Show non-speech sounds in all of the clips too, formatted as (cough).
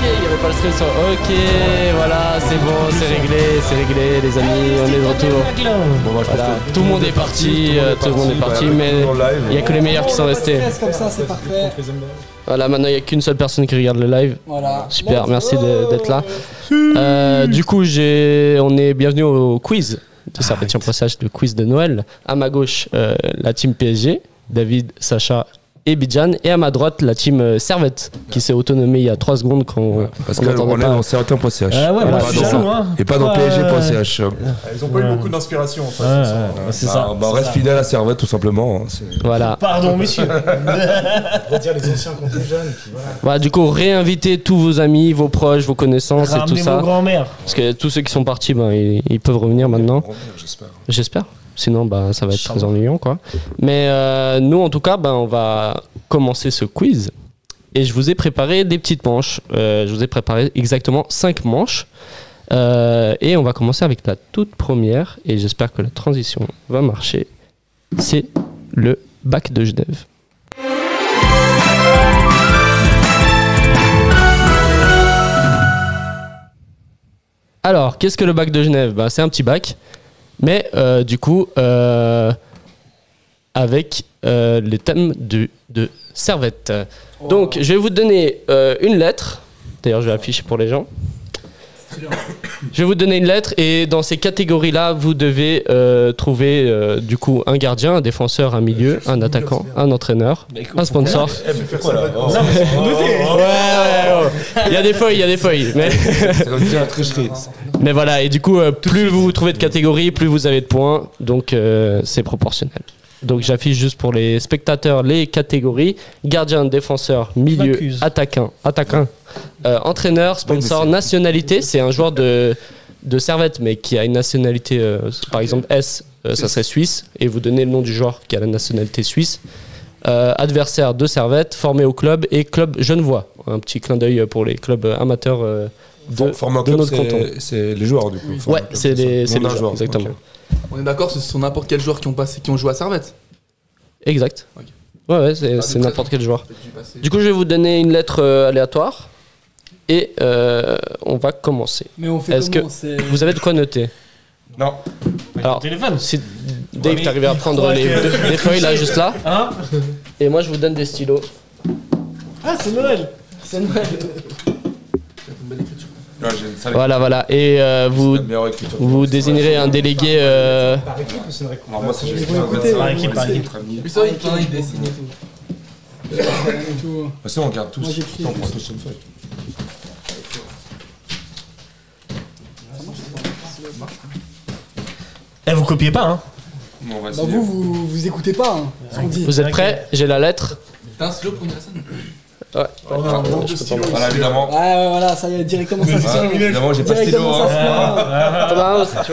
le son. Ok, voilà, c'est bon, c'est réglé, c'est réglé, les amis, on est de retour. Bon, bah, je pense Voilà, que tout le monde est parti, euh, tout le monde est parti, bah, mais tout le monde en live. il n'y a que les meilleurs qui sont restés. comme ça, c'est parfait. Voilà, maintenant il n'y a qu'une seule personne qui regarde le live. Voilà. Super, merci de- d'être là. Euh, du coup, j'ai, on est bienvenue au quiz de Serpentien Passage, le quiz de Noël. À ma gauche, euh, la team PSG, David, Sacha et Bidjan. Et à ma droite, la team euh, Servette, qui s'est autonomée il y a 3 secondes quand on- Parce on qu'on est n'entendait pas. dans certain.ch. Ah ouais, Et moi, pas je suis dans- jaloux, hein. Et pas dans Ouais. PSG.ch. Ils ont pas eu beaucoup d'inspiration en fait. Ouais, ils sont- ouais, c'est Bah, ça. bah, c'est reste ça. fidèle à Servette, tout simplement. hein, c'est- Voilà. Pardon, (laughs) monsieur. On va dire les anciens contre les jeunes. Puis voilà. voilà. Du coup, réinvitez tous vos amis, vos proches, vos connaissances et tout Ramenez ça. vos grands-mères. Parce que tous ceux qui sont partis, ben, ils, ils peuvent revenir maintenant. J'espère. J'espère. Sinon, ben, ça va être très ennuyant. Quoi. Mais euh, nous, en tout cas, ben, on va commencer ce quiz. Et je vous ai préparé des petites manches. Euh, je vous ai préparé exactement 5 manches. Euh, et on va commencer avec la toute première. Et j'espère que la transition va marcher. C'est le bac de Genève. Alors, qu'est-ce que le bac de Genève Ben, C'est un petit bac. Mais euh, du coup, euh, avec euh, les thèmes du- de Servette. Donc, je vais vous donner euh, une lettre. D'ailleurs, je vais afficher pour les gens. Je vais vous donner une lettre et dans ces catégories-là, vous devez euh, trouver euh, du coup un gardien, un défenseur, un milieu, hein. un attaquant, un entraîneur, un sponsor. Eh, mais faire ça, là, Oh, non, mais- Ouais, ouais, ouais. Il y a des feuilles, il y a des feuilles. Mais... Ça doit dire la tricherie. Mais voilà, et du coup, euh, plus vous trouvez de catégories, plus vous avez de points, donc euh, c'est proportionnel. Donc j'affiche juste pour les spectateurs les catégories gardien, défenseur, milieu, M'accuse. attaquant, attaquant, euh, entraîneur, sponsor, nationalité. C'est un joueur de, de servette, mais qui a une nationalité, euh, par exemple S, euh, ça serait suisse, et vous donnez le nom du joueur qui a la nationalité suisse. Euh, adversaire de servette, formé au club et club genevois. Un petit clin d'œil pour les clubs euh, amateurs euh, de, Forme- forme un de club, notre c'est- canton. C'est les joueurs, du coup. Forme Ouais, un club, c'est les, ça. c'est Non, les d'un joueurs, exactement. ok. On est d'accord, ce sont n'importe quel joueur qui ont, passé, qui ont joué à Servette. Exact. Ok. Ouais, ouais, c'est, Ah, c'est donc ça- n'importe quel joueur. Peut-être du passé. euh, Du coup, je vais vous donner une lettre euh, aléatoire et euh, on va commencer. Mais on fait Est-ce comment que- c'est- Vous avez de quoi noter Non. Alors, téléphone. si Ouais, Dave, mais t'arrives à il prendre croit les, que- deux- les feuilles là, juste là, Hein et moi je vous donne des stylos. (laughs) Ah, c'est Noël. C'est Noël. Ouais, j'ai une sale- Voilà, voilà. Et euh, vous, la meilleure écriture. vous désignerez un délégué. euh, Par équipe ou c'est une récolte Alors, moi, c'est juste Vous écoutez, un Par médecin, équipe, un par médecin, équipe. un ami. Mais ça, il peint, il dessine et tout. tout. Bah, si, on garde tous. Moi, j'écris Putain, On prend tous une feuille. Eh, vous copiez pas, hein Bon, on va Bah essayer. vous, vous, vous écoutez pas hein, ce qu'on dit. Vous êtes prêts J'ai la lettre. T'as un stylo pour une personne Ouais. Voilà, évidemment. Ouais, Ah, ouais, voilà, ça y est, directement ça se Ah, tient. Évidemment, j'ai pas de stylo. Directement ça Ah, hein. se tient. Ah bah, tu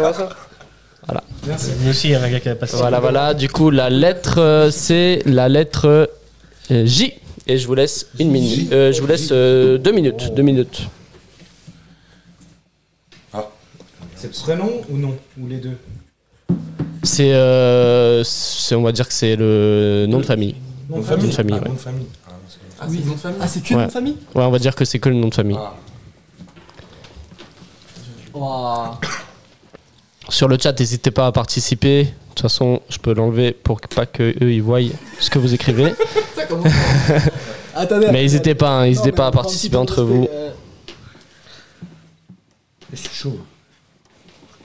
vois ça Nous aussi, il y avait un gars qui avait passé. Voilà, voilà. Du coup, la lettre, euh, c'est la lettre euh, J. Et je vous laisse une minute. Euh, je vous laisse euh, deux minutes. Deux minutes. C'est prénom ou non Ou les deux C'est, euh, c'est- on va dire que c'est le nom de famille. Bonne Bonne famille, Ah, ouais. bonne famille. Ah, non, c'est- Ah, c'est une nom de famille Ah, c'est que Ouais. une famille Ouais, on va dire que c'est que le nom de famille. Ah. Ouah. Sur le chat, n'hésitez pas à participer. De toute façon, je peux l'enlever pour que, pas que eux ils voient ce que vous (laughs) écrivez. Ça commence. Attendez. Mais n'hésitez pas, hein, Ah, Non, mais n'hésitez pas on à prend un petit participer temps de entre vous. respect, euh. Je suis chaud.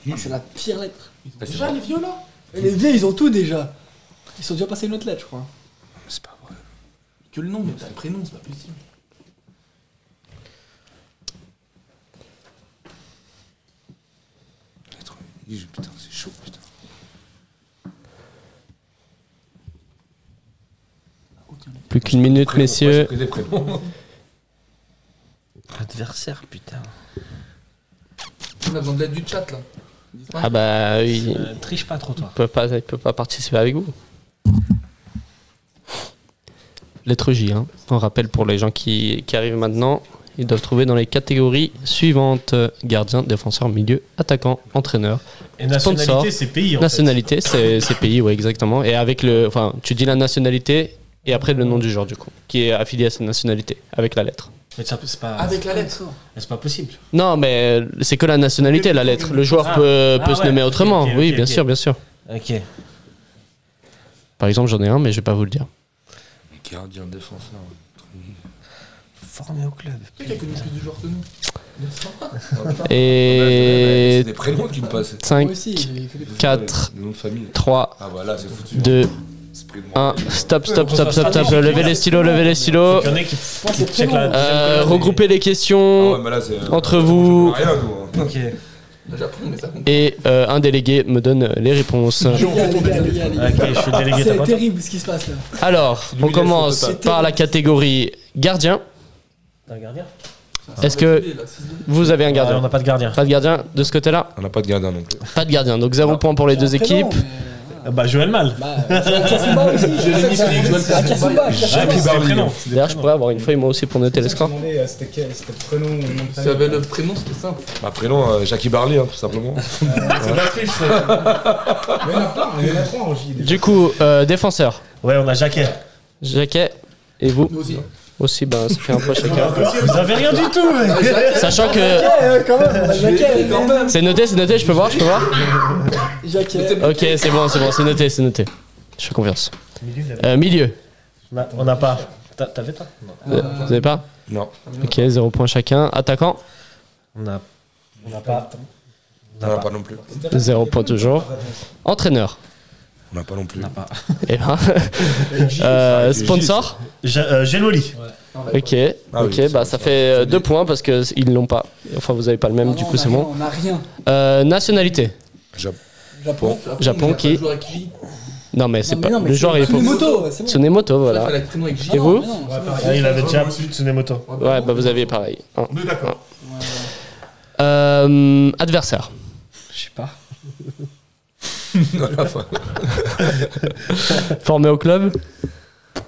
Ah, C'est la pire lettre. Bah, c'est Déjà, vrai. les vieux là Les vieux, ils ont tout déjà. Ils sont déjà passés une autre lettre, je crois. C'est pas vrai. Que le nom, mais t'as le prénom, c'est pas possible. J'ai trouvé. J'ai- Putain, c'est chaud, putain. Plus qu'une minute, Prénom, ouais, messieurs. j'ai que des prénoms. Adversaire, putain. On a besoin de l'aide du chat là. Ah bah, oui, Euh, triche pas trop, toi. ils peuvent pas, ils peuvent pas participer avec vous. Lettre J, hein. on rappelle pour les gens qui, qui arrivent maintenant, ils doivent trouver dans les catégories suivantes gardien, défenseur, milieu, attaquant, entraîneur. Et Sponsor. nationalité, c'est pays. en nationalité, c'est c'est pays, ouais, exactement. Et avec le. Enfin, tu dis la nationalité et après le nom du joueur, du coup, qui est affilié à cette nationalité, avec la lettre. Mais ça, c'est pas, Avec la lettre. mais c'est pas possible. Non, mais c'est que la nationalité, la lettre. Le joueur Ah. peut, peut Ah se ouais, nommer ok, autrement. ok, oui, ok, bien ok. sûr, bien sûr. Ok. Par exemple, j'en ai un, mais je vais pas vous le dire. Gardien, défenseur. Formé au club. Tu sais qu'il a connu plus de joueurs que nous. Vincent. C'est Et Ah bah, des prénoms qui me passent. 5, Moi aussi, j'ai que des- Quatre. Le nom de famille. 3, Ah voilà, c'est foutu. 2, Esprit de 1. moi. Stop, stop, stop, stop, stop. Levez les stylos, levez les stylos. Il y en a qui, qui check la Oh. Euh, deuxième regroupez les Ah ouais, questions mais là, c'est- entre vous. Rien, nous. hein. colonne. Ok. Le Japon, mais ça compte. Et euh, un délégué me donne les réponses. Les gars, les gars, les gars, les gars. Ok, je suis délégué à Ah, C'est droite. terrible ce qui se passe là. Alors, on commence totale. par la catégorie gardien. T'as un gardien Est-ce que vous avez un Ah, On gardien n'a pas de gardien. Pas de gardien de ce côté-là On n'a pas de gardien non plus. Pas de gardien. Donc 0 point pour les deux Après, non, équipes. mais- Ah Bah, Joël Mal. Bah, j'ai un Kasumba aussi. j'ai Jérémy Sling, Joël un Kasumba, je cherche Ah, un puis Kasumba. c'est des prénoms. D'ailleurs, je pourrais avoir une feuille moi aussi pour noter les Je me scores. demandais, euh, C'était quel- c'était le prénom ou le nom de Si tu famille. avais le prénom, c'était simple. Bah, prénom, euh, Jackie Barley, hein, tout simplement. C'est la triche. Mais il y en a plein, Ah, il y en a trois en J. Du coup, euh, défenseur, Ouais, on a Jacquet. Jacquet et vous Nous aussi. aussi, ben, ça fait un point chacun. Vous avez rien du tout, ouais. Sachant que Ouais, ouais, quand même, on a Jacquet, quand même. c'est noté, c'est noté, je peux voir, je peux voir. Jacquet. Ok, c'est bon, c'est bon, c'est noté, c'est noté. Je fais confiance. Euh, milieu, On a- On n'a pas. T'as- T'avais pas Non. Euh, vous avez pas Non. Ok, 0 point chacun. Attaquant, On a. On n'a pas. On n'a pas non plus. 0 point toujours. Entraîneur, On n'a pas non plus. et ben, (laughs) euh, sponsor, J'ai euh, j'ai le Wally. ok, Ah oui, ok, bah ça fait 2 points parce que ils l'ont pas. Enfin, vous avez pas le même, du Non, coup, on a c'est rien, bon. On a rien. Euh, nationalité, Jap- Japon. (laughs) Japon mais il a qui- pas joué avec J. non mais c'est Non, pas mais non, mais le genre, c'est il est une pas- moto, c'est bon. Tsunemoto, Il voilà. fallait le prénom avec J. Et vous Non, mais non, c'est bon. Ah, il avait déjà Tsunemoto. Ouais, bah vous aviez pareil. Un. On (laughs) est d'accord. Euh, adversaire. Je sais pas. Non, la fin. Formé au club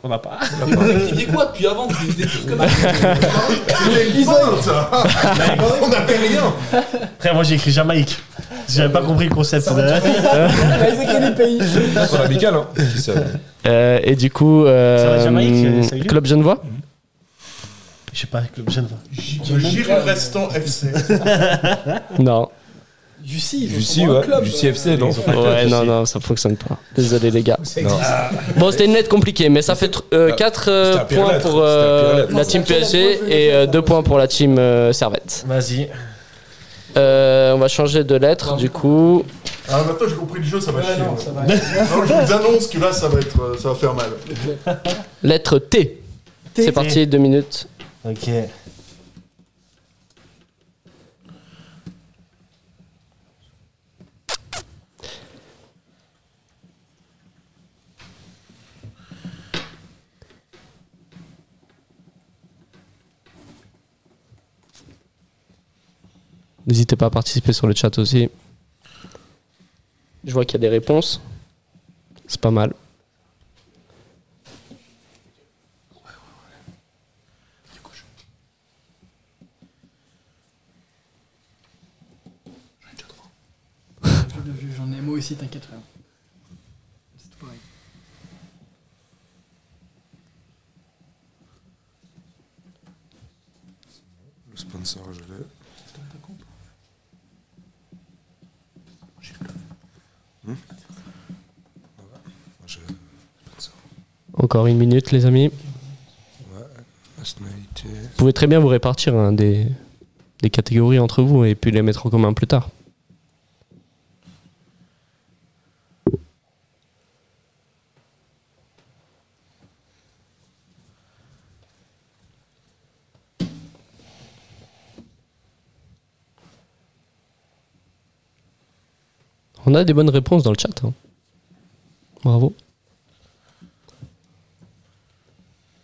On n'a pas. Mais vous écriviez quoi depuis avant Vous écriviez des trucs comme ça (laughs) C'était une fin, ça. On n'avait rien. Après, moi, j'ai écrit Jamaïque. J'avais pas compris le concept. C'est Là, ils écrivent les pays. C'est son amical, hein. Qui sait, euh, Euh, et du coup, euh, Ça va, Jamaïque, ça a eu lieu club Genevois Je sais pas, Club Genevois. Le Giron restant FC. Non. Jussi, Jussy, ouais. Jussy FC, non (laughs) Ouais, non, non, ça fonctionne pas. Désolé, les gars. Non. Bon, c'était une lettre compliquée, mais ça fait Ah, 4 c'était à pire points lettre, pour c'était à euh, pire lettre. la team PSG et 2 points pour la team euh, Servette. Vas-y. Euh, on va changer de lettre, du coup. Ah, maintenant j'ai compris le jeu, ça va chier. Non, ouais. ça va. Non, je vous annonce que là, ça va être, euh, ça va faire mal. Lettre T. C'est parti, 2 minutes. Ok. N'hésitez pas à participer sur le chat aussi. Je vois qu'il y a des réponses. C'est pas mal. Bien vu, J'en ai moi aussi, t'inquiète rien. C'est tout pareil. Le sponsor, je l'ai. Hum Voilà. Moi, je- sponsor. Encore une minute, les amis. Nationalité. Vous pouvez très bien vous répartir hein, des, des catégories entre vous et puis les mettre en commun plus tard. On a des bonnes réponses dans le chat. hein. Bravo.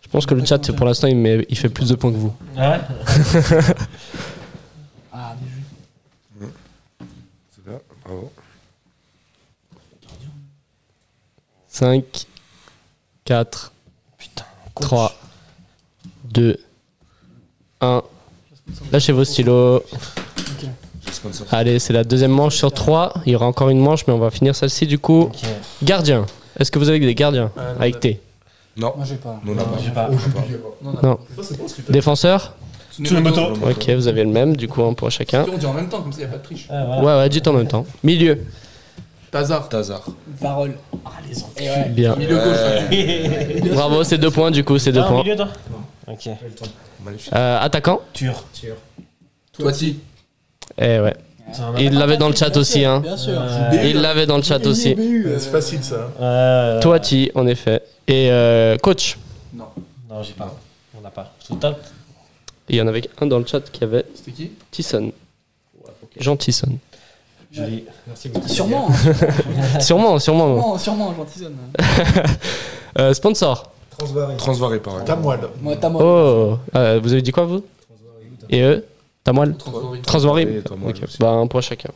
Je pense que le chat, pour l'instant, il, met- il fait plus de points que vous. Ah ouais Ah, bien vu. C'est bien. Bravo. 5, 4, 3, 2, 1. Lâchez vos stylos. J'ai le sponsor. Allez, c'est la deuxième manche sur 3. Il y aura encore une manche, mais on va finir celle-ci du coup. Ok. Gardien. Est-ce que vous avez des gardiens Avec T. Non. Moi, j'ai pas. Nous, on n'a pas. Je sais pas. Au jeu du lieu. Non, non. Non. Ça, c'est pas ce que t'as Défenseur Tsunemoto. Ok, vous avez le même, du coup, un pour chacun. Puis on dit en même temps, comme ça, il a pas de triche. Ah, Ouais, voilà. ouais, dites en même temps. Milieu. Tazar. Tazar. Varol. Ah, les enfants. Et ouais. Bien. Milieu gauche. Euh, Ouais. T'as Bravo, c'est deux points, du coup, c'est deux un points. Ah, milieu, toi Ok. Pas le temps. Magnifique. Euh, attaquant. Tur. Tire. Toiti. Eh ouais. Ouais. Il l'avait dans le chat aussi, hein. Bien sûr. Il l'avait dans le chat aussi. C'est facile ça. Euh, Toati, en effet. Et euh, coach. Non. Non, j'ai pas. On n'a pas. Tout le temps. Il y en avait un dans le chat qui avait C'était qui Tisson. Jean Tisson. Joli. Merci beaucoup. Sûrement, hein, (laughs) Sûrement, sûrement. sûrement, sûrement, gentilson. Euh, sponsor. Transvaré. Transvaré, pareil. Tamoil. Moi, t'as moi. Oh, euh, vous avez dit quoi, vous Transvaré où, t'as- Et eux Tamoil Transori. Transwarim. Et Tamoil Ok, aussi. Bah, un point chacun.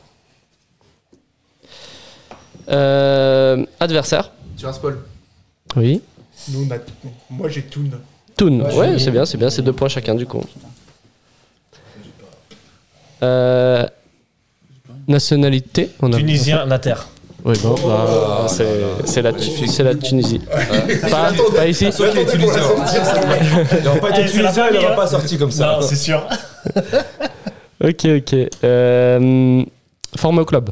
Euh, adversaire. Tiraspol. Oui. Nous, on a- Moi j'ai Toon. Toon. Ouais, Ouais, j'ai- c'est bien, c'est bien, c'est deux points chacun, du coup. Euh, nationalité on a- Tunisien, Nater. Oui, bon, bah, c'est c'est la, Tu- c'est la Tunisie. pas, pas ici Toi qui Tunisien. Il n'aurait pas Eh, été c'est tunisien, la il famille, n'aurait hein. pas sorti comme ça. Non, c'est sûr. Ok, ok. Euh, forme au club.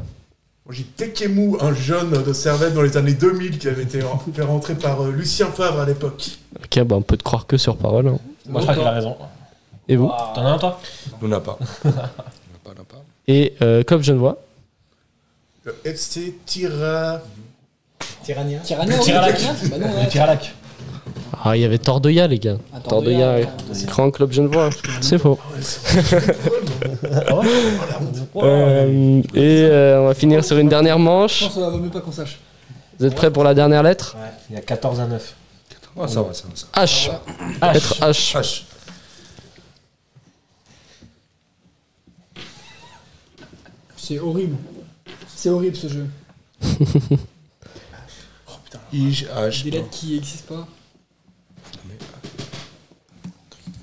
Moi, J'ai Tekemu, un jeune de Servette dans les années 2000 qui avait été en- fait rentrer par euh, Lucien Favre à l'époque. Ok, bah, on peut te croire que sur parole. hein. Moi, je crois qu'il a raison. Et vous T'en as un, toi Nous, on n'a (laughs) pas. On n'a pas, on n'a pas. Et euh, club Genevois Le FC Tira. Tyrannia. Tirano, Tiralac. ouais, Bah non, Le ouais. Tiralac. Ah, il y avait Tordoya, les gars. Attends, Tordoya, regarde, ouais. grand club Genevois. hein. C'est faux. Ah Oh, Euh, et euh, on va finir sur une dernière Je manche. pense qu'il vaut mieux pas qu'on sache. Vous êtes prêts pour la dernière lettre Ouais, il y a 14 à 9. Ouais, Ah, ça va, ça va. ça H. Ah, Lettre H. va. H. C'est horrible. hein. C'est horrible ce jeu. Oh, Ige, H. Des lettres qui n'existent pas.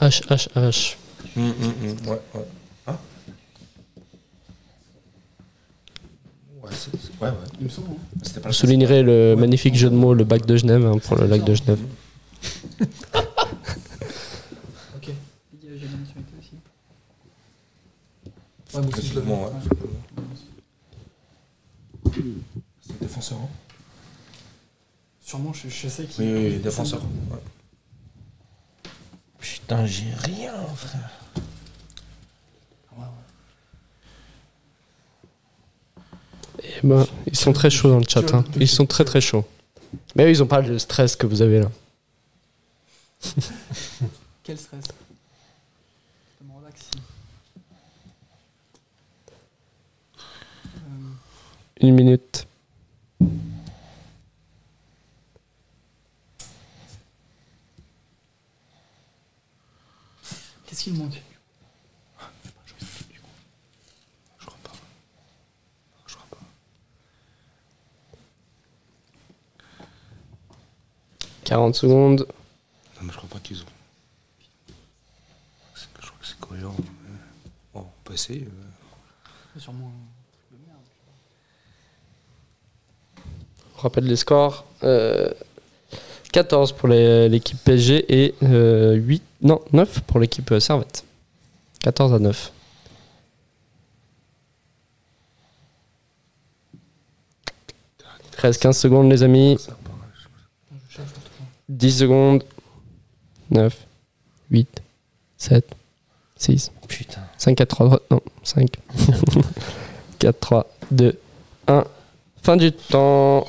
H, H, H. Hum, hum, hum, Ouais, ouais. Hein Ouais, c'est- c'est- ouais, ouais. Il me semble. hein. C'était Vous pas le soulignerez le magnifique jeu de mots, le bac de Genève, hein, pour le lac de Genève. Ok. Il y a j'ai la nationalité aussi. Ouais, moi aussi, je l'avais. Bon, ouais. C'est défenseur, hein Sûrement, je, je sais qui. Oui, oui, oui, défenseur. Ouais. Putain, j'ai rien, frère. Eh ben, ils sont très chauds dans le chat. hein. Ils sont très très chauds. Mais eux, ils ont pas le stress que vous avez là. Quel stress. Ça me relaxe. ici. Euh, Une minute. Qu'est-ce qu'il manque Je crois pas. Je crois pas. 40 secondes. Non, mais je crois pas qu'ils ont. C'est- Je crois que c'est cohérent. mais- Bon, on peut essayer. euh. Sûrement hein. un truc de merde. On rappelle les scores. Euh, 14 pour les- l'équipe PSG et euh, 8, non, 9 pour l'équipe euh, Servette. 14 à 9. Il Reste 15 secondes les amis. Ça part, ouais. 10 secondes. 9, 8, 7, 6, Putain. 5, 4, 3, non, 5, (laughs) 4, 3, 2, 1. Fin du temps.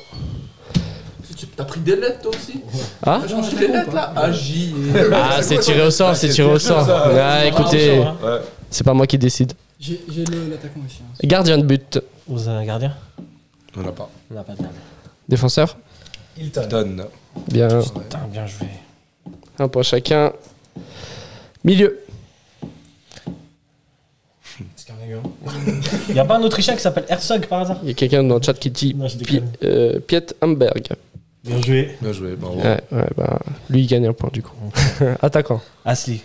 Tu- tu- T'as pris des lettres toi aussi Ah J'ai pris des lettres là A, J et... Ah, c'est tiré au sort, c'est tiré au sort. ça. Ah, écoutez, Ah, Ouais. c'est pas moi qui décide. J'ai j'ai le- l'attaquant aussi. hein. Gardien de but, Vous avez un gardien On n'a pas. On n'a pas de gardien. défenseur Hilton. Donne. Bien, Putain, bien joué. un point chacun. Milieu, Est-ce qu'il y en a eu un Y a pas un Autrichien qui s'appelle Herzog par hasard il y a quelqu'un dans le chat qui dit Non, je Pi- déconne. euh, Piet Hamberg. Bien joué. Bien joué, bravo. Ouais, ouais, bah, lui il gagne un point du coup. (laughs) Attaquant, Asli.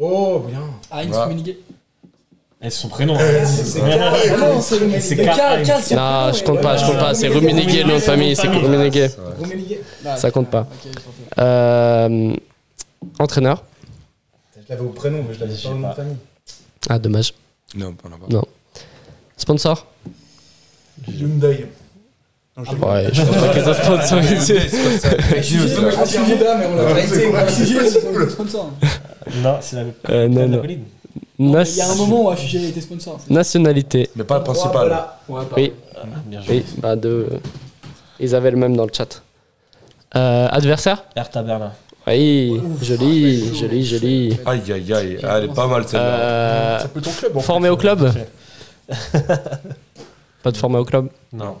Oh, bien. Heinz Ouais. Rummenigge. Eh, c'est son prénom. hein. C'est carré. Ouais. Non, c'est le C'est mec. Karl Heinz. Eh, Karl, c'est non, le je prénom, compte pas, je compte pas, c'est Rummenigge le nom de famille, c'est Rummenigge. Ouais. Rummenigge. ouais. Ça compte pas. Ok, je compte pas. Euh, entraîneur, Putain, Je l'avais au prénom, mais je l'avais Je pas sais au nom pas. de famille. Ah, dommage. Non, on n'a pas. (laughs) Non. Sponsor Ah, Hyundai. Non, je déconne. Ouais, je pense pas qu'ils soient sponsorisés. mais Ah, si, j'ai hein. pas, mais on l'a pas été. vrai. Fugé, ils ont été sponsors. Non, c'est la Euh, non, non. colline. Il Nas- y a un moment où Afugé a été sponsor. Nationalité. Mais pas le principal. Voilà. Ouais, Oui, Ah, Bien joué. oui, bah de... ils avaient le même dans le chat. Euh, adversaire Hertha Berlin. Oui, ah, joli, c'est joli, joli. Aïe, aïe, aïe. Ah, elle est pas mal celle-là. Euh, Ça peut ton club, en fait. formé au club Ok. Pas de formé au club. Non.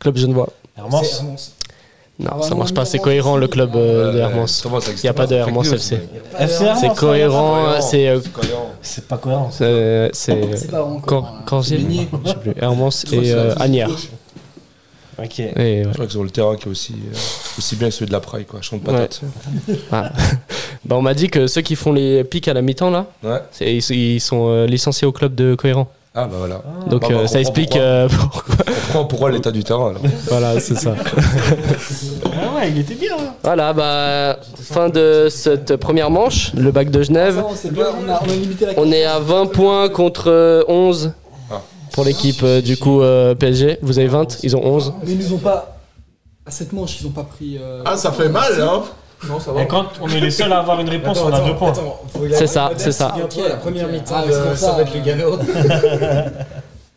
Club Genevois. C'est Hermance. Hermance. Non, Ah, ça non, marche pas, non, c'est non, cohérent non, le club non, euh, Euh, de Hermance. comment ça existe Y a pas de Fake Hermance news, FC. mais- FC Hermance. C'est cohérent, Cohérent. c'est. euh, C'est cohérent. C'est pas cohérent. C'est. C'est c'est- pas vraiment Cor- cohérent, hein. Corsier Meunier. Je sais plus. Hermance et c'est la euh, touche Agnières. Ok. Et ouais. Je crois que sur le terrain qui est aussi, euh, aussi bien que celui de la Praille, quoi. Chante patate. Bah, on m'a dit que ceux qui font les pics à la mi-temps, là, Ouais. c'est- ils, ils sont euh, licenciés au club de Cohérent. Ah, bah voilà. Donc Bah, bah, euh, on ça comprend explique pourquoi. euh, pourquoi. On comprend pourquoi l'état du (laughs) terrain. alors. Voilà, c'est ça. Ah ouais, il était bien. hein. Voilà, bah, fin de cette première manche, le bac de Genève. Ça, on sait pas, on a, on a limité la On est à 20 points contre euh, 11 Ah. pour l'équipe euh, du coup euh, PSG. Vous avez 20, ils ont 11. Mais ils nous ont pas. À cette manche, ils ont pas pris. euh, Ah, ça fait mal, hein Non, ça va. Et quand on est les seuls à avoir une réponse, on a deux points. attends, faut y aller. C'est ça, Modeste, c'est hein. ça. souviens-toi, La première Ok. mi-temps, Ah, de- c'est pour ça ça, va être euh, le Gano.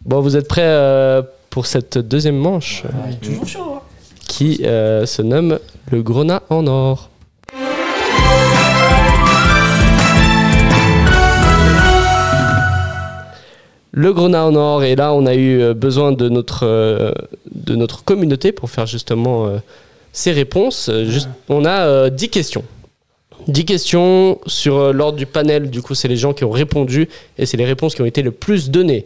Bon, vous êtes prêts euh, pour cette deuxième manche Ouais, Toujours chaud. hein. qui euh, se nomme le Grenat en or. Le Grenat en or, et là on a eu euh, besoin de notre, euh, de notre communauté pour faire justement euh, ces réponses. Euh, juste- on a euh, 10 questions. 10 questions sur euh, l'ordre du panel, du coup c'est les gens qui ont répondu, et c'est les réponses qui ont été le plus données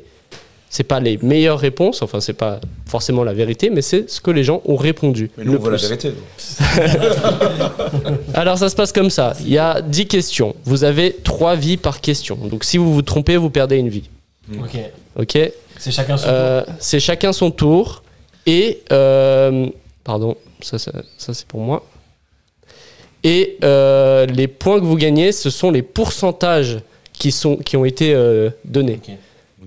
c'est pas les meilleures réponses, enfin c'est pas forcément la vérité, mais c'est ce que les gens ont répondu. Mais nous, le on veut la plus. vérité. nous. Alors ça se passe comme ça, il y a 10 questions, vous avez 3 vies par question, donc si vous vous trompez, vous perdez une vie. Ok. Ok C'est chacun son tour. Euh, C'est chacun son tour, et... euh, pardon, ça, ça, ça, c'est pour moi. Et euh, les points que vous gagnez, ce sont les pourcentages qui, sont, qui ont été euh, donnés. Ok.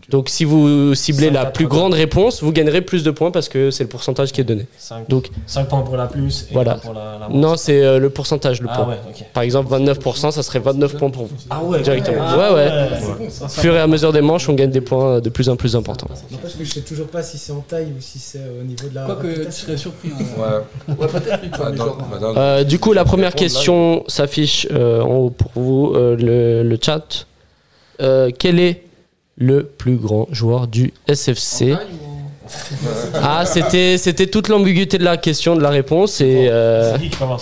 Donc si vous ciblez Cinq, la quatre, plus trois. grande réponse, vous gagnerez plus de points parce que c'est le pourcentage qui est donné. 5, Donc- points pour la plus et Voilà. un pour la, la moins. Non, c'est euh, le pourcentage, le Ah point. ouais, ok. Par exemple, 29%, ça serait 29 points pour vous. Ah ouais. Directement. Ah Ouais, ouais. C'est bon, ça. Au fur et à mesure des manches, on gagne des points euh, de plus en plus importants. N'empêche que je sais toujours pas si c'est en taille ou si c'est euh, au niveau de la. Quoique tu réputation. serais surpris. hein. Ouais. Ouais, peut-être, oui, Ah, tu hein. vois, mais Attends, genre, bah, attends. Euh, du coup, la première répondre là, question s'affiche euh, en haut pour vous, euh, le, le chat. Euh, quel est le plus grand joueur du SFC en taille ou en- Ah, c'était c'était toute l'ambiguïté de la question, de la réponse. Et euh, C'est qui qui commence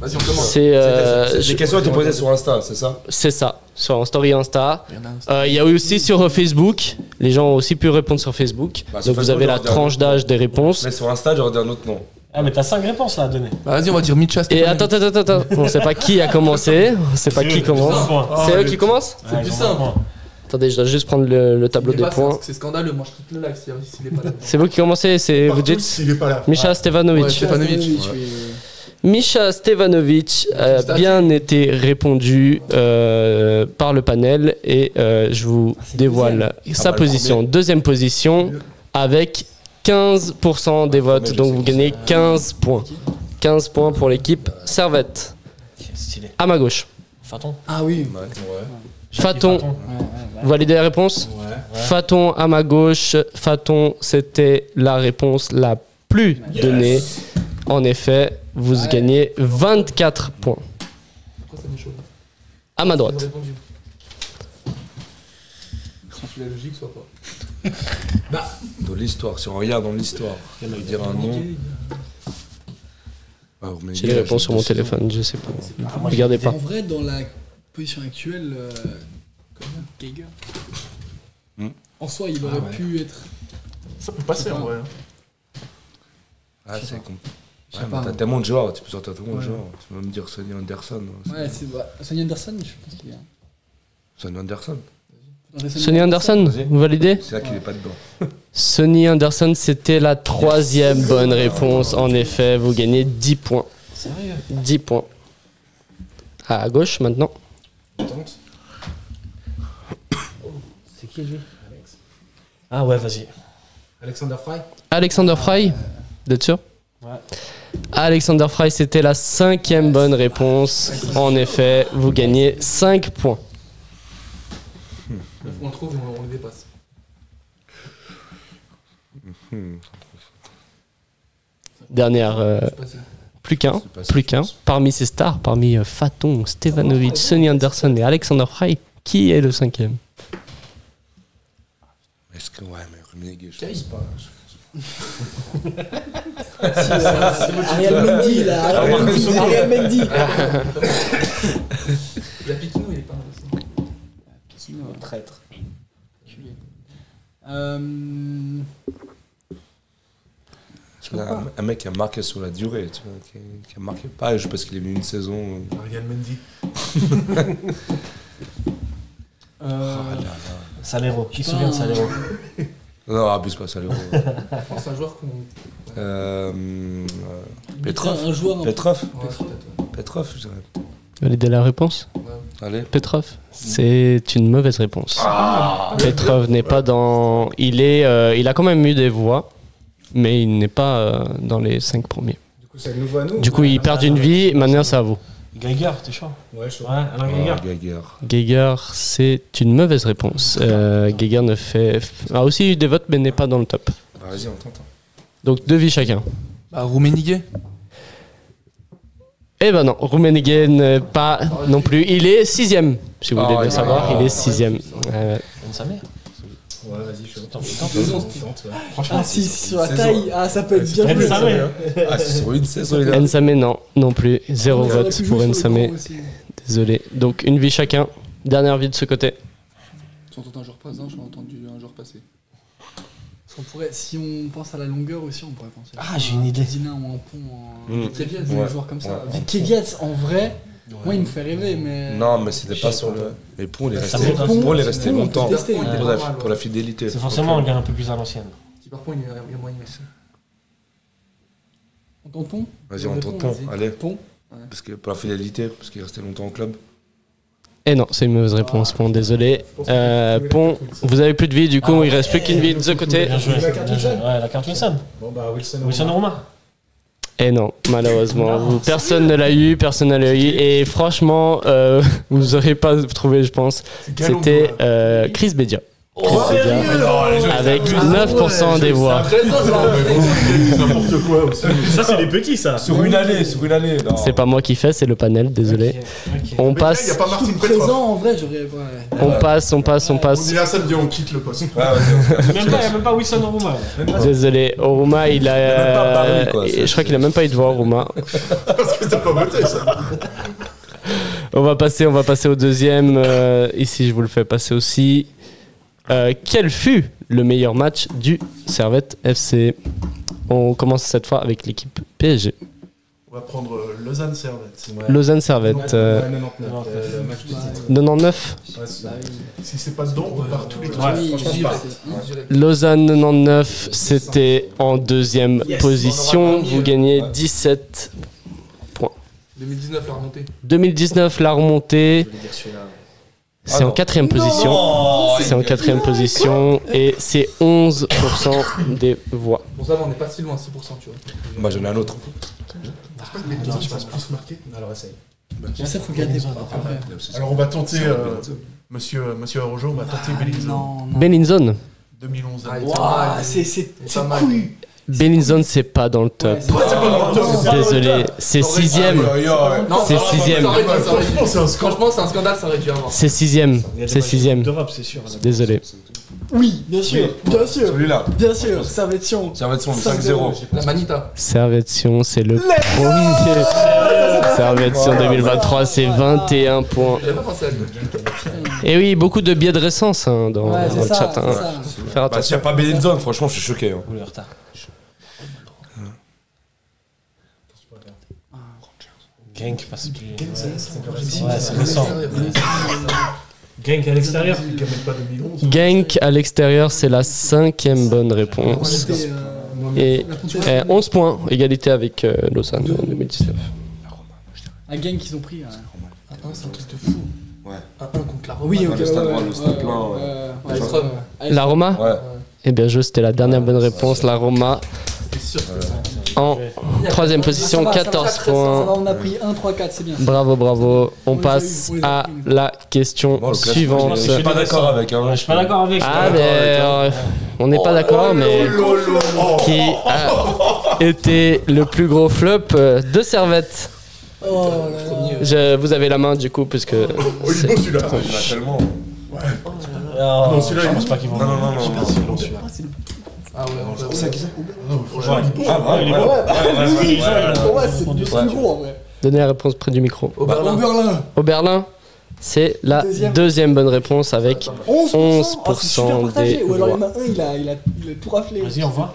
Vas-y, on commence. c'est euh, C'est- c'est- Les questions étaient posées sur Insta, c'est ça c'est ça, sur en story Insta. Il y en a un, c'est- Euh, Il y a eu aussi sur euh, Facebook, les gens ont aussi pu répondre sur Facebook. Bah, sur Donc vous Facebook, avez la j'aurais dit un tranche autre d'âge des réponses. Mais sur Insta, j'aurais dit un autre nom. Ah, mais t'as 5 réponses là à donner. Bah, Vas-y, on va dire Mitcha. Et Stéphane. attends, attends, attends, attends. on sait pas qui a commencé, on sait pas qui commence. Ah, C'est eux qui commencent C'est plus simple. Attendez, je dois juste prendre le, le tableau Il des est pas, points. c'est- hein. C'est scandaleux, moi je quitte le live s'il s'il est pas là. C'est vous qui commencez, c'est vous Partout, dites s'il est pas là. Misha Ouais, Stevanovic. Stefanovic. Misha Stevanovic a Stasi. bien été répondu euh, par le panel et euh, je vous dévoile sa Ah bah, le position. premier. Deuxième position avec 15% des votes, premier, Ah, je donc sais vous qui gagnez 15 points. 15 points pour l'équipe Servette. Stylé. À ma gauche. Faton. Ah oui. Ouais. Faton. Vous validez la réponse Faton à ma gauche. Faton, c'était la réponse la plus donnée. En effet, vous Ouais. gagnez 24 points. Pourquoi ça m'est chaud À ma Ils ont droite. répondu. Soit tu la logique, soit pas. Dans l'histoire, si on regarde dans l'histoire, il va dire un nom. Ah, vous m'avez J'ai dit, les là, réponses je- sur mon téléphone, je sais pas. moi, Regardez pas. En vrai, dans la position actuelle, euh, quand même, Geiger. Hmm. En soi, il Ah aurait pu être. Ça peut passer, en vrai. hein. Ah, c'est con. Je Ouais, sais mais pas. t'as hein. tellement de joueurs, tu peux sortir tellement de Ouais. joueurs. Tu peux même dire Sonny Anderson. hein. Ouais, c'est bah, Sonny Anderson, je pense qu'il est. Sonny Anderson, Faudrait Sonny Anderson, Vas-y. vous validez c'est là qu'il est pas dedans. Sonny Anderson, c'était la troisième bonne réponse. En effet, vous gagnez 10 points. Sérieux 10 points. À gauche maintenant. Tente. C'est qui lui Alex. Ah ouais, vas-y. Alexander Fry Alexander Fry Vous êtes sûr Ouais. Alexander Fry, c'était la cinquième bonne réponse. En effet, vous gagnez 5 points. On le trouve et on, on le dépasse. Dernière, euh, Je sais pas si- plus qu'un, C'est pas ça, plus je qu'un. pense. Parmi ces stars, parmi euh, Faton, Stevanovic, Sonny Anderson et Alexander Fry, qui est le cinquième Est-ce que ouais, mais Rummenigge, je Kay pense pas. Ariel Mendy, là. Ariel Mendy. Ariel Mendy. Il a Piquino, il est pas mal aussi. Piquino, hein, Traître. culé. Euh, Je pense un, un mec qui a marqué sur la durée, tu vois, qui, qui a marqué pas juste parce qu'il est venu une saison. euh, Ariel Mendy. euh, ah là là. Salero, qui se Putain. souvient de Salero Non, abuse pas, ça l'euro. Je pense que c'est un joueur qu'on. Ouais, euh, euh, Petrov. Putain, Un joueur. Oh. un- Petrov peut-être, ouais. Petrov, je dirais. Validez la réponse Allez. Petrov C'est une mauvaise réponse. Ah. Petrov n'est pas dans. Il, est, euh, il a quand même eu des voix, mais il n'est pas euh, dans les 5 premiers. Du coup, c'est de nouveau à nous. Du coup, il perd une vie, maintenant c'est à vous. Geiger, t'es chaud Ouais, je Ouais, Alain Geiger. Ah, Geiger. Geiger, c'est une mauvaise réponse. Euh, Geiger ne fait. a aussi eu des votes, mais n'est pas dans le top. Bah, Vas-y, on t'entend. Donc deux vies chacun. Bah, Rouméniguet Eh ben non, Rummenigge n'est pas non plus. Il est sixième, si vous voulez Ah, bien il est- savoir. ah, il est sixième. Euh, On sa mère. Ouais, vas-y, je Attends, tente. putain, Tente, ouais. Franchement, Ah si, si, sur la Saison. taille. Ah, ça peut être bien Elle mieux. savait. Ah, c'est sur une saison, il a. Nsame, non, non plus. Zéro On aurait pu vote jouer pour sur le Nsame. grand aussi. Désolé. Donc une vie chacun. Dernière vie de ce côté. J'ai entendu un joueur présent, j'ai entendu un joueur passer. parce qu'on pourrait- si on pense à la longueur aussi, on pourrait penser. Ah, j'ai une idée. Zidane ou un pont, un Mm. Keviat, Ouais. un joueur comme ça. Ouais. Keviat, en vrai, moi il me fait rêver, mais. Non, mais c'était pas sur le. Mais pour les Ça rester, monte un pour les peu. rester Pont, longtemps. on peut tester. Il était Pour pas la, mal, pour la fidélité. euh, C'est forcément un gars un peu plus à l'ancienne. Petit parcours, il y a il y a moyen aussi. En canton Vas-y, on tente pont. Allez. Pont. Parce que pour la fidélité, parce qu'il restait longtemps au club. Eh non, c'est une mauvaise réponse, Pont, désolé. pense que Euh, tu voulais Pont, la carte vous avez plus de vie, du coup, Ah, il reste plus qu'une vie de ce côté. Bien joué. La bien carte joué. Wilson Ouais, la carte Wilson. Bon, bah, Wilson. Wilson Romain. Eh non, malheureusement, vous- personne ne l'a eu, personne ne l'a eu, et franchement, euh, (laughs) vous auriez pas trouvé, je pense. C'était euh, Chris Bedia. Chris Bedia, avec Ah 9% des voix. Oh, N'importe quoi aussi. Ça, c'est les petits, ça. Sur une année, sur une année. non. C'est pas moi qui fais, c'est le panel, désolé. On On... Il n'y a passe, pas Ah Martin Petrov. Présent, en vrai, j'aurais. ouais. on passe, on passe, on On passe. est là samedi, on quitte le poste. Ouais, Ah, vas-y, on se calme. Même pas, y a même pas Wilson Romain. Désolé, Oruma, il a. euh, a même pas parlé, quoi, c'est- je crois qu'il a même pas eu de voix, Oruma. Parce que t'as pas voté, ça. On va passer, on va passer au deuxième. euh, ici, je vous le fais passer aussi. Euh, quel fut le meilleur match du Servette FC On commence cette fois avec l'équipe PSG. On va prendre euh, Lausanne Servette. Lausanne Servette. euh, 99, euh, le match du titre. 99. Ouais, c'est ça. Si c'est pas dedans, on part tous les trois. Ouais. Oui, franchement, j'y pas. vais, c'est- hein. Lausanne 99, c'était en deuxième Yes, on aura position. pas Vous mieux. gagnez Ouais. 17. 2019, la remontée. 2019, la remontée. Je voulais dire celui-là. Ah C'est en quatrième position. Oh, C'est en quatrième position et c'est 11% des voix. Bon, ça va, on est pas si loin, 6%, tu vois. Moi, j'en ai un autre. Mais les gens, ils passent plus marquer. Alors, essaye. Ça, faut garder pour après. Alors on va tenter, euh, monsieur, euh, monsieur Arojo, on va tenter Bellinzone. Ah, Non, non. Bellinzone. 2011. Ah, il est pas Ouah, mal. c'est c'est Il est c'est pas mal. cool. Bellinzone, c'est pas dans le top. Ouais, c'est- Ouais, c'est pas dans le top. Désolé, c'est sixième. Non, C'est ça aurait- sixième. ça aurait dû- ça aurait dû. Franchement, c'est un score. Franchement, c'est un scandale, ça aurait dû avoir. C'est sixième. Il y a des C'est matchs sixième. D'Europe, c'est sûr. Désolé. Oui, bien sûr, bien sûr, Celui-là. bien sûr, ça va être chiant. Ça va être son Ça, 5-0. La Manita. Servetion, c'est le premier. Servetion 2023, c'est 21 points. J'avais pas pensé à lui. Et oui, beaucoup de biais de récence hein, dans, Ouais, dans c'est le ça, chat. c'est hein. ça. Faut faire Bah, attention. s'il n'y a pas Bellinzone, franchement, je suis choqué. hein. Ou le retard. Genk, parce que. Ouais, c'est récent. Genk à l'extérieur. Genk à l'extérieur, c'est la cinquième bonne réponse. C'était, euh, Et la contestation. euh, 11 points, égalité avec euh, Lausanne en 2019. euh. Un gang qu'ils ont pris. ouais. Ah, c'est un truc de fou. Ouais. Un 1 contre la Roma. Oui, Ouais, ok. le stade ouais, rond, ouais, le stade ouais, plein, ouais, ouais. ouais, Ouais, ouais, Rome. ouais. La Roma Ouais. Eh bien, je, c'était la dernière bonne ça, réponse. La Roma C'est sûr que c'est en troisième Ah, ça position, va, ça va, 14 ça va, ça va, points. Bah, On a pris 1, 3, 4, c'est bien. Bravo, bravo. On On les a passe eu, on les a à eu. la question Bon, Oh, le classement, suivante. je suis pas d'accord avec. hein. Je suis pas d'accord avec. Ah, mais d'accord avec toi. euh, on n'est pas Oh, d'accord, mais qui a été le plus gros flop euh, de Servette Oh là le là. premier. euh, Je- Vous avez la main du coup, (laughs) puisque. Oh, il est beau celui-là. Il y en a tellement. Non, celui-là, je il- pense pas qu'ils vont. Non, non, non, Ah, non. non. Ah ouais, on peut- Ah, ouais, ouais, ouais, ouais, ouais, Oui, ouais, genre, ouais. il a- Pour moi, c'est le Ouais. plus gros en vrai. Donnez la réponse près du micro. Au Au Berlin. Bah, Berlin, Au Berlin, c'est la Deuxième. deuxième bonne réponse avec 11%. 11% Ah, c'est super partagé. des Ou alors il y en a un, il a, il a, il a tout raflé. Vas-y, on va.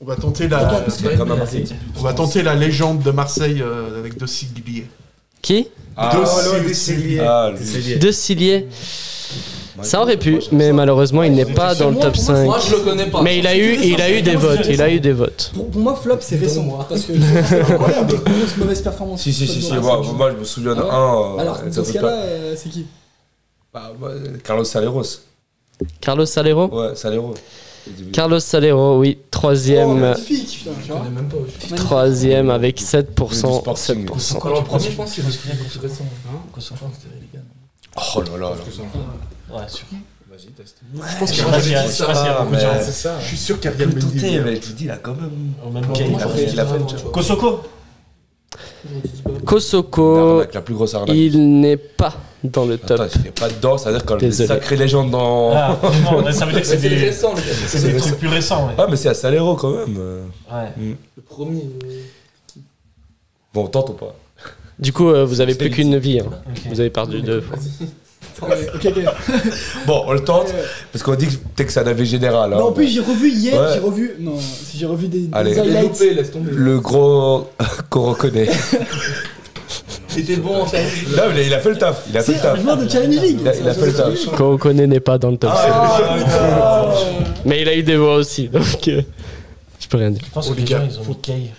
On va tenter la, Parce qu'il y a quand même un petit- on va tenter la légende de Marseille euh, avec deux sigliers. qui Ah, Deux ouais, sigliers. ah, lui. De Cillier. Ouais, Ça je- aurait pu, mais malheureusement, il n'est pas dans le top 5. Moi, je le connais pas. Mais il a eu, il a eu des votes. Il a eu des votes. Pour, pour moi, flop, c'est récent. hein, moi. Parce (laughs) que c'est incroyable. Grosse mauvaise performance. Si, si, si, si, Flop de moi, Marseille. moi, je me souviens d'un. Ah ouais euh, Alors, ça dans ce fait cas-là, pas- euh, c'est qui Bah, ouais, Carlos Saleros. Carlos Salero Ouais, Salero. Carlos Salero, oui, Oh, troisième. magnifique, putain, tu Je connais vois. même pas. ouais. Troisième avec Du 7%. Sporting. 7%. Alors, le premier, je pense, c'est parce qu'il est plus récent. hein. hein. Je pense que c'était les gars. Oh là là. là. Ouais, sûr. Je pense Je qu'il sais y pas a s'il y a- je sais pas s'il y a beaucoup de gens. C'est ça. Je suis sûr qu'Ariel Mendy. est meilleur. je dis, il a quand même. Au même Il a moment. fait, il a fait le job. Kosoko Kosoko, L'arnaque, la plus grosse arnaque. Oh. il n'est pas dans le Attends, top. il n'est pas dedans, ça veut dire quand même des Désolé. sacrées légendes dans. Ah, Ah, non, ça veut dire que c'est C'est les des. récents, les gars. C'est des trucs plus récents, ouais. Ah, mais c'est à Salero quand même. Ouais. Le premier. euh, Bon, on tente ou pas Du coup, euh, vous avez C'est plus vite. qu'une vie. hein. ok. Vous avez perdu deux fois. Ok, (laughs) ok. Bon, on le tente, parce qu'on dit que peut-être que c'est un avis général. hein. Non, en plus, j'ai revu hier, Ouais. j'ai revu. Non, si j'ai revu des, des Allez. Il a highlights. loupé, laisse tomber. Le gros (laughs) qu'on reconnaît. C'était bon en fait. Là, mais il a fait le taf. Il a fait C'est le un taf. joueur de Challenge League. Il Ah, a, il a fait le taf. Koukone n'est pas dans le top. Ah, Mais il a eu des voix aussi, (laughs) donc euh, je peux rien dire. Je pense Oh, que les les gens, gars, ils ont faut- mis Kay.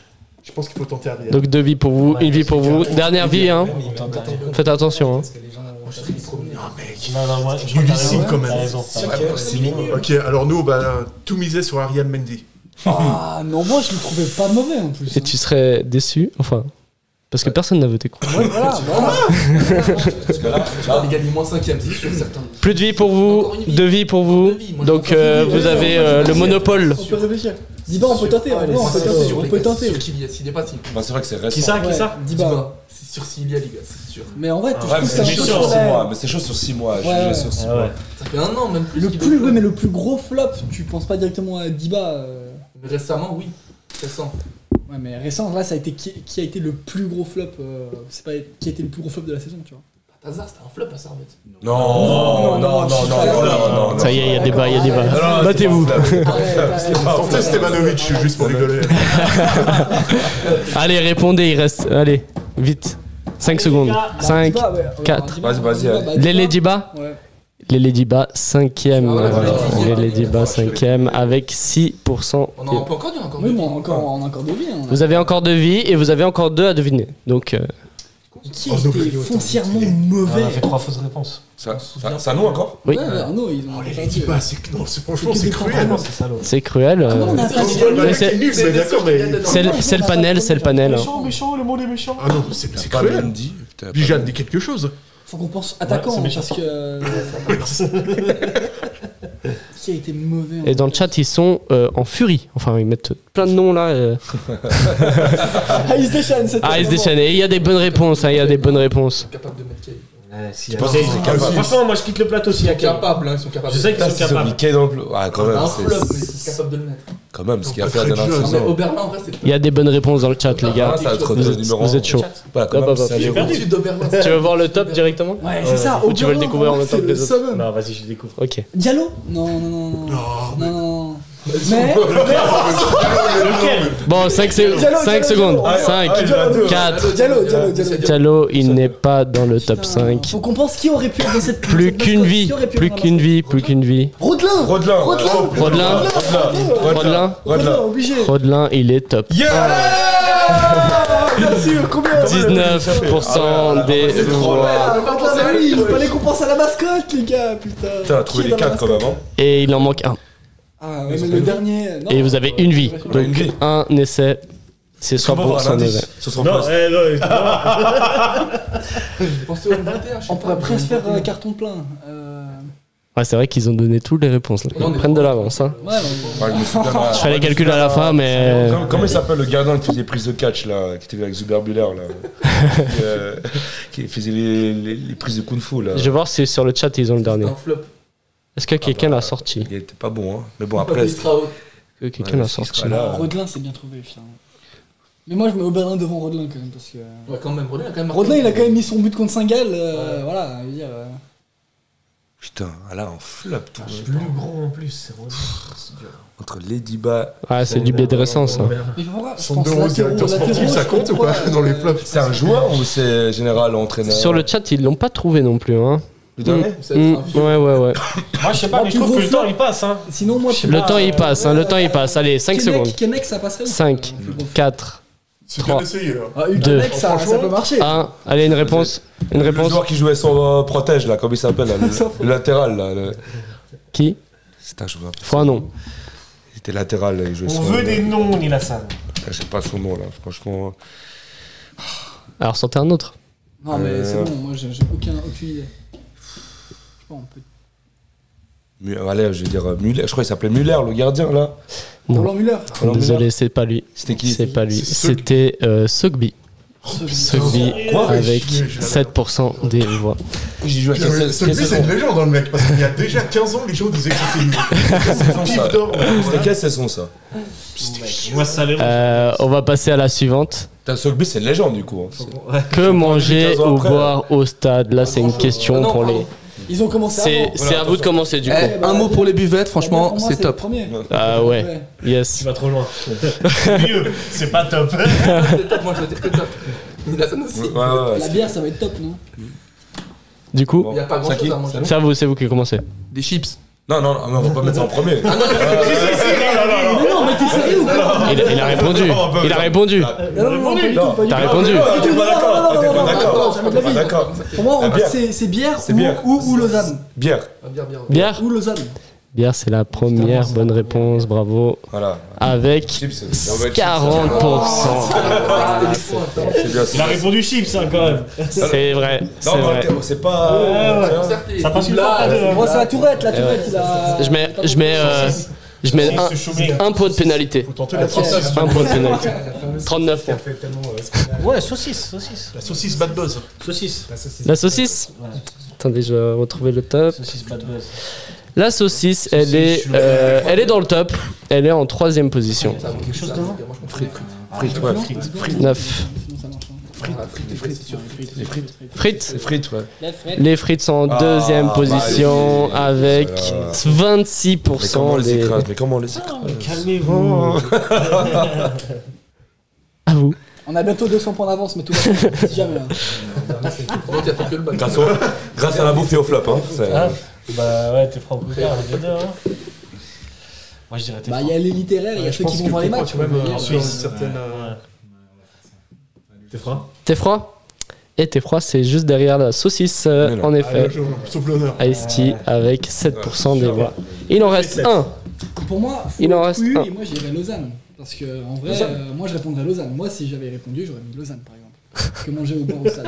Je pense qu'il faut tenter Ariel. Donc deux vies pour vous, Ouais, une vie pour vous. Dernière vie, hein. On tente rien. Faites attention, hein. Non, non, moi, je Ah, Il lui t'as raison, signe, quand même. t'as raison, t'as raison. Ok, alors nous, on va euh, tout miser sur Ariel Mendy. Ah, Hum. non, moi, je le trouvais pas mauvais en plus. hein. Et tu serais déçu, enfin, parce que personne n'a voté contre. Ouais, (laughs) voilà, bah, voilà. Parce que là, Ah, les gars, il est moins cinquième, c'est sûr, certain. Plus de vie pour vous, deux vies pour vous. Donc euh, vous avez euh, le monopole. On peut réfléchir. Diba, on peut tenter. Ah, vraiment, on peut c'est tenter. sûr, On les peut gars, c'est tenter. sûr qu'il y a, s'il est pas, s'il Bah, c'est vrai que c'est récent. Qui ça, qui Ouais, ça Diba. Diba, C'est sûr s'il y a, les gars, c'est sûr. Mais en vrai, je Ouais, mais trouve c'est que chaud c'est sur un 6 peu mois. Mais c'est chaud sur 6 mois. Ouais. Je jure sur 6 Ah mois. ouais. Ça fait un an, même plus. Le qu'il plus, est- ouais, mais le plus gros flop, tu penses pas directement à Diba. euh, Mais Récemment, oui. Récent. Ouais, mais récent, là, ça a été qui, qui a été le plus gros flop. euh, c'est pas qui a été le plus gros flop de la saison, tu vois. Hazard, c'était un flop à Servette. Non, non, non, non, non, non, non. Ça y est, il y a débat, il y a débat. Non, non, Battez-vous. c'est pas Arrête, arrête. Tentez Stevanovic, juste pour rigoler. Allez, répondez, il reste. Allez, vite. 5 secondes. Bah, 5. Diba, ouais, alors, quatre. Diba, Vas-y, vas-y, Diba, allez. bah, Les Diba, Ladyba Ouais. Les Ladyba, cinquième. Ah ouais, euh, Les ouais. Ladyba, cinquième, avec 6%. On en peut encore dire encore Oui, deux. mais on a encore, on a encore deux vies. hein, on a- Vous avez encore deux vies et vous avez encore deux à deviner. Donc, euh, Qui Oh, a non, été mais- foncièrement On mauvais a fait trois fausses réponses. Ça, ça, ça nous encore oui, Ouais, mais Arnaud, ils ont Oh, les perdu. Ladybugs, c'est non, c'est- C'est franchement, que c'est des cruel. Vraiment, Ah c'est salaud. c'est cruel. euh, Comment on a Oh, perdu le mec c'est- est nul, mais d'accord, mais. euh, C'est le, c'est le panel, c'est le panel. hein. méchant, le monde est méchant. Ah non, c'est c'est Pas cruel. Mendy. putain, pas Bijan, dis quelque chose. Faut qu'on pense Ouais, attaquant hein, c'est méchant. parce que euh, (laughs) qui a été mauvais. en Et dans le fait chat, ils sont euh, en furie. Enfin, ils mettent plein de noms là. euh. Ah, il se déchaîne, c'était Ah, ils se vraiment- déchaînent. Et il y a des bonnes réponses. hein, Il y a des bonnes réponses. Capable de mettre Kay. Je pense qu'ils sont capables. Franchement, moi je quitte le plateau s'il y a quelqu'un. Capable, hein, ils sont capables. Je sais que Putain, ils sont c'est capables. Mickey dans le. Ah, quand même, Un flop, mais c'est. ils sont capables de le mettre. Quand même, ce qu'il a Ils ont fait pas la très dernière de jeu, Mais au saison. Berlin, en vrai, c'est Il y a des bonnes réponses dans le chat, les gars. Ah, ça va être Vous le êtes, numéro vous un. êtes chaud. Voilà, Ah, quand bah, même, bah, c'est Salero. au-dessus de Berlin. Tu veux voir le top directement Ouais, c'est ça. Ou au tu veux le Berlin, découvrir en vraiment, même temps c'est que les le autres summum. Non, vas-y, je le découvre. Ok. Diallo Non, non, non, non. Non, Non, non, non. Mais. Ah, Lequel Bon, 5 secondes. Diallo, 5 Diallo, secondes. Diallo. 5, Ah, Diallo. 4. Diallo, Diallo, Diallo. Diallo, il n'est pas dans le top Putain, 5. Faut qu'on pense qui aurait pu être dans cette. Plus cette qu'une mascotte, vie. qui aurait pu Plus être dans qu'une vie. Plus qu'une vie. la- Rodelin Rodelin. Rodelin Oh, putain. Rodelin. Rodelin. Rodelin. Rodelin, Rodelin. obligé Rodelin, il est top. Yeah Bien sûr, Ah, combien 19% des c'est trop voix. Ah, par contre, la famille, Pas les compenses à la mascotte, les gars, putain. Putain, on a trouvé Qui est les dans la quatre hein. comme mascotte avant. Et il en manque un. hein. Ah, ouais, mais le dernier. non. Et vous avez une vie. On a Donc une vie. un essai, c'est Est-ce qu'on peut avoir un 100% des indice sur son Non, poste eh, non, excuse-moi. Pensez au 21, je sais On pourrait pas, presque faire au euh, 21. carton plein. Euh, Ouais, c'est vrai qu'ils ont donné toutes les réponses. là. Non, Ils mais- prennent de l'avance. hein. Ouais, on- Ouais, je (laughs) me souviens, là. Je fais les euh, calculs à la fin, mais. Comment, comment il s'appelle le gardien qui faisait les prises de catch là, qui était avec (laughs) Zuberbuller là, qui, euh, qui faisait les, les- les prises de kung-fu là. Je vais voir si sur le chat ils ont le dernier. C'est un flop. Est-ce que quelqu'un l'a sorti Il était pas bon, hein. Mais bon Après, après. il sera haut. Est-ce que Quelqu'un Ouais, l'a c'est- sorti c'est- Là, euh, bah, Rodelin, c'est bien trouvé, finalement. Mais moi, je mets Oberlin devant Rodelin quand même, parce que. euh, Ouais, quand même, Rodelin a quand même. Rodelin, il a quand même mis son but contre Saint-Gall. euh, Ouais. Voilà, je veux dire, euh, Putain, ah, là on flop eh, tout. Plus gros en plus, c'est Rodelin. C'est dur. Entre Ladyba. Ah, c'est du biais de récence. hein. Mais voilà, je Son pense deux roses latéraux, directeur latéraux, sportif, ça je compte ou comprends pas pas, dans les euh, flops C'est un joueur ou c'est général entraîneur Sur le chat, ils l'ont pas trouvé non plus. Hein. Le dernier Ça, c'est Mm, un vieux. ouais, ouais, ouais. Moi, je sais pas, mais je trouve que le temps il passe. Hein. Sinon, moi, je Le Ah, temps il euh, passe, hein, le temps il passe. Allez, 5 secondes. Kenek, ça passerait ou pas, Cinq. euh, plus gros flop 4, C'est Trois. bien essayé là. Ah, une Deux. Kenek, ça, ça peut marcher. 1. Allez, une réponse. Une Le réponse. joueur qui jouait son euh, protège là, comment il s'appelle (laughs) là, le, le latéral là. le- Qui C'est un joueur. Faut un nom. Il était latéral, là, il jouait On son- veut des noms, Nilassan. Putain, Je sais pas son nom là, franchement. Alors, sortez un autre. Non, mais c'est Euh. bon, moi, j'ai j'ai aucun, aucune idée. Je sais pas, on peut. Mu- Allez, je vais dire euh, Muller. Je crois qu'il s'appelait Muller, le gardien là. Non. Roland Muller. Alors, Désolé, c'est pas lui. C'était qui C'est pas lui. C'est Sogby. C'était euh, Sogby. Sogby Quoi avec Je- je- 7% des voix. J'ai joué à Celui- quelle Celui, quelle c'est saison une légende dans le mec, parce qu'il y a déjà 15 ans, les gens disaient que c'était une ça pif d'or. C'était quelle saison ça Moi, ça les Euh, on va passer à la suivante. Putain, Sogby, c'est une légende du coup. hein. Que manger 15 ans ou après, boire au stade Là, c'est une Ah question non, pour pardon. les. Ils ont commencé C'est avant. c'est à vous de commencer du coup. Eh, bah, un mot pour les buvettes, Bah, franchement, pour moi, c'est le (laughs) top. premier. Ah ouais, Ouais. Tu yes. vas trop (laughs) loin. Mieux, c'est pas top. C'est top, moi je veux dire que top. Il a ça aussi. Ouais, ouais, ouais. La bière, ça va être top, non Du coup, Il y a pas grand C'est chose qui à manger. c'est à vous, c'est vous qui commencez. Des chips. Non, non, non, mais on va pas mettre ça en premier. Ah, Mais Ah, non, mais t'es sérieux ou quoi Il, il a répondu. Il a répondu. Non, non, non, pas du tout, pas du T'as tout. répondu. On Non, était non, pas d'accord. non, On était non, non, pas non, d'accord. jamais On de était la pas vie. d'accord. Pour moi, La on- bière. c'est c'est bière C'est bière. ou- ou ou Lausanne. Bière. Ah, bien, bien. Bière Ou Lausanne. Bière, c'est la première bonne réponse, bravo. Voilà. Avec Chips, c'est on va être chips. Ah, 40%. C'est bien, c'est Il a bien. répondu chips, hein, quand même. C'est vrai, c'est Non, mais on vrai. était- c'est pas. Ouais, Tiens. Ça passe une fois, pas deux, là. hein. Moi, c'est la tourette, la tourette, il a. Je mets, je mets, euh, je mets un, Chips, choumin. un pot de pénalité. Faut tenter Ah, la saucisse. Un pot de pénalité. 39 points. Ouais, saucisse, saucisse. euh, La saucisse bad buzz. Saucisse. La saucisse Attendez, je vais retrouver le top. Saucisse bad buzz. La saucisse, elle est, euh, elle est dans le top. Elle est en troisième position. Ah, Quelque chose devant Frites, ouais. frites. 9. Sinon, ça marche. hein. Les frites. Frites. Les frites, ouais. Les frites sont en Ah, deuxième bah, position oui. avec Voilà. Mais comment on 26% les des... écrase Mais comment on les écrase Calmez-vous. À vous. hein. On a bientôt 200 points d'avance, mais tout va si jamais. hein. Par contre, il y a fait que le bac. Grâce au- Grâce à la bouffe et au flop, hein. C'est- Ah, Hein Bah ouais, t'es propre les deux, hein. Moi je dirais t'es Bah, franc. il y a les littéraires, il y a Ouais, ceux qui vont voir les matchs. même mais, euh, euh, sur certaines. euh, Ouais. T'es franc T'es froid Et t'es froid, c'est juste derrière la saucisse, euh, Mais non. Ah, en Ah, effet. je- Sauf l'honneur. Ice-T avec 7% des voix. Il en reste sept. un. Pour moi, faut Il en être reste U, un. et moi j'irais Lausanne. Parce que en vrai, Lausanne. euh, moi je répondrais Lausanne. Moi si j'avais répondu, j'aurais mis Lausanne par exemple. Que manger au bar (laughs) au stade.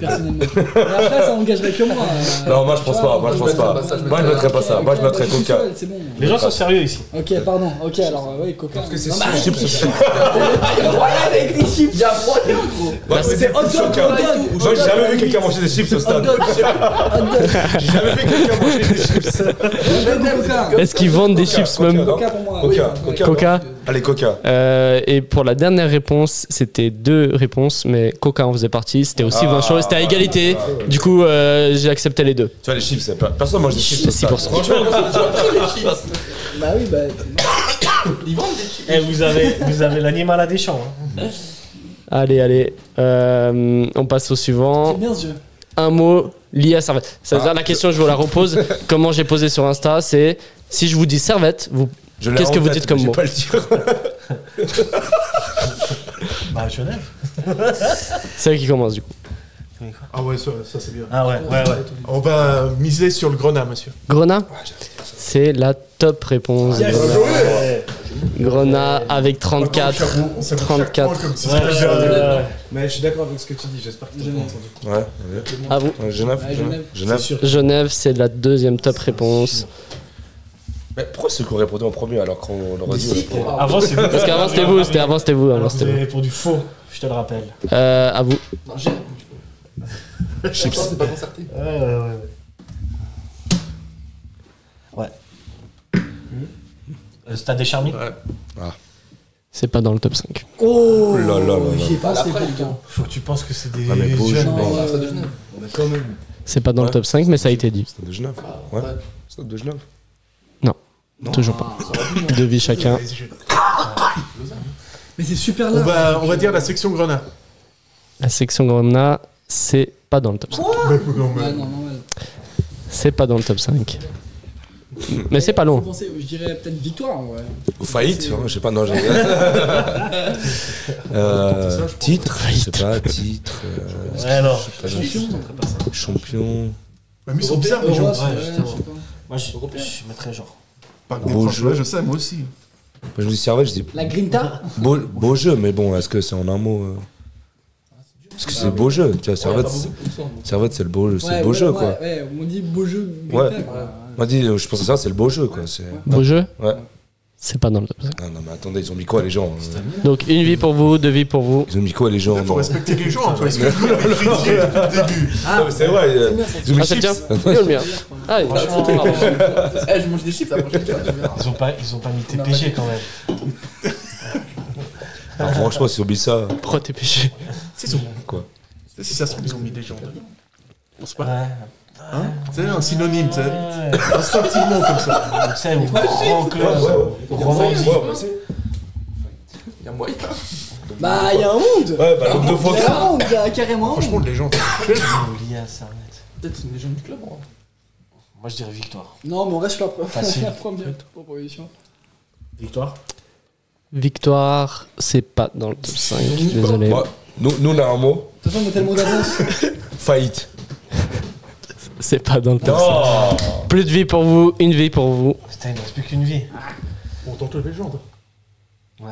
Personnellement. Mais après, ça engagerait que moi. euh, Non, moi, je tu pense vois, pas, moi, je euh, pense euh, pas. Moi, je mettrais pas ça. ok, Moi, je ok, mettrais bah, suis Coca. seul, C'est bon. Les gens sont sérieux ici. Ok, pardon. Ok, alors, euh, ouais, Coca. Parce que c'est Il y a Rodelin, gros. Ouais, mais c'est hot dog, choquant. hot dog, Moi, j'ai hot jamais dog. vu quelqu'un manger des chips au Hot stade. dog, hot dog, (laughs) J'ai jamais vu quelqu'un manger des chips. hot dog ou Coca. Est-ce qu'ils vendent des Coca, chips même Coca. Coca pour moi. Coca, oui. Coca. Coca Allez, Coca. Euh, et pour la dernière réponse, c'était deux réponses, mais Coca en faisait partie. C'était aussi Ah, 20 choses, c'était à ouais. égalité. Ah, ouais. Du coup, euh, j'ai accepté les deux. Tu vois, les chips, c'est pas- personne mange des chips au stade. 6%. Franchement, Bah oui, bah. Ils vendent des chips. Eh, vous avez, vous avez l'animal à des champs. hein. Allez, allez. Euh, on passe au suivant. Oh. J'aime bien ce jeu. Un mot lié à servette. Ça veut Ah. dire la question, je vous la repose. comment j'ai posé sur Insta, c'est si je vous dis servette, vous. je l'ai Qu'est-ce en que vous tête, dites comme mais je mot vais pas le dire. Bah, Genève. C'est elle qui commence du coup. Ah ouais, ça, ça, c'est bien. Ah ouais, ouais, ouais. On va miser sur le Grenat, monsieur. Grenat C'est la top réponse. Yes. Grenat. Ouais, Grenat avec 34. On s'avoue chaque 34. point comme si ouais, c'était un- ouais. Mais je suis d'accord avec ce que tu dis, j'espère que tu as pas entendu. (laughs) Ouais, À vous. ouais. Genève, Ouais, Genève. Genève. Genève. sûr. Genève, c'est la deuxième top réponse. Mais pourquoi ceux qui ont répondu en premier alors qu'on leur a Mais dit. si, ouais, quoi. Avant, c'est vous. Parce qu'avant c'était vous, c'était avant c'était vous, avant c'était vous. C'était pour du faux, je te le rappelle. Euh, à vous. Non, j'ai répondu. Chips. C'est pas concerté. Ouais, ouais, ouais. Ouais. Le stade des Charmiers C'est pas dans le top 5. Oh là là là là. J'y ai pensé Après, pourtant. Faut que tu penses que c'est des Ah, mais beau jeunes. jeu. Non, Ouais. euh, Ça de Genève. Mais quand même. C'est pas dans le Ouais. top 5, mais ça a été dit. Stade de Genève. Ah, Ouais. ouais. Stade de Genève. Toujours pas. Deux vies chacun. Mais c'est super On large. va, on va dire la section Grenat. Ah. La section Grenat, c'est pas dans le top 5. Mais Bah, non, mais- Ouais, non, normal. C'est pas dans le top 5. Mais c'est pas Faut long. penser, Je dirais peut-être victoire en vrai. Ou faillite, hein, je sais pas, non, j'ai euh, Titre, je sais pas, titre, euh, Ouais, non. pas, je- Champion. champion, Même Bah, ils sont bizarres, les gens. Europe, ouais, ouais, justement. je sais pas. Moi, je, Européen. je mettrais genre. Parc Beau Princes, jeu. ouais, je sais, moi aussi. Moi, je me dis Servette, je dis La Grinta beau, beau jeu, mais bon, est-ce que c'est en un mot euh, Parce que c'est beau jeu, tu vois, Servette, c'est- Servette, c'est le beau, jeu- c'est le beau ouais, jeu, ouais, quoi. Ouais, on dit beau jeu. Ouais. Grinta, quoi. Moi, dis, euh, je pense à ça, c'est le beau jeu, quoi. c'est- Beau jeu Ouais. C'est pas dans le top 5. Ah non, mais attendez, ils ont mis quoi, les gens euh Donc une vie pour vous, deux vies pour vous. Ils ont mis quoi, les gens Il non (laughs) faut respecter les gens, (laughs) toi. Est-ce que vous les critiquez depuis le début Ah, mais c'est vrai, euh, ils ont mis Ah, c'est le tien chips. Il est le mien. Ah, il est Franchement, Eh, je mange des chips la prochaine fois, tu verras. ils ont pas, ils ont pas mis TPG quand même. Ah, franchement, ils ont mis ça. pro TPG. C'est souvent. Quoi C'est- Si ça se trouve, ils ont mis des gens. On se parle. Ouais. Hein C'est un synonyme, c'est Ouais. instinctivement comme ça. Donc, ça, ils vont grand club. Romandie. Ouais, bah, c'est- Il y a moyen. Bah, il y a un monde Ouais, bah, l'homme de Il y Fox. a un monde, il y a carrément un Franchement, monde. les gens. Ils ont oublié à Servette. Peut-être une légende du club. hein. Moi, je dirais victoire. Non, mais (laughs) on reste sur la, Facile. la première proposition. Victoire Victoire, c'est pas dans le top 5. Désolé. Moi, nous, nous, on a un mot, De toute façon, on a (laughs) tellement d'avance. faillite. C'est pas dans le top 5. Non Plus de vie pour vous, une vie pour vous. Putain, il ne reste plus qu'une vie. Ah, On tente la légende. Ouais.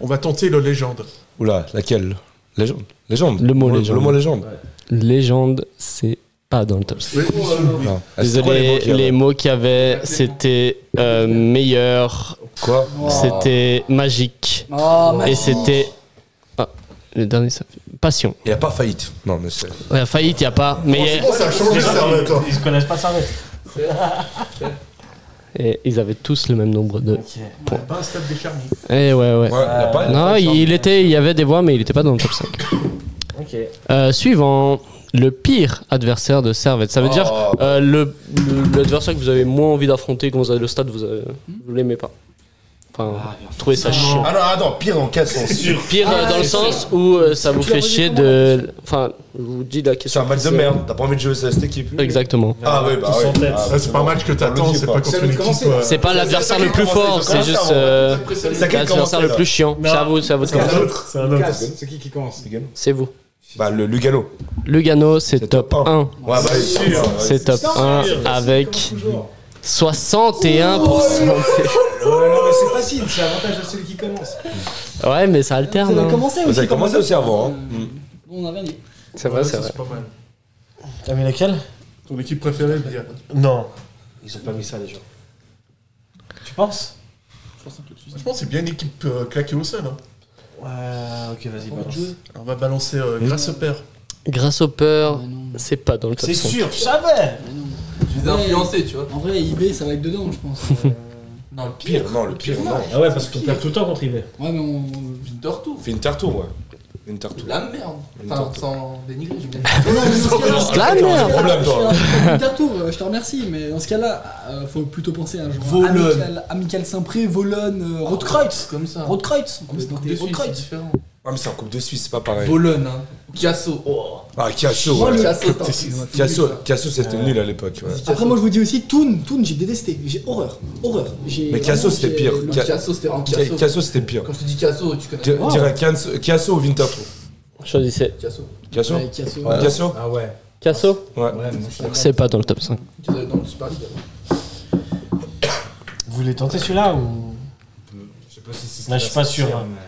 On va tenter le légende. Oula, laquelle Légende Légende Le mot Le légende. mot légende Légende, c'est pas dans le top 5. Non. Ah, c'est quoi Désolé, qu'il y avait les mots qu'il y avait, c'était euh, meilleur, Quoi c'était magique Oh, ma et c'était. Ah, le dernier, ça fait. Passion. Il n'y a pas faillite. Non, mais c'est. Ouais, faillite, il n'y a pas. Mais Franchement, ça a changé, Ils, ça, ouais, toi. ils, ils connaissent pas Servette. Et ils avaient tous le même nombre de. Ok. Pas un stade des charniers. Eh ouais, ouais. Ouais, il a pas. Non, il, était, il y avait des voix, mais il n'était pas dans le top 5. Ok. Euh, suivant, le pire adversaire de Servette. Ça veut Oh. dire euh, le- le- l'adversaire que vous avez moins envie d'affronter, quand vous avez le stade, vous, avez- vous l'aimez pas. Enfin, vous trouvez ça chiant. Ah non, attends, pire en casse, c'est sûr. Pire euh, dans le sens où euh, ça vous Tu l'as fait posé chier comment, de. Enfin, je vous dis la question. C'est un match de merde. T'as pas envie de jouer à cette équipe Exactement. Ah ouais, bah Tous en ouais. tête. Ah, Ça, c'est pas un match que On t'attends, le dit c'est pas. pas contre C'est une à nous de équipe. commencer, euh, C'est pas l'adversaire ça le qui plus commence, fort, ça c'est commence juste avant. euh, Après, ça C'est à qui a l'adversaire commencé, le là plus chiant. C'est à vous, c'est à votre C'est un tour. autre. Ah, C'est un autre. Casse, c'est qui qui commence C'est vous. Bah, le Lugano. Lugano, c'est C'est top top 1. Ouais, bah, c'est sûr. C'est top 1 avec Toujours. 61%. Ouais, non, mais c'est facile, c'est avantage à celui qui commence. Ouais, mais ça On alterne. a hein. commencé aussi. Vous avez commencé aussi avant. hein. Euh, On a rien dit. C'est Ouais, vrai, c'est ça, vrai. c'est pas mal. T'as mis lequel Ton équipe préférée, bien. Non. Ils ont pas mis ça, les gens. Tu penses Je pense que c'est bien une équipe euh, claquée au sol. hein. Ouais, ok, vas-y, balance. On va balancer euh, grâce au père. Oh. Grasshopper, Mais non. c'est pas dans le top C'est 5. sûr, je savais Mais non. Je les ai influencés, tu vois. En vrai, eBay, ça va être dedans, je (laughs) pense. Euh, Non, le pire. Pire, non, le pire, non. Ah ouais, parce qu'on perd tout le temps contre IB. ouais, mais on. De retour. Fait une tartour, ouais. Une tartour. La merde. Enfin, sans dénigrer, je veux dire. (laughs) La merde problème, toi. (laughs) Intertour, euh, je te remercie, mais dans ce cas-là, euh, faut plutôt penser à un genre Volonne. amical, amical Saint-Pré, Volonne, euh, Rotkreutz. Ah, Comme ça. Ah, Rotkreutz. En plus, C'était Coupe de Suisse, c'est Rotkreutz. différent. Ah, mais c'est en Coupe de Suisse, c'est pas pareil. Bologne, hein. Kiasso. Oh. Ah, Kiasso, Moi, ouais. le- Kiasso, t'en Qu'est-ce fous. Kiasso, Kiasso, c'était nul à l'époque. ouais. Après, moi, je vous dis aussi, Toon, Toon, j'ai détesté. J'ai horreur. Horreur. J'ai- Mais Casso, vraiment, c'était j'ai- pire. le- Non, Ca- Kiasso, c'était vraiment Ki- Kiasso. Kiasso, c'était pire. Quand je te dis Kiasso, tu connais. Di- Wow. Dirais Kiasso- Kiasso ou Winterthur Choisissez. Kiasso. Kiasso Ouais, Casso. Kiasso Ah ouais. Casso Ouais. Ouais, mais moi, je- C'est pas dans le top 5. Kiasso est dans le Super League. Vous voulez tenter celui-là ou. Je sais pas si c'est ce Là, qui je suis va pas sûr, sortir, hein. mais-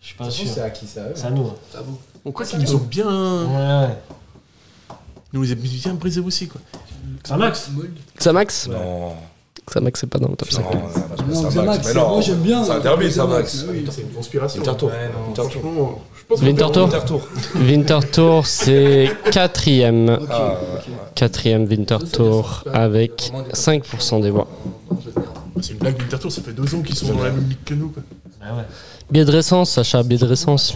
Je suis pas De toute façon, sûr. C'est à qui ça C'est à nous. hein. Ça vaut. Bon, quoi qu'ils nous ont Ouais, Mm. bien. ouais. Nous les avons bien brisés aussi, quoi. Ça max Xamax Non, Xamax, c'est pas dans le top 5. non, ça marche pas, Non, ça, The Max. Max, Mais moi non, j'aime bien. c'est un euh, derby, ça, The Max. mais oui. C'est une conspiration. Winterthur. Ouais, non. Winterthur. Franchement, euh, je pense qu'on Winterthur Winterthur. Winterthur, c'est quatrième. Ok, Ah, ok. Quatrième Winterthur avec 5% des voix. peut- C'est une blague Winterthur, ça fait deux ans qu'ils sont J'aime dans la bien. même ligue que nous, quoi. Bah ouais. Biais de récence, Sacha, biais de récence.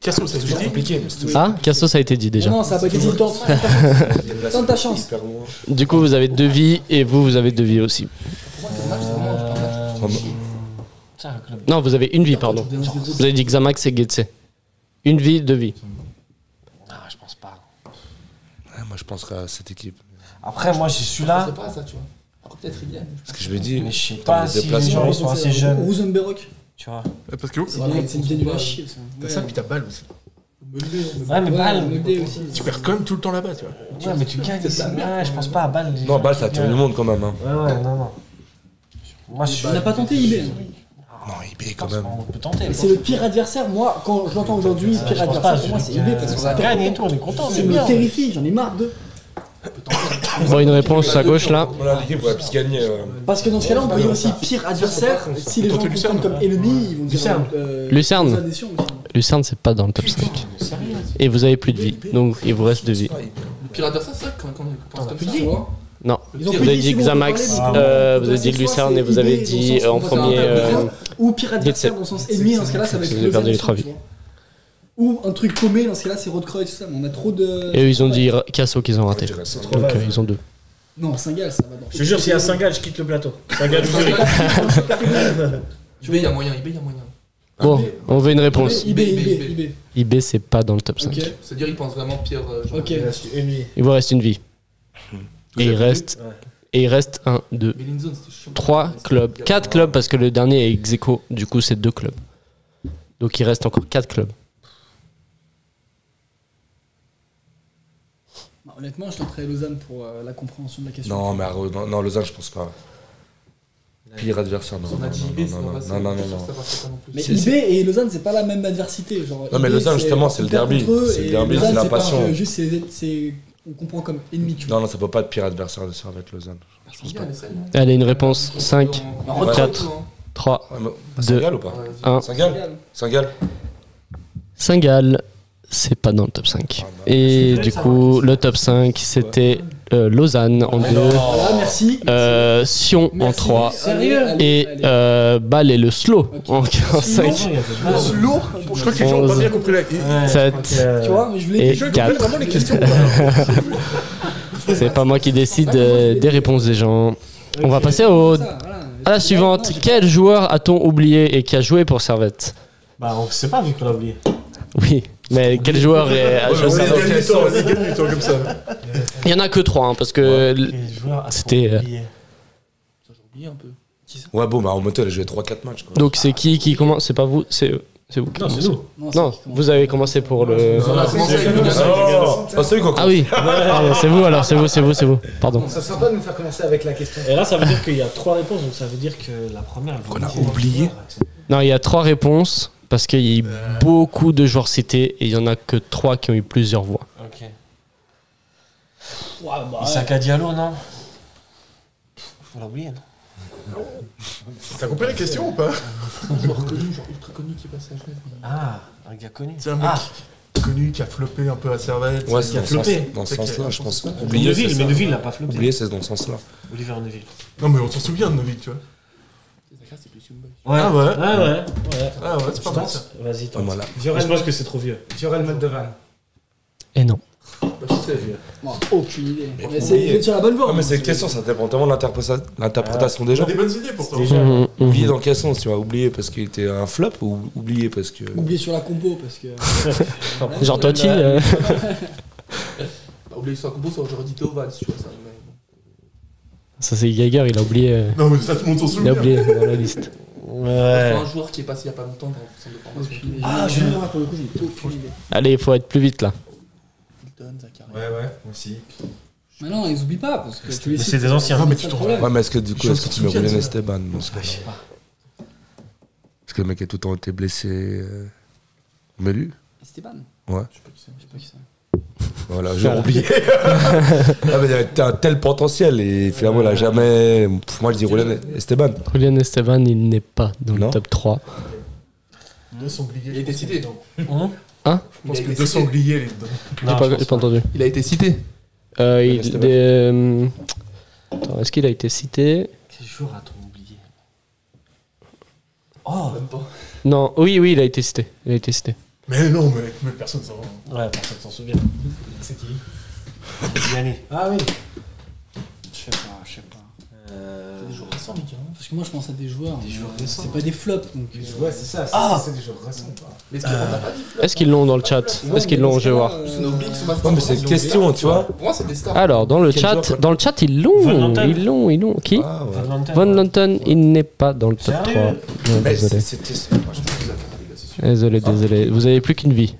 Casso, ça se C'est dit compliqué, mais c'est toujours Ah, Casso, ça a été dit déjà. Non, ça a pas été dit. Tente tente ta chance. hyper loin. Du coup, vous avez deux vies et vous, vous avez deux vies aussi. Euh, Tiens, le club. Non, vous avez une vie, pardon. Vous avez dit Xamax et Getse. Une vie, deux vies. Ah, je pense pas. Ouais, Moi, je penserais à cette équipe. Après, moi, j'ai Je celui-là. sais pas ça, tu vois. Après, peut-être il y a. Parce que je me dis, Mais je sais Dans pas les si les déplacements, gens ils sont assez jeunes. Rosenberg. Tu vois. Parce que C'est bien- c'est bien du à chier, ça. t'as ça, puis t'as balle aussi. Ouais, mais Ouais, Bâle. le dé aussi. Tu perds quand même tout le temps là-bas, tu vois. Ouais, mais tu gagnes. Ouais, je pense pas à Bâle. les non, gens bah, qui c'est la tour du gagnent. monde quand même. Hein. Ouais, ouais, non, non. Moi, je suis. On n'a pas tenté IB. hein. Non, IB quand même. On peut tenter. Mais C'est le pire adversaire. Moi, quand je l'entends aujourd'hui, Euh, le pire je pense pas, adversaire pour moi, je c'est dis que, IB parce euh, que ça ça gagne et tout, on est content, c'est bien. me terrifie. J'en ai marre d'eux. Bon, une réponse à gauche là. Voilà, l'équipe, ouais, puisse gagner. euh, Parce que dans ce cas-là, on peut dire aussi pire adversaire. Si les gens Contre le Lucerne, comprennent comme ennemi, ils vont dire. Lucerne. euh, Lucerne. ils vont dire des sions, Lucerne. Lucerne, c'est pas dans le top 5. Et vous avez plus de vie, donc il vous reste deux vies. Le pirate d'Arsa, c'est ça quand quand on pense comme pu ça. dire. tu vois. Non. Le Ils Vous pirate- ont pu avez dire, dit si vous Xamax, en parlez, euh, donc, vous avez c'est dit soit Lucerne et c'est vous avez idée, dans le dit sens euh, en qu'on va faire un premier. table de euh, ronde, Ou pire adversaire Getse. dans le sens ennemi, dans ce cas-là, ça va Vous être. avez perdu les Lausanne, trois tu vies. vois. Ou un truc paumé, dans ce cas-là, c'est Rodcroy et tout ça. Mais on a trop de. Et eux, ils ont dit Casso qu'ils ont raté. je dirais ça. Donc euh, ils ont deux. Non, Singal, ça va. dans- Je te jure, s'il y a Singal, je quitte le plateau. Ah, Singal, je Singal. dirais. IB, il y a moyen, IB, il y a moyen. Bon, on veut une réponse. IB, IB, IB, IB. IB. IB, c'est pas dans le top 5. Ok. C'est-à-dire, il pense vraiment pire. euh, genre. Ok. Ah, Il vous reste une vie. Et il reste, Ouais. et il reste un, deux, Mais Linzone, c'était chiant. trois clubs, quatre clubs parce que le dernier est ex aequo, Du coup, c'est deux clubs. Donc il reste encore quatre clubs. Bah, honnêtement, je tenterai Lausanne pour euh, la compréhension de la question. Non, mais à Re- non, non, Lausanne, je pense pas. Pire adversaire, non. On a non, dit non, IB, non, sinon on va- non, non, non, je suis sûr que non. ça passait pas non plus. Mais C'est- IB et Lausanne, c'est pas la même adversité. Genre, Non, mais IB, Lausanne, justement, c'est le on perd derby. contre eux, C'est le et derby, Lausanne, c'est la pas passion. que juste, c'est- c'est- on comprend comme ennemi. Tu vois. Non, non, ça peut pas être pire adversaire de Servette Lausanne. Je pense pas. Allez, une réponse. 5, En quatre. retrait, tout, hein. 3, Ouais, Ah, mais- Deux. Saint-Gall ou pas Ouais, Un. Saint-Gall Ah. Saint-Gall Saint-Gall, c'est pas dans le top 5. Ah, bah. Et du coup, le top 5, c'était euh, Lausanne en 2, Voilà, Ah, merci. euh, Sion en Merci. 3 Allez, allez, et allez. euh, Bâle et le Slow Ok. en 5. Lourd Ah, Je crois que les gens ont pas bien compris la. euh, Tu vois, mais je voulais. euh, Et Les gens ils comprennent 4. vraiment les questions. C'est pas moi qui décide euh, des réponses des gens. On va passer au, Ça, voilà. à la Non, suivante. j'ai- Quel joueur a-t-on oublié et qui a joué pour Servette Bah, on sait pas vu qu'on l'a oublié. Oui, mais quel joueur est, a joué On pour les Servette gagne du temps, on les gagne du temps comme ça. Il y en a que 3, parce que l- Quel joueur a C'était, trop euh, oublié Ça, j'ai oublié un peu. Ouais, bon, bah, au motel, elle a joué 3-4 matchs. Quoi. Donc c'est qui qui commence C'est pas vous, c'est eux. C'est vous qui Non, c'est commencez. nous. Non, c'est Non, qui commence. vous avez commencé pour le. On a commencé avec le Ah, Ghana. non Ah, c'est lui, quoi. Ah oui, (laughs) Pardon, c'est vous alors, c'est vous, c'est vous, c'est vous. Pardon. Ça sent pas de nous faire commencer avec la question. Et là, ça veut dire qu'il y a trois réponses, donc ça veut dire que la première. euh, elle Qu'on a vaut mieux. oublié. Non, il y a trois réponses parce qu'il y a eu beaucoup de joueurs cités et il y en a que trois qui ont eu plusieurs voix. Ok. Ouah, bah, ouais. Isaka Diallo, non Faut l'oublier, non T'as compris les questions ou pas Un joueur connu, genre ultra connu qui est passé à Genève. Ah, un gars connu. C'est un mec Ah, connu qui a floppé un peu à Servette. Ouais, c'est Qui a dans, ce flopé. sens- dans ce C'est sens-là, qui a- je pense. Oublié, c'est Neville, mais ça. Neville n'a pas flopé. Oublié, c'est dans ce sens-là. Oliver Neville. Non, mais on s'en souvient de Novik, tu vois. Isaka, c'est plus une Ouais. Ah ouais. Ouais, ouais. Ah ouais, c'est Je pas mal ça. tente. Vas-y, Ah, tente. voilà. Je pense que c'est trop vieux. Jorel Moldovan. Et non. Bah, je sais, vieux. Bon, aucune idée. Mais Mais c'est oui. il est sur la bonne voie. Ah, mais hein. cette question, ça dépend tellement de l'interpréta- l'interprétation des J'ai gens. des bonnes idées pourtant. Mmh, Déjà, Oublié dans quel sens Tu vas oublier parce qu'il était un flop ou oublié parce que. Oublié sur la compo parce que. Genre Totti, euh, Bah, oubliez ça, combo, ça j'aurais dit Dovan, si tu vois ça. mais- ça c'est Geiger, il a oublié, euh, Non, mais ça tout le monde s'en il a souvient. oublié dans la liste. Ouais. Enfin, un joueur qui est passé il y a pas longtemps dans le centre de formation. Aucune idée. Ah, je moi pour le coup, j'ai aucune idée. Allez, il faut être plus vite là. Hilton, Zachary. Ouais, ouais, aussi. Mais non, ils oublient pas parce que tu les Mais cites, c'est des anciens. ça, Ah, mais ça, tu le t'en problème. Ouais, mais est-ce que du coup, Je est-ce que me tu mets souviens de Ruben ça. Esteban dans ce cas-là Parce que le mec a tout le temps été blessé. euh, Melu Esteban. Ouais. Je sais pas qui c'est. Je sais pas qui c'est. Voilà, j'ai (laughs) oublié. ah, mais il avait un tel potentiel et finalement, il a jamais. Pff, moi, je dis Ruben Esteban. Julian Esteban, il n'est pas dans Non. le top 3. Deux sangliers. Il a été cité. Hein Je pense que deux sangliers, les dedans. J'ai Non, pas, je pense j'ai pas entendu. Il a été cité. Euh, Ruben il- Esteban. des, euh, attends, est-ce qu'il a été cité Quel jour a-t-on oublié Oh Même pas. Non, oui, oui, il a été cité. Il a été cité. Mais non, mais, mais personne s'en rend. Ouais, personne s'en souvient. C'est qui Gianni. Ah oui. Je sais pas, je sais pas. Euh... Des joueurs récents, les gars. hein. Parce que moi, je pense à des joueurs. Des mais, joueurs euh, récents. C'est pas des flops donc. Les euh, joueurs, c'est ça. c'est- Ah C'est des joueurs récents. quoi. Mais est-ce qu'on Ah. n'a pas dit Est-ce qu'ils l'ont dans le chat ouais, Est-ce qu'ils mais dans l'ont ce Je vais cas-là, voir. euh, Parce que nos bigs sont pas- Non, mais c'est une question, tu vois. Pour moi, c'est des stars. Alors, dans le Quel chat, joueur, toi dans le chat, ils Von l'ont. Lonten. Ils l'ont, ils l'ont. Qui Ah, ouais. Van Lanten. Von Lonten, il n'est pas dans le top Sérieux 3. Non, Mais désolé. c'est- c'est question. Désolé, désolé. Vous avez plus qu'une vie.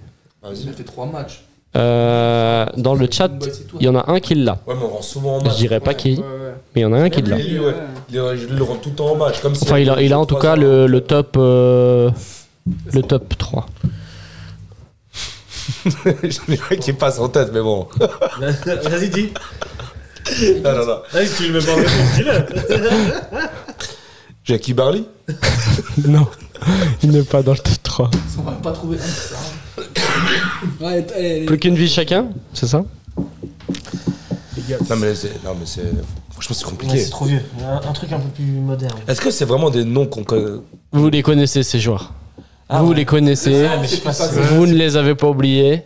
Il a fait 3 match. Euh, dans le chat, il y en a un qui l'a. Ouais, mais on rend souvent en Je match. dirais pas qui, Ouais, ouais. mais il y en a un qui l'a. Lui, lui, ouais. Il est- Je le rends tout le temps en match. Comme si- Enfin, il a, il a en tout cas le, le top. euh, le top 3. (laughs) J'en ai un qui passe en tête, mais bon. (laughs) Vas-y, dis. Non, non, non. Vas-y, tu le mets pas en réponse, dis-le. Jackie Barley non, (laughs) il n'est pas dans le top 3. On va pas trouver un. ça. (laughs) Ouais, elle- elle- elle- Plus qu'une vie chacun, c'est ça Non, mais c'est. Non, mais c'est. Franchement, c'est Ouais, compliqué. c'est trop vieux. Un, un truc un peu plus moderne. Est-ce que c'est vraiment des noms qu'on connaît Vous les connaissez, ces joueurs. Ah vous ouais. les connaissez, Ah, mais je sais pas si. vous ne les avez pas oubliés,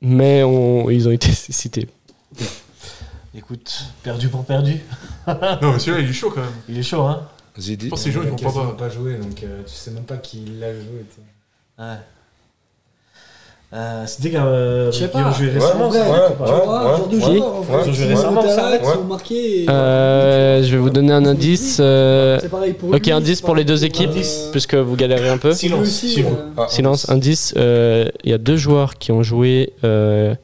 mais on- ils ont été (laughs) cités. Écoute, perdu pour perdu. Ah. Non, mais celui-là, il est chaud quand même. Il est chaud, hein J'ai dit. Je pense que les gens, ils Il a comprennent quasiment pas. pas joué, donc euh, tu sais même pas qui l'a joué. t'sais. Ouais. Euh, C'était quand euh, Je sais qui ont pas. joué Ouais, récemment, ouais, ça, ouais, quelque part. Tu vois, ouais, genre de ouais, joueurs en ouais, fait. ouais, qui ouais. sont intéressants, qui Ouais. sont marqués. et- Euh, je vais vous donner un indice. euh, C'est pareil pour Ok, lui, indice c'est pour les pareil deux équipes, euh, puisque vous galérez un peu. pour lui Silence, aussi, s'il vous euh, Ah, Silence, indice. euh, Il y a deux joueurs qui ont joué euh,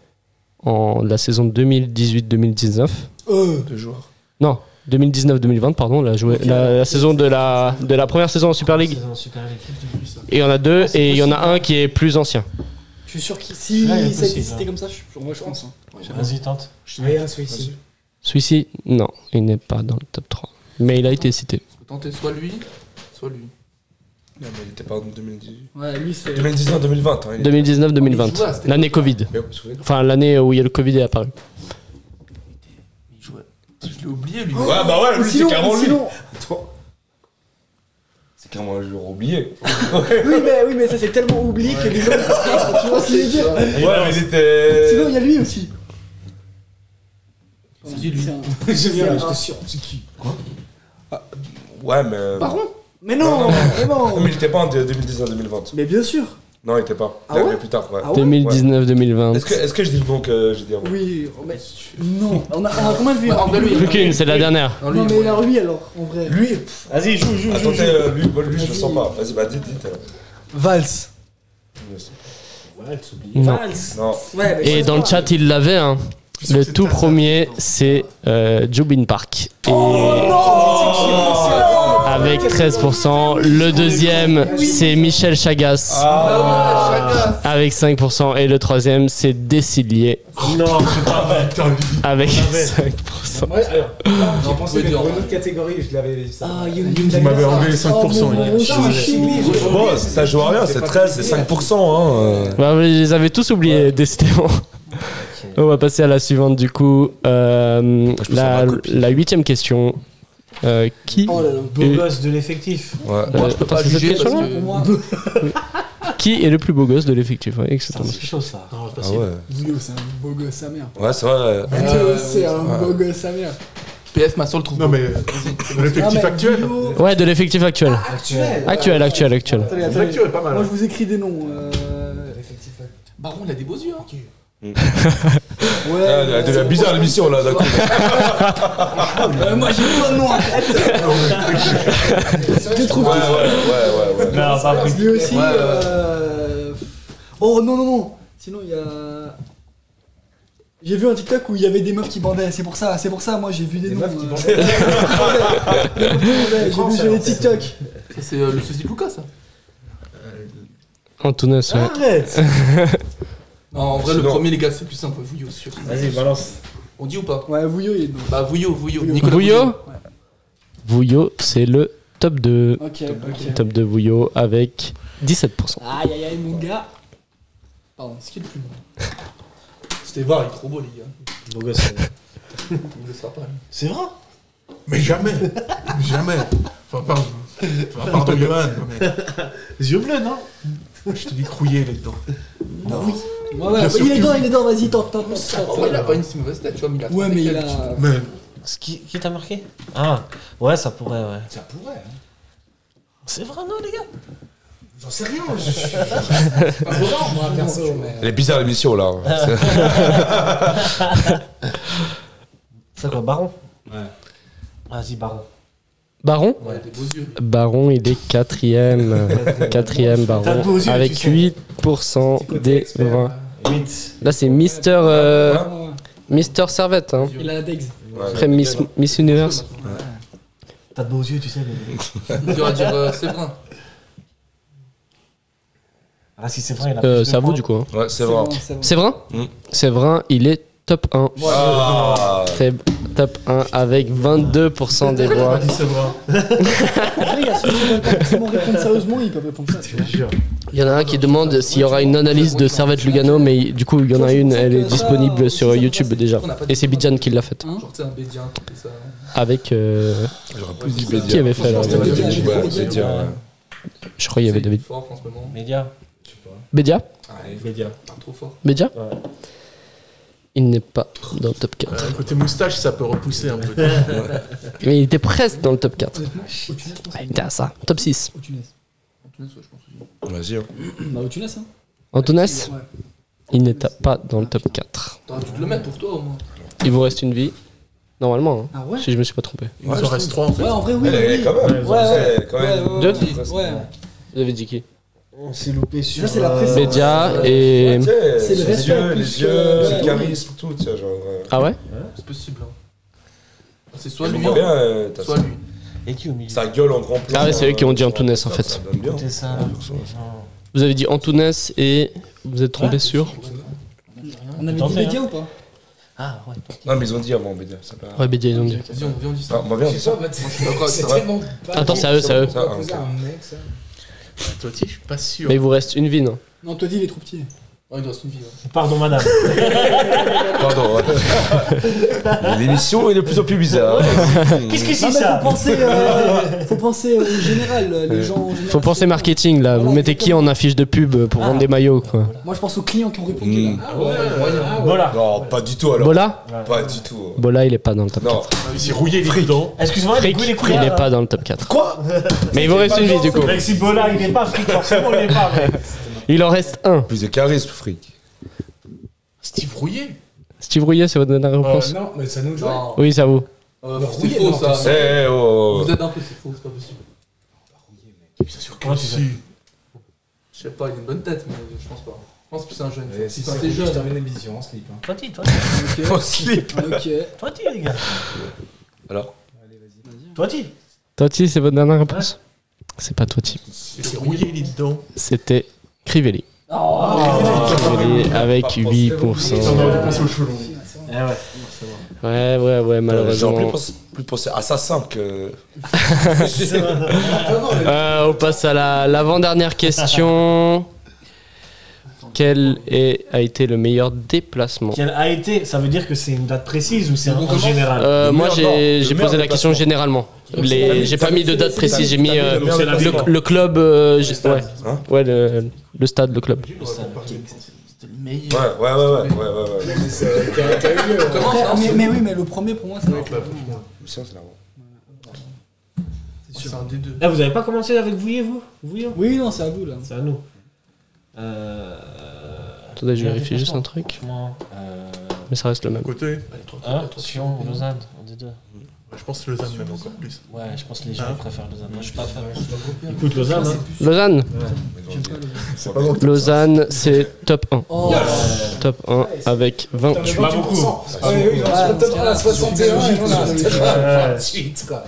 en la saison 2018-2019. euh, Deux joueurs. Non, 2019-2020, pardon, la, joué- la, la saison de la, de la première saison en Super League. C'est dans Super League. Et il y en a deux, Ah, c'est et il y en a possible. un qui est plus ancien. Je suis sûr que si Ouais, il est ça a été possible, cité hein. comme ça, je, moi je pense. hein. Vas-y, tente. Rien, celui-ci. Celui-ci, non, il n'est pas dans le top 3. Mais il a été cité. Faut tenter soit lui, soit lui. Non, mais il était pas en 2018. Ouais, lui c'est. 2019-2020. Hein, il était- 2019-2020, l'année Covid. Mais vous vous souvenez Enfin, l'année où il y a le Covid est apparu. Il jouait. Je l'ai oublié, lui. Ouais, bah ouais, lui, c'est Sinon, carrément lui. (laughs) sinon- Toi. C'est carrément un joueur oublié. Oui, mais, oui, mais ça c'est tellement oublié que les gens. tu vois ce que je veux dire Ouais, mais il était. Sinon, il y a lui aussi. C'est qui, lui (laughs) un- Génial, c'est un- j'étais sûr. C'est qui Ouais, mais. Baron Mais Non, non, non, mais Non, non mais il était pas en 2019-2020. Mais bien sûr Non, il était pas. Ah Il arrivé ouais plus tard, ouais. Ah ouais 2019-2020. Est-ce que, est-ce que je dis le bon que j'ai dit avant Oui, oh, mais non On a, on a combien de vues Bah, en vrai, lui, Plus qu'une, c'est la dernière. Non, lui, Non, il mais jouait. alors lui alors, en vrai. Lui pff, Vas-y, joue, joue, joue. Attendez, joue. euh, lui, bah, lui, je le sens pas. Vas-y, bah, dites, dites alors. Valls. Je le sens Non. pas. Non. Ouais, mais Et je sais dans le pas. chat, il l'avait. hein. Le tout premier, c'est euh, Jubin Park. Et avec 13%. Le deuxième, c'est Michel Chagas Ah, avec 5%. Et le troisième, c'est Décilier Non, c'est pas vrai. Putain, lui. avec J'avais. 5%. Ouais, alors, j'ai pouvait pensé mettre dire, pour (laughs) une ouais. autre catégorie, je l'avais ça. Ah, Vous m'avez enlevé les 5%, Oh, les gars. mon gros chouchou. Bon, ça joue à rien, c'est 13, c'est 5%. Hein. euh. Bah, vous les avez tous oubliés, décidément. On va passer à la suivante, du coup. Euh, je peux la, faire ma copie. la huitième question. Euh, qui, Oh là là, beau Et- gosse de l'effectif. Ouais. Euh, Moi, je peux attends, pas c'est cette juger parce question-là que- Pour moi, qui est le plus beau gosse de l'effectif ouais, Putain, exactement. C'est chaud ça. Non, Ah facile. ouais. Guillaume, c'est un beau gosse sa mère. Ouais, c'est vrai. euh, Théo, c'est un ouais. beau gosse sa mère. PF, ma soeur le trouve. Non, beau. mais euh, de Ah, l'effectif mais actuel. Guillaume- Ouais, de l'effectif actuel. Actuel. Actuel, actuel, actuel. Attendez, attendez. L'actuel est pas mal. Moi, hein. je vous écris des noms. euh, Baron, il a des beaux yeux. Hein. Ouais. Ah, elle devient bizarre l'émission là, d'un coup. Euh, moi, j'ai plein de noms en tête. J'ai Ouais, trouvé ouais, tout ça. ouais, ouais, ouais. Non, pas vrai. Lui aussi. Ouais, ouais. euh, Oh non, non, non. Sinon, il y a. J'ai vu un TikTok où il y avait des meufs qui bandaient. C'est pour ça, c'est pour ça. Moi, j'ai vu des, noms. meufs qui euh, (laughs) des bandaient. meufs qui bandaient. Des meufs qui bandaient. J'ai vu sur les TikTok. Ça, c'est euh, le souci de Lucas, ça. Antunes, ouais. Arrête Non, en vrai, le Sinon- premier, les gars, c'est plus simple. Vouillot, sûr. Vas-y, balance. On dit ou pas Ouais, Vouillot, il est dedans. Bah, Vouillot, Vouillot. Vouillot. Nicolas Vouillot Vouillot, c'est le top 2. Ok, ok. Top 2 Vouillot avec 17%. Aïe, aïe, aïe, mon gars. Pardon. Ce qui est le plus mal. C'était VAR, il est trop beau, les gars. Beau gosse. Il le sera pas. lui. C'est vrai Mais jamais. jamais. Enfin, pardon. Enfin, pardon, Johan. mais Les yeux bleus, non Je te dis crouiller là-dedans. Ouais, ouais, Bien sûr il est que dedans, il est dedans. Vas-y, tente, tente, tente, En tente. vrai, il a pas une si mauvaise tête, tu vois, mais il a Ouais, mais il quelques petites- a. Mais Ce qui, qui t'a marqué Ah, ouais, ça pourrait, ouais. Ça pourrait. hein. C'est vrai, non, les gars J'en sais rien. je- je- Pas pour moi, perso, mais. Elle est bizarre l'émission là. C'est quoi, Baron Ouais. Vas-y, Baron. Baron Ouais, il a des beaux yeux. Baron, il est (laughs) quatrième. quatrième T'as Baron. beau aux yeux, Avec tu sais. 8% des 20. 8. Là, c'est Mister, euh, Mister Servette. Hein. Il a la Dex. Après Miss, Miss Universe. T'as de beaux yeux, tu sais, mais. Dur à dire, euh, c'est vrai. Ah, si c'est vrai, il a. Euh, plus de ça vaut points. du coup. hein. Ouais, c'est vrai. Séverin Mm. Séverin, il est top 1. Ah, Très top 1 avec 22% des voix. Après, il y a ceux qui veulent pas forcément répondre sérieusement, ils peuvent répondre ça. tu vois. Il y en a un qui demande s'il y aura une analyse de Servette Lugano, mais du coup, il y en a une, elle est disponible sur YouTube déjà. Et c'est Bidjan qui l'a faite. Genre, tu sais, un Bédien, tout ça. Avec. euh, j'aurais plus dit qui Bédia. avait fait alors Ouais, Bédia, Bédia, ouais, Bédia. Bédia, ouais. Je crois qu'il y avait David. Fort en ce moment. Média. Bédia Allez, Média. pas trop fort. Bédia Ouais. Il n'est pas dans le top 4. euh, côté moustache, ça peut repousser un peu. Mais il était presque dans le top 4. Honnêtement, au Tunis, je pense. Ouais, il était à ça. Top 6. Au Tunis. En tout cas, je pense. Vas-y. hein. Bah, au Tunis, hein. Antunes, Ouais. il n'était pas dans le top 4. T'aurais dû te le mettre pour toi au moins. Il vous reste une vie. Normalement, hein, Ah ouais si je me suis pas trompé. Il nous en reste trois en fait. Ouais, en vrai, oui. Elle est oui. quand même. Ouais, ouais. Elle est quand même. Ouais, Deux ouais, ouais. Vous avez dit qui On s'est loupé sur. Ça, c'est la euh, presse. hein. Bédia et. Ah, Tu sais, C'est le les respect yeux, plus les que- yeux, Ouais. le charisme, tout, tu sais, genre. euh, Ah ouais C'est possible. hein. C'est soit je lui, comprends bien, hein, euh, t'as soit ça- lui. Et qui au milieu Sa gueule en grand plan. Ah ouais, c'est eux qui ont dit euh, Antunes, en ça- fait. Ça donne bien. C'était ça. Non. Vous avez dit Antunes et. Vous êtes trompé sur On avait Tentez, dit Bédia ou pas Ah, ouais. Non, mais ils ont dit avant Bédia. Ça peut... Ouais, Bédia, ils ont dit. Viens, viens, on dit Ah, ça. on va bien, on dit ça. Moi, je suis d'accord avec C'est ça. tellement. pas Attends, bon c'est à eux, c'est à eux. pour Ah, proposer ok. à un mec, ça. Toi, tu sais, je suis pas sûr. Mais il vous reste une vie, non Non, toi, dis, il est trop petit. Ouais, il doit se une vie. ouais. Pardon, madame. Pardon. ouais. (laughs) Mais L'émission est de plus en plus bizarre. Qu'est-ce que Non, c'est mais ça faut penser, euh, faut penser au général, euh, les gens en général. Faut penser marketing là. Vous Voilà, mettez qui en affiche de pub pour vendre des maillots quoi Moi, je pense aux clients qui ont répondu. Mm. Là. Ah ouais, moyen. Voilà. Non, pas du tout alors. Bola Pas du tout. Bola il est pas dans le top 4. Non, Si rouillé il est dedans. Excuse-moi, du Frick, coup, les il couilles. est pas dans le top 4. Quoi Mais il vous reste une vie du coup. Mec, si Bola, il est pas fric, forcément, il est pas, mais. Il en reste un. plus de charisme, fric. Steve Rouillé. Steve Rouillet, c'est votre dernière Euh, réponse Non, mais ça nous joue. Non, Oui, Euh, ça vous. euh, Non, c'est rouillé, faux non, Eh, ça. eh, oh. Vous êtes un peu, Ah, c'est faux, c'est pas possible. Ah, Comment tu sais Je sais pas, il a une bonne tête, mais je pense pas. Je pense que c'est un jeune. Mais Si Enfin, c'est c'est je jeune. termine l'émission en slip. hein. Toi, tu, toi, On slip. Ah, Ok. toi, tu, les gars. Alors Toi, tu. Toti, c'est votre dernière réponse C'est pas Toti. Si rouillé il est dedans. C'était Crivelli. Ah, Crivelli avec 8%. On aurait dû penser au chelon. Eh Ouais, ouais, ouais, ouais. J'aurais Euh, plus malheureusement. pensé- plus pensé à ça simple que. Euh, on passe à la- l'avant-dernière question. Quel est, a été le meilleur déplacement (laughs) Quelle a été Ça veut dire que c'est une date précise ou c'est Donc, on en commence général Euh, Le Moi, meilleur- non, j'ai le j'ai meilleur posé la question déplacement. généralement. Donc, Les- c'est la- J'ai c'est pas la- mis de c'est- date c'est- précise, j'ai t'as mis mis euh, la- Donc c'est la le- le, victoire. le club. euh, c'est- j'ai- c'est- ouais, c'est- Hein ouais, le, le stade, le club. c'est- c'est- C'était le Ouais, euh, meilleur. ouais, ouais, ouais, ouais, ouais, ouais. C'est- qui a- qui a eu lieu, ouais. Comment Après, ça, mais, c'est- mais oui, mais le premier pour moi, ça va être. Lucien, c'est là-haut. C'est un des deux. Là, Eh, vous avez pas commencé avec Vouillet, vous Vouillet hein? Oui, non, c'est à vous là. C'est à nous. Euh... Attendez, je vérifie juste un truc, Franchement, euh... mais ça reste le même. Côté, Allez, tranquille, Hein tranquille. Sion, Lausanne, un des deux. je pense que le Lausanne même encore plus. Ouais, je pense que les gens Hein préfèrent Lausanne. Moi, je suis pas fan. Je dois copier. Écoute, Lausanne, hein. Lausanne C'est Lausanne, c'est top 1. Oh, Top 1 avec 20. Putain, mais Bah, pas beaucoup. 28%. Ah, C'est pas Ouais, oui, beaucoup. on se retrouve Ah, à 61 et on a- Ouais. Suite, quoi.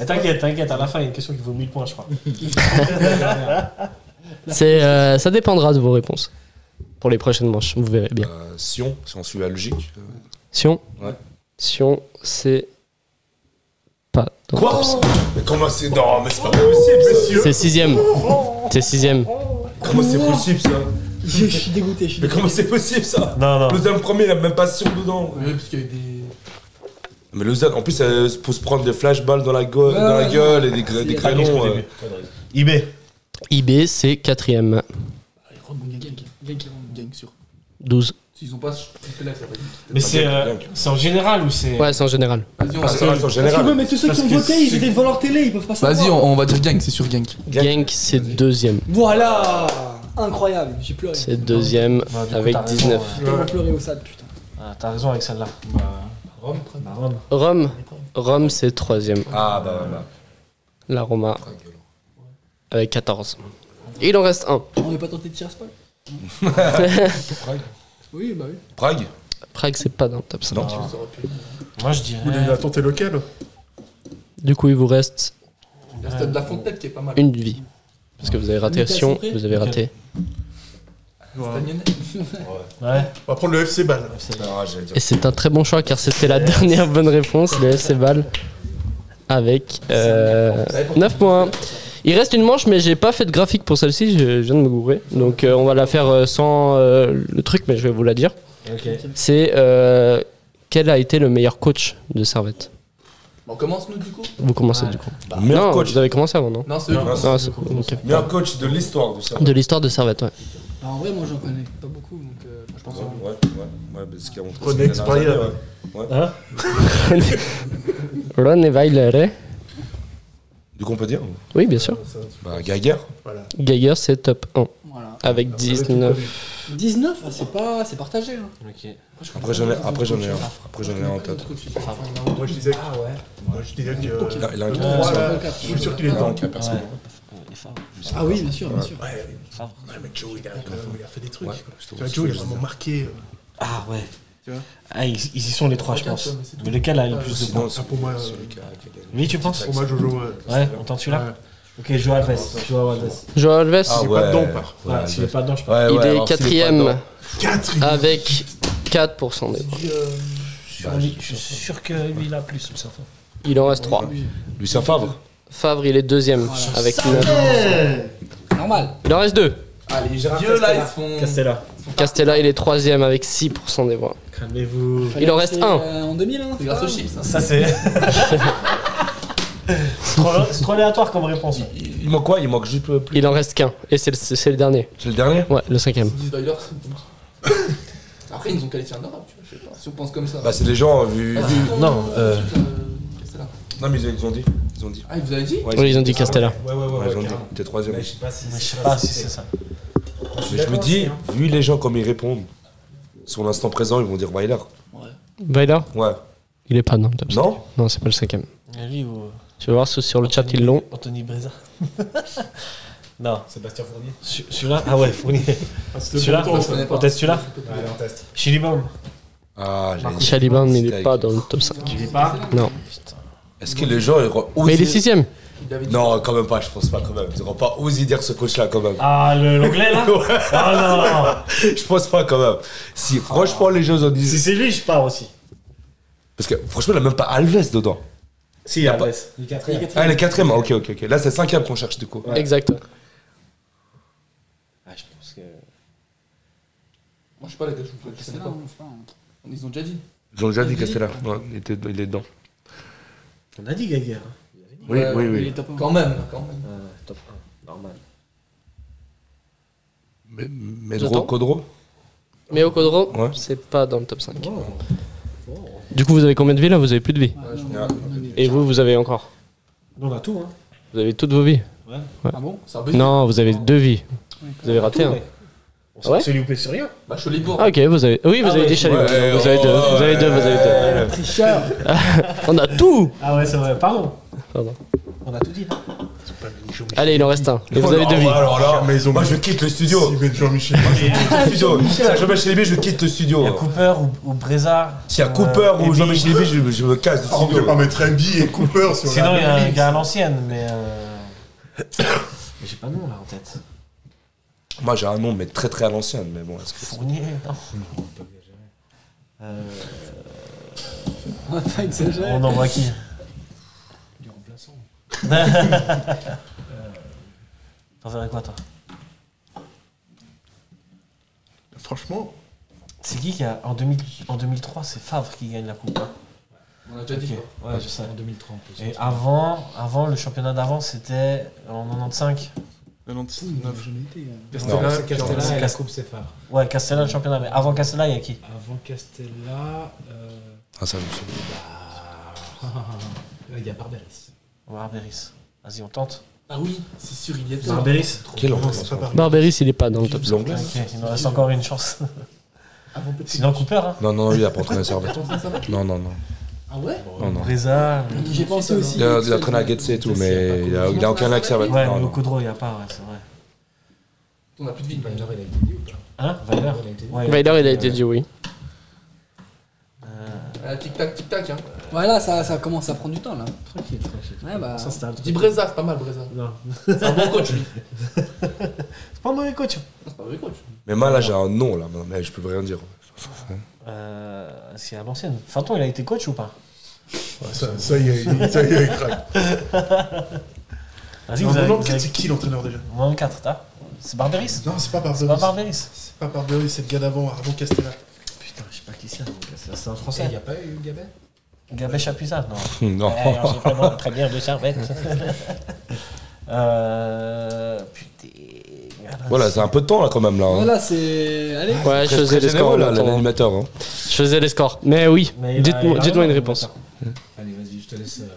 Eh, T'inquiète, t'inquiète, à la fin, il y a une question qui vaut 1000 points, je crois. C'est, euh, ça dépendra de vos réponses pour les prochaines manches, vous verrez bien. Euh, Euh, Sion, si on suit la logique. euh, Sion Ouais. Sion, c'est pas dans le top cinq. Mais comment c'est. Non, mais c'est pas possible, ça. C'est sixième. C'est sixième. Comment c'est possible, ça (laughs) je, je suis dégoûté, je suis Mais dégoûté. comment c'est possible, ça Non, non. Lausanne premier, il a même pas Sion dedans. Ouais, parce qu'il y a eu des. Mais Lausanne, en plus, elle faut se prendre des flashballs dans la, gueule- Ouais, dans la ouais, gueule et des, gra- des Pas qu'est-ce qu'au crayons. euh. début. IB. IB, c'est quatrième. Allez, rentre gang, gang, gang, gang, gang sur. 12. S'ils ont pas fait là, ça va vite. Mais c'est euh, c'est en général ou c'est. Ouais, c'est en général. Vas-y, on Parce que va- Ah, c'est en Parce que, ouais, général. mais tous ceux Parce qui ont que voté, ils c'est- étaient devant leur télé, ils peuvent pas savoir. Vas-y, on, on va dire gang, c'est sur gang. Genk, c'est deuxième. Voilà Incroyable, j'ai pleuré. C'est deuxième Bah, du coup, avec t'as raison, 19. ouais. J'ai tellement pleuré au stade, putain. Ah, T'as raison avec celle-là. Bah, Rome, bah, Rome. Rome, Rome, c'est troisième. Ah, bah voilà. La Roma Ah, avec 14. Il en reste un. On n'est pas tenté de tirer à ce (laughs) pas Oui, bah oui. Prague Prague, c'est pas dans le top 5. Non. Ça aurait pu. Moi, je Vous voulez la dirais. tenter lequel Du coup, il vous reste Là, c'était de la Fontenette qui est pas mal. une vie. Parce que vous avez raté Lucas, Sion, c'est prêt vous avez raté. Ouais. Stanienne. Ouais. On va prendre le FC Ball. Non, Ah, j'allais dire. Et c'est un très bon choix car c'était la (laughs) dernière bonne réponse, le FC Ball. Avec euh, 9 points. Il reste une manche, mais j'ai pas fait de graphique pour celle-ci, je je viens de me gourer. Donc euh, on va la faire euh, sans euh, le truc, mais je vais vous la dire. Ok. C'est euh, quel a été le meilleur coach de Servette Bon, On commence nous du coup Vous commencez Ouais. du coup. Bah, meilleur non, coach. Ah, vous avez commencé avant, non Non, c'est eux qui Non, commencent. Non, c'est- ok. Meilleur coach de l'histoire, tout ça. De l'histoire de Servette, ouais. Bah, en vrai, moi, j'en connais pas beaucoup, donc euh, je pense Ouais, que. ouais, ouais, parce qu'il y a René Exparia. Hein Ron et Weiler. Du coup, on peut dire hein. Oui, bien sûr. Bah, Gaguerre. Voilà. Geiger, c'est top 1 Voilà. Ah, avec 19. 19, ah, c'est pas. C'est partagé, hein. Ok. Après, j'en ai, après, j'en ai un. Après, j'en ai un en tête. Moi je disais. Ah ouais. Moi je disais que. Il a, il a un Euh, cas. voilà. Ouais. Je suis sûr qu'il est Il a dans. un cas personnel. Ah oui, bien sûr, bien sûr. Ouais, Favre. ouais, mais Joe, il a, quand même- il a fait des trucs. Ouais, quoi. je Tu trouve vois, aussi Joe, il a bizarre. vraiment marqué. euh, Ah ouais. Tu vois Ah, ils, ils y sont les trois, je Regarde, pense. toi, mais c'est Mais lequel a le plus de Sinon, points Ah, pour moi, euh, celui qui a- qui a- Lui, tu penses Pour moi, Jojo. euh, Ouais, on tente celui-là ouais. Ok, Joao Alves. Joao Alves. Joao Alves, Ah pas dedans, par Ouais, s'il est pas dedans, je pense. Ouais, ouais, il est alors, s'il pas quatrième dedans, Catherine avec 4% des points. Je suis- Je suis sûr que lui, il a plus. Il en reste 3. Lucien Favre. Favre, il est deuxième avec 9. Hey euh, Normal. Il en reste 2. Allez, Gérard Vieux là, ils Castella. font. Castella. Castella, il est troisième avec 6% des voix. Calmez-vous. Il en reste C'est, un. euh, En 2000, hein. C'est grâce pas- aux chips, ça. Ça, c'est. (laughs) C'est trop- C'est trop aléatoire (laughs) comme réponse. Il il manque quoi Il manque juste le plus. Il en reste qu'un. Et c'est le, c'est le dernier. C'est le dernier Ouais, le cinquième. Ils disent d'ailleurs, c'est bon. (laughs) Après, ils nous ont qualifié en Europe, tu vois, je sais pas. Si on pense comme ça. Bah, c'est les gens, vu. Ah, vu- ton- non, ton euh, truc, Castella. Non, mais ils ont- ils ont dit. Ils ont dit. Ah, il vous avez dit Ouais, Oui, ils ont dit Castella. Ouais, ouais, Ouais, ouais, ils ont ouais. dit. carrément. T'es troisième. Mais je sais pas si Mais je sais c'est pas si c'est ça. Mais je me dis, vu les gens comme ils répondent, sur l'instant présent, ils vont dire Weiler. Weiler, Ouais. il est pas dans le top cinq. Non Non, c'est pas le cinquième. Et lui ou. Je vais voir si sur le chat ils l'ont. Anthony Breza. non, Sébastien Fournier. ce- celui-là. Ah ouais, Fournier. Ah, c'était Celui-là, bon temps, je ça. connais pas. on teste celui-là. Allez, on teste. Chilibom. Ah, j'allais dire. Chaliban, mais il est Steak. pas dans le top 5. Il est pas. Non. Est-ce que les gens ils auront osé... Mais il est sixième. Il avait dit. Non, quand même pas, je pense pas quand même. Ils auront pas osé dire ce coach-là quand même. (laughs) Ah, le- l'anglais (laughs) là Ah Je pense pas quand même. Si franchement les gens ont non Si dit... c'est lui, je pars aussi. Parce que franchement, il a même pas Alves dedans. Si, il y a pas- pas. Le quatrième. Ah, il est quatrième, ah, ok, ok, ok. Là, c'est cinquième qu'on cherche du coup. Exact. Ah, je pense que. Je sais pas, les gars, je vous je C'est là, connais pas. hein, je sais pas, hein. Ils ont déjà dit. Ils ont déjà dit dit Castella. Castella. il, était, il est dedans. On a dit hein. Gaguerre. Oui, Ouais, oui, Il oui. est top un. Quand même, quand même. Euh, top 1, normal. Mais, J'attends. Medro, Codro Mais au Codro, Ouais. c'est pas dans le top 5. Du coup, vous avez combien de vies là Vous avez plus de vies. Ah, non, Ah, non, non, non. Et vous, vous avez encore On a tout, hein. Vous avez toutes vos vies Ah bon C'est un baiser. Non, vous avez deux vies. Vous avez raté hein. un. Tout, mais On s'est Ah Ouais. s'est loupé sur rien. Bah, je l'ai pour. Ah, ok, vous avez. Oui, vous Ah avez ouais. des chaluts. vous oh, avez deux, vous avez deux, vous avez deux. euh, Ah, (laughs) Trichard On a tout Ah ouais, c'est vrai, pardon. Pardon. On a tout dit, là. Allez, il en reste un. Et vous avez deux vies. Oh, Alors là, mais ils ont moi je quitte le studio. Si, mais Jean-Michel. Le studio. Si à Jean-Michel Hébé, je quitte le Il y a studio. Cooper ou, ou Breza. S'il y a euh, Cooper ou Hebe. Jean-Michel Hébé, je, je me casse du Ah, On peut studio. pas mettre Embi et Cooper sur Sinon, il y a la un gars à l'ancienne, mais. euh, (coughs) mais j'ai pas de nom, là, en tête. Moi j'ai un nom, mais très très à l'ancienne. Mais bon, est-ce que. Fournier, non. Euh, On va pas exagérer. on envoie qui Du remplaçant. (laughs) T'en verrais quoi, toi Franchement, C'est qui qui a. En, 2000 en 2003, c'est Favre qui gagne la Coupe. hein On a déjà dit. Ok, Ouais, je sais. En 2003 en plus. Et avant, avant le championnat d'avant, c'était en 95. 99. J'en ai été. hein. euh. Non. Castella, Castella, c'est elle Cast- coupe ses phares. Ouais, Castella, le championnat. Mais avant Castella, il y a qui Avant Castella, euh, (laughs) Ah, ça, je me souviens. bah, il y a Barberis. Barberis. Vas-y, on tente. Ah oui, c'est sûr, il y est. Barberis Quel nom c'est pas pareil. Barberis, il est pas dans le top 5. L'anglais Ok, il nous reste encore une (laughs) chance. Avant peut-être. Sinon, Cooper. Hein. Non, non, lui, il a pas entraîné Servette. Attends, ça, ça va Non, non, non. Ah ouais Oh non, non. Breza. J'y ai pensé aussi. Il a, il a traîné à Getse et tout, euh, mais il a, il a aucun lien avec Servette. Ouais, Oh Non, mais au non. Codro, il n'y a pas, ouais, c'est vrai. On a plus de bah, vie. Weiler, il a été dit ou pas Hein Weiler Il a été dit. Ouais, Bah, Weiler, il a été dit oui. Euh, Ah, Tic-tac, tic-tac. Hein. Voilà, ça, ça commence à prendre du temps là. tranquille, tranquille. Ouais, bah. Ah, Ça, c'était un Je truc. dis Breza, c'est pas mal, Breza. Non. C'est un bon coach, lui. C'est pas un mauvais coach. hein. C'est pas un vrai coach. Mais moi là, j'ai un nom là, mais je peux rien dire. (laughs) Euh, c'est à l'ancienne. Fanton, il a été coach ou pas Ouais, Ah, Ça, ça y est, il- ça y est, il craque. Vas-y, Non, Ah, vous avez. non, vous c'est avez- qui l'entraîneur déjà 94, t'as hein. C'est Barberis Non, c'est C'est pas pas Barberis. Barberis C'est pas Barberis, c'est le gars d'avant, Arnaud Castella. Putain, je sais pas qui c'est. hein, donc, C'est c'est un Et Il n'y français. a pas eu Gabet Gabé Chapuisat, non Eh, Non. Ouais, alors, j'ai vraiment très bien de Servette. (laughs) euh, putain. Voilà, c'est un peu de temps là quand même là. hein. Voilà, c'est. Allez. Ouais, je Très- faisais très les généreux, scores. là, en attendant. l'animateur. hein. Je faisais les scores. Mais oui, Mais il a- il dites-moi a dites-moi raison, une il a réponse. Allez, vas-y, je te laisse. euh,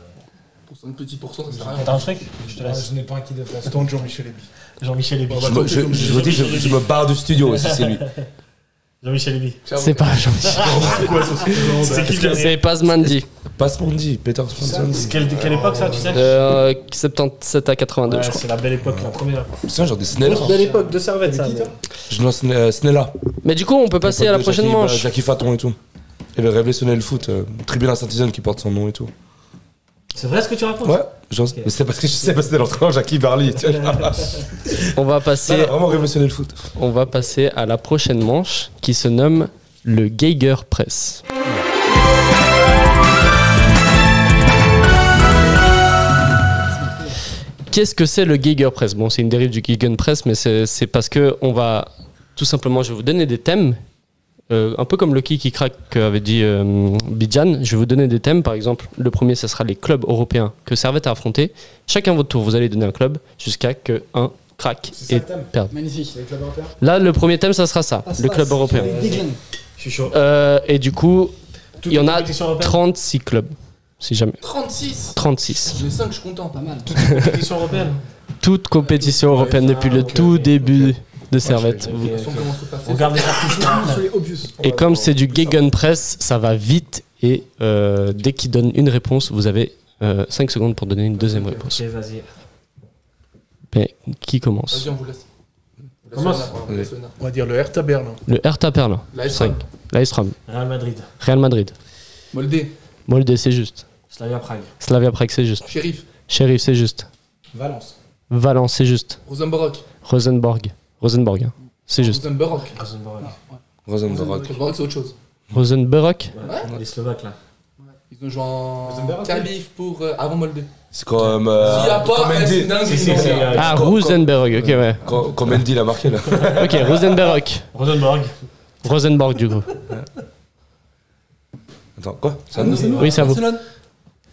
Pour 5 petits pourcents, ça sert à rien. T'as un truc Je te ah, laisse. Je n'ai pas un qui de face. Attends, Jean-Michel Ebi. Jean-Michel Héby. Bon, Je, bah, me- je- je vous dis, je, je me barre du studio si c'est lui. Jean-Michel Héby. C'est pas Jean-Michel. C'est quoi ce studio C'est qui le C'est Pazmandy, Pas Spondi, Peter Spondi. Quelle, quelle époque ça, tu sais de euh, 77 à 82, Ouais, je crois. C'est la belle époque, la première. Putain, genre des Snella. De l'époque de Servette, ça. Je lance Sne- euh, Snella. Mais du coup, on peut passer à la prochaine Jackie- bah, manche. Jackie Faton et tout. Et le révolutionnel foot, euh, tribunal Saint-Izan qui porte son nom et tout. C'est vrai ce que tu racontes Ouais, genre, mais c'est parce que je sais pas c'était l'entraîneur Jackie Barley. Tu vois, (laughs) genre, On va ça a passer, vraiment révolutionné le foot. on va passer à la prochaine manche qui se nomme le Geiger Press. Qu'est-ce que c'est le Geiger Press Bon, c'est une dérive du Geigen Press, mais c'est c'est parce que on va tout simplement, je vais vous donner des thèmes, euh, un peu comme Lucky qui craque avait dit euh, Bijan. Je vais vous donner des thèmes, par exemple, le premier, ce sera les clubs européens que Servette a affronté. Chacun votre tour, vous allez donner un club jusqu'à que un craque C'est ça et le thème perde. Magnifique. C'est avec club européen Là, le premier thème, ça sera ça, le club européen. Avec des graines. Je suis chaud. Euh, et du coup, il y en a compétition européenne 36 clubs, si jamais. 36 36. J'ai 5, je suis content. Pas mal. Compétition européenne Toute compétition européenne depuis le tout début de Servette. Ok, Si (laughs) on ok. commence à passer. On garde les cartouches. Sur les obvious. Et comme c'est du Gegenpress, ça va vite. Et euh, dès qu'il donne une réponse, vous avez 5 secondes pour donner une deuxième réponse. Ok, vas-y. Mais qui commence Vas-y, on vous laisse. On laisse Commence. le renard, on laisse le renard. On va dire le Hertha Berlin. Le Hertha Berlin, La F1. 5. L'Aestrom, Real Madrid. Real Madrid, Moldé, Molde, c'est juste. Slavia Prague. Slavia Prague, c'est juste. Sheriff, Sheriff, c'est juste. Valence. Valence, c'est juste. Rosenborg, Rosenborg, Rosenborg, hein. c'est juste. Rosenborg. Ah, Rosenborg. Rosenborg. Rosenborg, c'est autre chose. Rosenborg, Ouais, Les Slovaques, là. Ils ont joué en Rosenborg, qualif pour euh, avant Moldé. C'est quand même. euh, S'il y a pas, comme eh, Mendy- c'est dingue. Si, si, non, si, c'est- euh, Ah, Quand- quand- Rosenberg, ok, ouais. (laughs) quand- Quand Mendy l'a marqué là. Ok, Rosenberg. euh, Rosenborg. Rosenborg, du coup. Attends, quoi Ça Ah non, c'est nous. Oui, c'est à vous. Barcelone.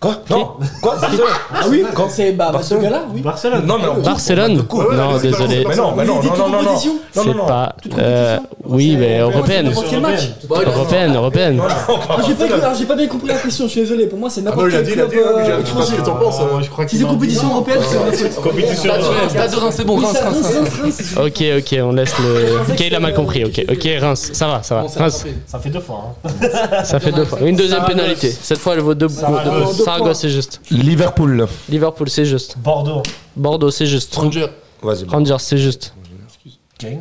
Quoi Non Quoi Barcelone Ah oui, Quand- c'est bah, bah, ce Barcelone. gars-là, oui. Barcelone. Non, mais alors, Barcelone Ouais, ouais, Non, mais c'est pas- désolé. Mais non, mais non, Il dit non, toute non, non, non. compétition. Non, non, C'est non. pas. Toute euh, compétition. oui, C'est mais européenne. n'importe quel match. Bon, il a- Européenne, européenne. Ah, j'ai pas cru- alors, j'ai pas bien compris la question, je suis désolé. Pour moi, c'est Ah non, n'importe il a quel dit, il a club. dit, ouais, mais euh, j'ai- je sais pas ce que t'en penses. hein. je crois Si qu'il c'est en dit. compétition européenne, c'est notre faute. Compétition. Stade de Reims, Stade de Reims, c'est bon, Oui, Reims, ça, Reims, Reims, Reims. Reims, Reims, c'est sûr. Ok, ok, on laisse le. Ok, il a mal compris. Ok, ok, Reims, ça va, ça va. On s'est Reims, rattrapé. Ça fait deux fois. Hein. ça fait deux fois. Une deuxième Saragosse. pénalité. Cette fois, elle vaut deux. Saragosse. deux- Saragosse, c'est juste. Liverpool. Liverpool, c'est juste. Bordeaux. Bordeaux, c'est juste. Stranger. Vas-y. Rangers, c'est juste. Genk.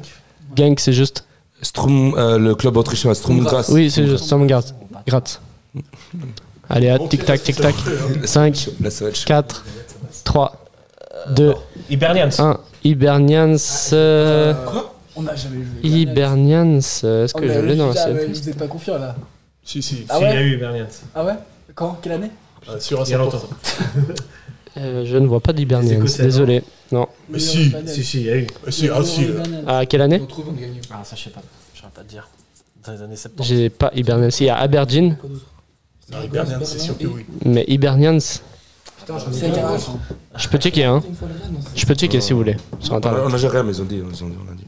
Gang, c'est juste. Strum, euh, le club autrichien Strumgras. Oui, c'est juste. Ça me garde. Gratte. Allez, hâte, tic tac, tic tac. 5, Là, ça va être chaud. 4, 3, 2, Hibernians. 1. Hibernians. euh, On n'a jamais joué. Hibernians. euh, Est-ce que je l'ai dans la Ah, série mais Vous êtes pas confiant là. Si, si, Ah Si, il y a ouais eu Hibernians. Ah ouais Quand Quelle année euh, sûr à Il y a 100%. longtemps. Euh, Je ne vois pas d'Hibernians. Les Écossais, hein. Désolé. Non. Mais si, Si, si, il y a eu. Ah, si, ah si. là. À quelle année On trouve, on gagne. Ah, ça, je sais pas. Je saurais pas te dire. Dans les années 70. J'ai pas Hibernians. Il y a Aberdeen, Ah, Hibernian, c'est sûr que oui. mais Hibernians. Putain, j'en C'est ai un Je peux checker, hein. Je peux checker si vous voulez. Sur internet. Bah, On a géré, mais ils ont dit, ils ont dit, on a dit.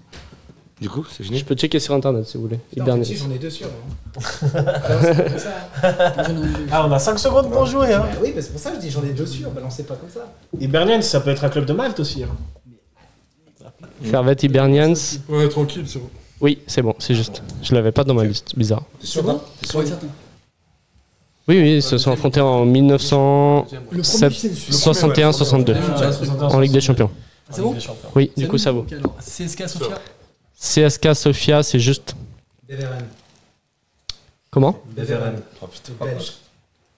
Du coup, c'est Je fini peux checker sur internet si vous voulez. Hibernians. J'en ai deux sûrs. hein. (laughs) Ah, on a 5 secondes pour jouer. Hein. Bah oui, mais c'est pour ça que je dis j'en ai deux sûrs. Balancez pas comme ça. Hibernians, ça peut être un club de Malte aussi. Hein. Servette Hibernians. Ouais, tranquille, c'est bon. Oui, c'est bon, c'est juste. Je l'avais pas dans ma liste. Bizarre. T'es sûr, là Ouais, certain. Oui, oui, ils se sont affrontés en 1900. Deuxième, ouais. Le Sept- premier, c'est le sûr. 61-62 J'ai un truc. en Ligue des Champions. C'est bon Ligue des Champions. Oui, C'est du coup nous ça vaut. Ok, alors, CSK Sofia. CSK Sofia, c'est juste. Beveren. Comment Beveren. Oh putain. Belge.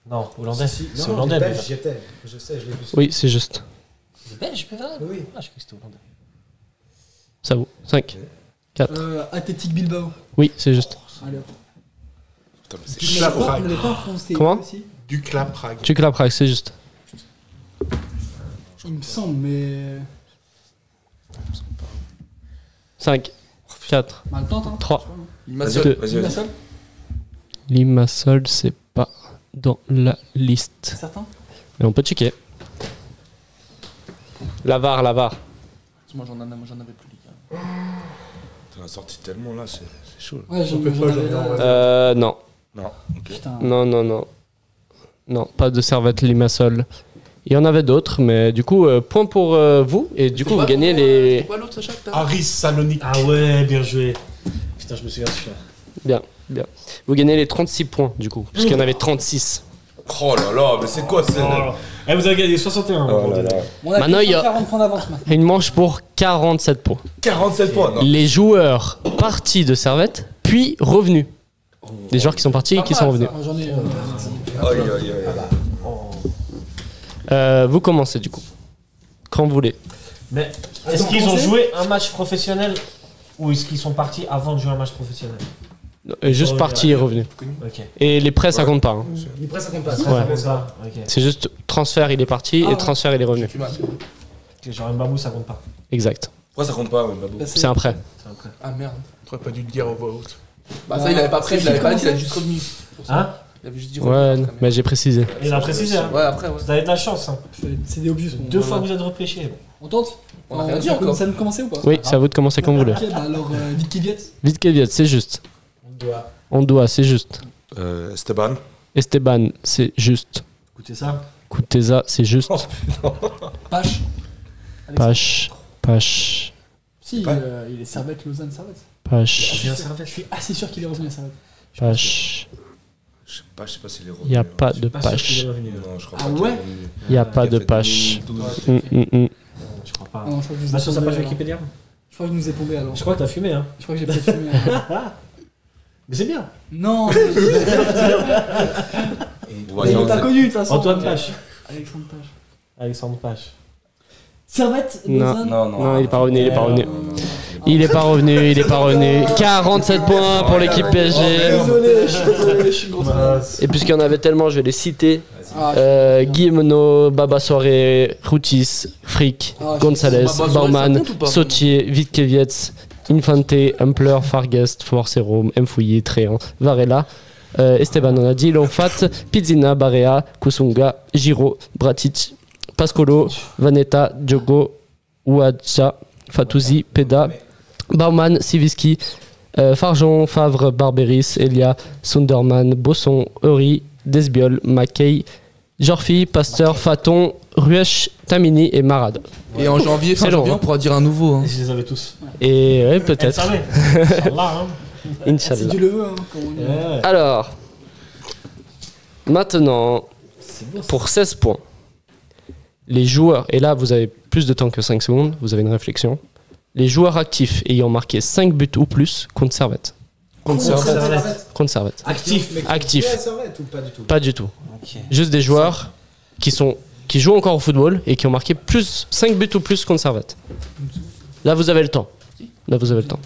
Non, hollandais. Si, C'est non, hollandais. Belge, mais- j'y étais. Je sais, je l'ai vu. Oui, c'est juste. C'est belge, putain. Oui. Ah, je crois que c'était hollandais. Ça vaut. 5. Euh, Athletic Bilbao. Oui, c'est juste. Allez. Putain, mais c'est On l'avait pas- on Chaprague. l'avait pas enfoncé. Comment aussi Du clap Prague. Tu la Prague, c'est juste. Il me semble, mais. 5, 4, Bah, attends, hein. 3, Il m'a Vas-y, Deux. vas-y, vas-y. Limassol, c'est pas dans la liste. C'est certain Mais on peut checker. Lavar, Lavar. Moi j'en avais, moi, j'en avais plus les gars. T'en as sorti tellement là, c'est c'est chaud. Ouais, j'en On peut j'en pas, avais j'en ai, là. ouais. Euh, non. Non, ok. Putain. Non, non, non. Non, pas de Servette Limassol. Il y en avait d'autres, mais du coup, euh, point pour euh, vous. Et du coup, vous gagnez les. Quoi l'autre Sacha que t'as Harris Salonique. Ah ouais, bien joué. Putain, je me souviens de celui-là. Vous gagnez les 36 points, du coup, puisqu'il y en avait 36. Oh là là, mais c'est quoi c'est Oh. Eh, vous avez gagné 61. Oh vous là là. On a Maintenant, il y a- 40 points d'avance maintenant. Une manche pour 47 points. 47 Oh. points, non Les joueurs partis de Servette, puis revenus. Des joueurs qui sont partis et qui sont revenus. Moi, J'en ai. euh, Aïe, aïe, aïe. aïe. Oh. Euh, vous commencez, du coup. Quand vous voulez. Mais est-ce qu'ils ont pensez joué un match professionnel ou est-ce qu'ils sont partis avant de jouer un match professionnel Non, euh, Juste Oh, partis et revenus. Ok. Et les prêts, ça compte pas. hein. Il est presque qu'on passe. Ouais. Mm. Ça compte pas. Ok. C'est juste transfert, il est parti, Ah et ouais. transfert, il est revenu. Tu m'as. Ok, Genre un babou, ça compte pas. Exact. Pourquoi ça compte pas, ouais, Babou bah, C'est un prêt. C'est un prêt. Ah merde. On aurait pas dû le dire en voix haute. Bah ça il avait pas pris, il C'est l'avait pas qui dit, il a juste revenu. Pour ça. Hein Il avait juste dit Ouais, revenu. mais j'ai précisé. Et Il a précisé. Hein. Ouais, après, ouais. Vous avez de la chance. Hein. C'est des obvious. Deux on- fois vous êtes repêché. On tente On a rien dit encore. Ça nous commençait ou pas Oui, c'est à vous de commencer quand vous voulez. Ok, bah alors, euh, Vicky Gates. Vite Keviat, c'est juste. On doit. On doit, c'est juste. euh, (laughs) Esteban. Esteban, c'est juste. Écoutez ça. Kuteza, c'est juste. Pache. Pache, Pache, Si, Pas- euh, il est Servette, Lausanne, Servette. Je Pache, suis, sûr- je suis assez sûr qu'il est revenu à Servette. Pache. Je sais pas, je sais pas s'il est Il n'y a revenu, pas hein. de Pas sûr qu'il Pache. est revenu. hein. Non, je crois Ah pas qu'il ouais est revenu. Il n'y a pas Il de fait Pache. 2012. Mm, mm, mm. Non, Je crois pas. Ah non, je crois que je vous ai Bah, sûr, ça paumé, pas joué alors. Wikipédia Je crois que je nous ai tombé alors. Je crois que t'as fumé. Hein. Je crois (laughs) que j'ai peut-être fumé. alors. Mais c'est bien. Non, je Bon, vas-y, l'ai on pas fait- connu de toute façon. Antoine Pache. Alexandre Pache. Alexandre Pache. Servette, Non. Lausanne. Non, Non, il est pas revenu, il est pas revenu. non, non. Il est pas revenu, il est pas revenu. 47 points pour l'équipe PSG. Oh, Désolé, je suis désolé, je suis Ah, une grosse merde. Et puisqu'il y en avait tellement, je vais les citer. Ah, Euh, Guillemeno, Baba Soiré, Routis, Frick, Ah, je- Gonzalez, Baba Soare, ça Baumann, compte ou pas, Sautier, Vitkevietz, Infante, Humpler, Fargest, Forcerum, Mfouilly, Tréant, Varela, euh, Esteban, on a dit, Lonfat, Pizzina, Barea, Kusunga, Giro, Bratic, Pascolo, Vanetta, Diogo, Ouadja, Fatouzi, Peda, Bauman, Siviski, euh, Farjon, Favre, Barberis, Elia, Sunderman, Bosson, Uri, Desbiol, Mackey, Jorfi, Pasteur, Faton, Ruesch, Tamini et Marad. Et en janvier, fin C'est long, janvier, hein. on pourra dire un nouveau. hein. Je les avais tous. Et ouais, Elle peut-être, savait. Inch'Allah, hein. Si Inch'Allah. tu le veux, hein, comme on dit. Ouais. Alors, maintenant, C'est beau, pour 16 points, les joueurs, et là vous avez plus de temps que 5 secondes, vous avez une réflexion, les joueurs actifs ayant marqué 5 buts ou plus contre Servette. Contre Servette. Contre Servette. Actif. Mais qui- Actif. Ouais, c'est vrai, tout, pas du tout. Pas du tout. Ok. Juste des joueurs qui, sont, qui jouent encore au football et qui ont marqué plus 5 buts ou plus contre Servette. Là vous avez le temps. Là vous avez le temps.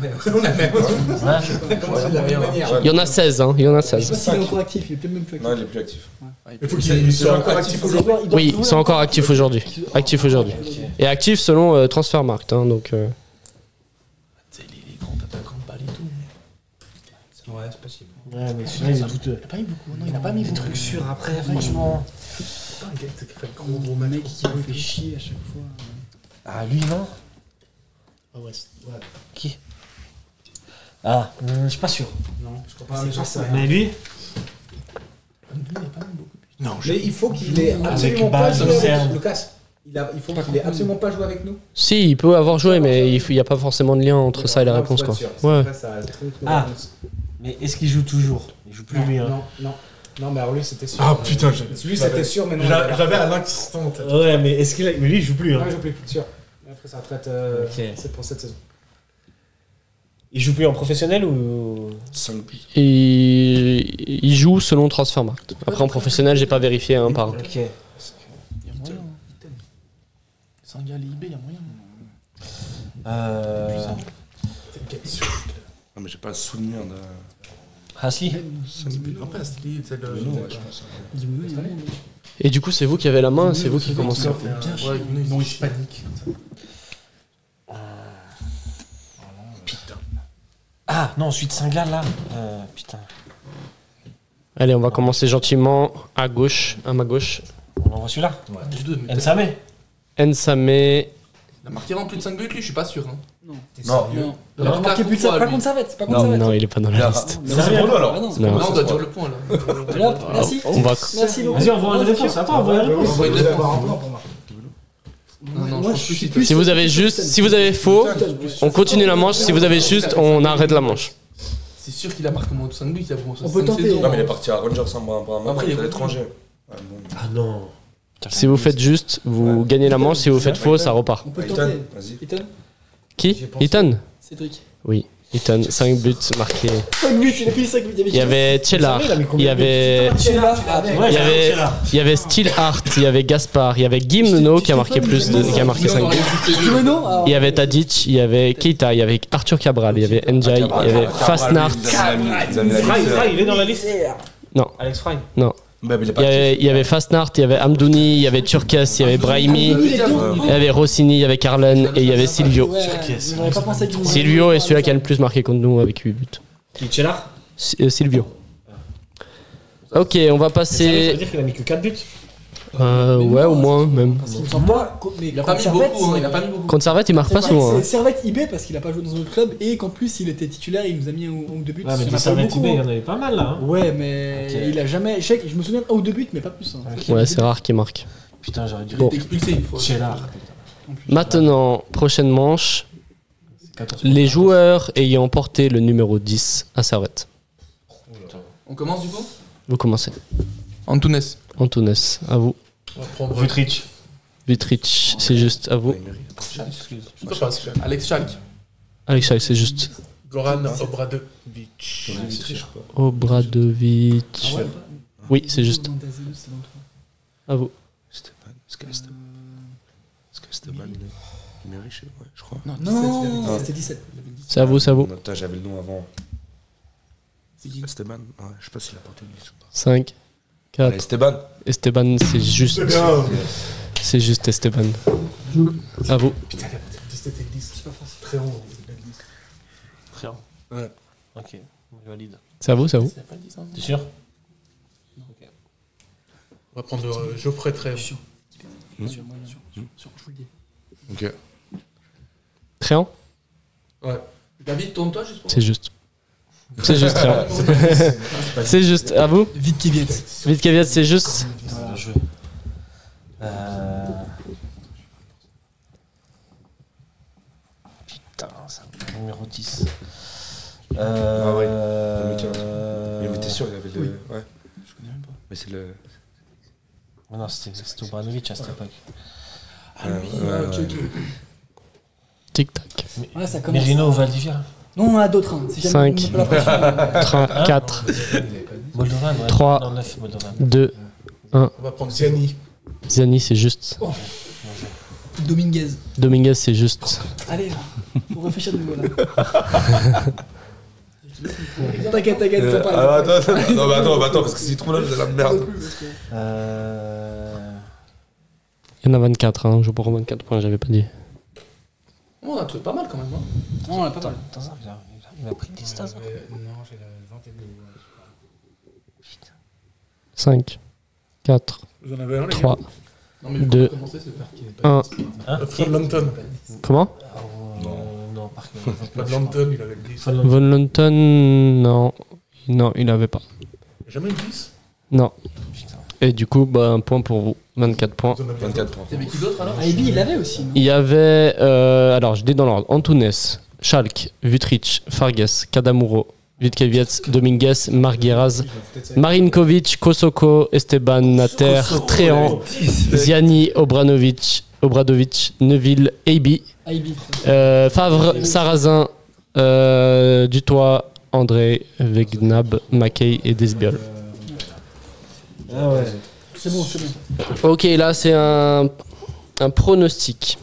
On a Ouais. même commencé de la même manière. Il y en a 16, hein, il y en a Je sais 16. pas s'il est encore actif, il est peut-être même plus Non, actif. il est plus actif. Il faut qu'il C'est soit encore actif aujourd'hui. D'accord, il doit Oui, jouer ils sont un- encore actifs aujourd'hui. Actifs aujourd'hui. Et actifs selon euh, Transfermarkt. hein, donc, euh, Tu sais, Les les grands attaquants de balle et tout. Ouais, c'est possible. Ouais, mais celui-là, il est douteux. pas mis beaucoup, non, il a pas mis Des beaucoup. trucs sûrs après, franchement. Gros, gros mec qui me fait chier à chaque fois. Ah, lui, non Ah ouais, c'est- ouais. Qui Ah, hum, je suis pas sûr. Non, je crois pas. Mais, j'en sais rien. Mais lui Mais il faut qu'il ait absolument Avec pas Baz, joué avec Lucerne. nous. Lucas. Il, a, il faut qu'il ait absolument pas joué avec nous. Si, il peut avoir joué, mais il n'y a pas forcément de lien entre ça et la Non, réponse. faut Quoi. être sûr. Ouais. Après, ça trompe nos Ah. réponses. Mais est-ce qu'il joue toujours Il joue plus, Non, lui, hein. non, non. Non, mais alors lui, c'était sûr. Ah putain, j'ai- Lui, c'était sûr, mais non. il a- j'a- j'avais à l'instant. en tête. Ouais, mais est-ce qu'il a... Mais lui, il joue plus, Non, hein. il joue plus, sûr. Après, ça retraite euh, Ok. c'est pour cette saison. Il joue plus en professionnel ou... 5 billes. Et il il joue selon Transfermarkt. Après, en professionnel, j'ai pas vérifié un par un. Ok. Il y a moyen. hein. C'est un gars l'IB, il y a moyen. Euh... Non, mais j'ai pas le souvenir de. Ah si Après, c'est lié, c'est le- de nom, ouais, je pense. Dis-moi, il y a moyen. Et du coup, c'est vous qui avez la main, c'est vous qui commencez. Bien chier. Ouais, ils ont une panique. Ah non, ensuite Singla là. Euh, putain, Allez, on va commencer gentiment à gauche, à ma gauche. on envoie celui-là. Les deux, mais Nsame. Nsame. Il a marqué en plus de 5 buts, lui, je suis pas sûr. hein. Non, Non, Il a Non, marqué un Plus coup, de ça, quoi, pas lui. contre Servette, c'est pas contre Non, Servette. non, il est pas dans la Là. liste. C'est sérieux, pour nous, alors Ah non. Non. Là, on doit dire le (laughs) point, là. Là, merci. On va. Merci, Laurent. Vas-y, envoie une réponse. Attends, envoie une On réponse. va envoyer une réponse. Moi, Non, non, moi, je pense je que suis si plus. Si vous avez juste, si vous avez faux, on continue la manche. Si vous avez juste, on arrête la manche. C'est sûr qu'il a marqué au moins 5 buts, il a pour On peut tenter. Non, mais il est parti à Rangers sans bras, bras, bras, Après, il il est est à l'étranger. Ouais, bon. Ah non. Si vous faites juste, vous gagnez la manche. Si vous faites faux, ça repart. On peut Ayton, tenter. bah, vas-y. Ethan Qui Ethan Cédric. Oui. Ethan, 5 buts marqués. 5 buts, il a pris 5 buts. Il y avait Tchellar, il y avait Ouais, Il y j'ai avait- arrêté, là. Il y avait Steelheart, il y avait Gaspard, il y avait Gimeno qui a marqué plus de, qui a marqué 5 buts. (laughs) Mais non, alors, Il y avait Tadic, il y avait Keita, il y avait Arthur Cabral, il y avait Njai, Ah, il y avait Cabral, Fastnart, ils avaient la- ils avaient la Fry, misère. Fry, il est dans la liste Non. Alex Fry. Bah, mais il est il y pas actif. avait, il y avait Fastnart, il y avait Amdouni, il y avait Turkes, il y avait Brahimi, lui, les deux, il y avait Rossini, il y avait Carlen et il y avait Silvio. Ouais, j'aurais pas pensé qu'il nous- Silvio est celui-là qui a le plus marqué contre nous avec 8 buts. Qui est là Si- euh, Silvio. Ok, on va Sérieux, Ça veut passer. dire qu'il a mis que 4 buts euh, ouais, au moins, même. Parce qu'il me semble pas. Mais Il a pas mis beaucoup, hein, il a pas mis beaucoup. Contre Servette, il marque pas C'est vrai que souvent. hein. c'est Servette IB parce qu'il a pas joué dans un autre club et qu'en plus il était titulaire il nous a mis un ou un ou deux buts. Ouais, mais Il en des a pas Servette beaucoup, IB, il y hein. en avait pas mal là. hein. Ouais, mais Ok. il a jamais. Je, sais que- je me souviens d'un ou deux buts, mais pas plus. hein. Ok. Ouais, c'est rare qu'il marque. Putain, j'aurais dû. Il a été expulsé une fois. Tchellar. Maintenant, prochaine manche. Les joueurs ayant porté le numéro 10 à Servette. On commence du coup Vous commencez. Antunes. Antunes, à vous. On va prendre. Vutric. Vitrich, c'est juste à vous. Alex Schalk. Alexa, c'est juste. Goran Obradovic. Obradovic. Oui, c'est juste. Mandazéus, c'est dans le trois. À vous. Esteban, est-ce que Esteban- est-ce que Esteban, il est- il est riche, ouais, je crois. Non, c'était 17. C'est à vous, c'est à vous. Non, putain, j'avais le nom avant. Esteban, ouais, je sais pas s'il a porté le disque ou pas. 5, Ah, 4. Esteban, Esteban, c'est juste. Bien. C'est juste Esteban. À vous. Putain, la petite c'était 10. C'est pas facile. Très haut. frère. Ouais. Ok, je valide. Ça vaut, ça vaut. C'est pas le 10 ans. T'es sûr On va prendre euh, Geoffrey Trey. Sur, sur, sur, sur, je vous le dis. Ok. Tréant David, tourne-toi juste pour. C'est juste. C'est juste Tréant. c'est juste. À vous Vite qui vient. Vite caveat, c'est juste. Putain, bien joué. Euh... Putain, ça numéro 10. Euh... Ah ouais, euh... Mais t'es sûr, il y avait le. Ouais. Mais c'est le. Mais non, c'était c'était Obranovic à cette époque. Ah, lui, Ouais, ah, ouais, ok, ok. Tic-tac. Voilà, ça commence. Merino ou Valdivia Non, on a d'autres. Hein. Si jamais Cinq. on n'a pas (laughs) la pression, Ah, 4, Moldovan, ouais. Trois. Non, 9 Moldovan. 2, On va prendre Ziani. Ziani, c'est juste. euh, Dominguez. Dominguez, c'est juste. Allez, là. Faut réfléchir de nouveau, là. T'inquiète, t'inquiète, Euh, ça parle. ah, attends, (laughs) attends, non, mais attends, mais attends, parce que s'il trouve là, vous allez la merde. Euh... Il y en a 24, hein. je prends 24 points, j'avais pas dit. Oh, on a trouvé pas mal quand même. Hein. Non, on l'a pas parlé. Tazar, il a- il a- il a pris 10 Tazar. Non, j'ai la vingtaine de. 5, 4, Vous en avez un, les gars 3, Non, mais Deux. pour commencer, c'est par qui n'est pas Un. Hein Euh, Fred Lampton. comment Ah, euh, Non, non, par contre. Fred Lampton, il avait le 10. Folland. Von Lonton, non. Non, il avait pas. Jamais le 10 Non. Putain. Et du coup, bah, un point pour vous. 24 points. Vous en avez un 24 points. Il y avait qui d'autre alors Ah, et lui, il l'avait aussi, non Il y avait, euh, alors je dis dans l'ordre, Antunes, Schalk, Vutric, Fargas, Kadamuro, Vitkevietz, Dominguez, Margueraz, Marinkovic, Kosoko, Esteban, Nater, Tréant, Ziani, Obranovic, Obradovic, Neville, Eiby, IB. euh, Favre, Sarrazin, euh, Dutoit, André, Vegnab, Mackey et Desbiol. Ah ouais. C'est bon, c'est bon. Ok, là c'est un, un pronostic.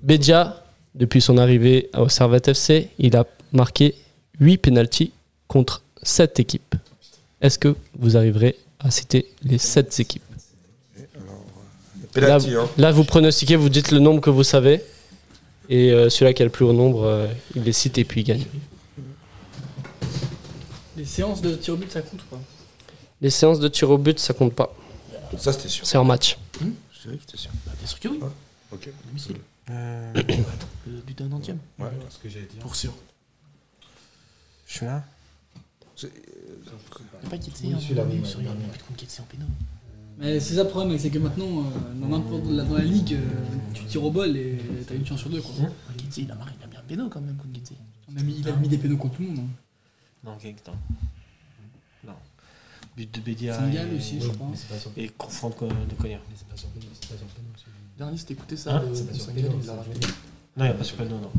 Bedia, depuis son arrivée au Servette FC, il a marqué 8 pénalties contre 7 équipes. Est-ce que vous arriverez à citer les 7 équipes là, Penalty, hein. là, vous pronostiquez, vous dites le nombre que vous savez. Et euh, celui-là qui a le plus haut nombre, euh, il les cite et puis il gagne. Les séances de tir au but, ça compte ou pas Les séances de tir au but, ça compte pas. hein. Ça, c'était sûr. C'est en match. Je dirais que c'était sûr. Bah, Bien sûr que oui. Ok. Le but d'un entième. Ouais. Ce que j'allais dire. Pour sûr. Je suis là. Il n'y a pas Ketsé Oui, en celui-là, oui, sur ouais, il y a ouais. plus de compte Ketsé en pénal. Mais c'est ça le problème, c'est que maintenant, euh, dans, n'importe- dans la, dans la ligue, euh, tu tires au bol et t'as une chance sur deux. Quoi. Ouais, Ketsé, il a marqué, il a bien pénal quand même contre Ketsé. On a mis, il a mis des pénaux contre tout le monde. hein. Non, ok, attends. Non. But de Bédia. Singal et- aussi, je crois. Mais c'est pas sur Et confronte quoi, de Cognard. mais c'est pas sur mais c'est pas sur Pénal, celui-là. Dernier, c'était écouté Hein ça. le- C'est pas le sur Singal, Pénal, il l'a c'est- rajouté. Non, il n'y a pas sur panneau, non.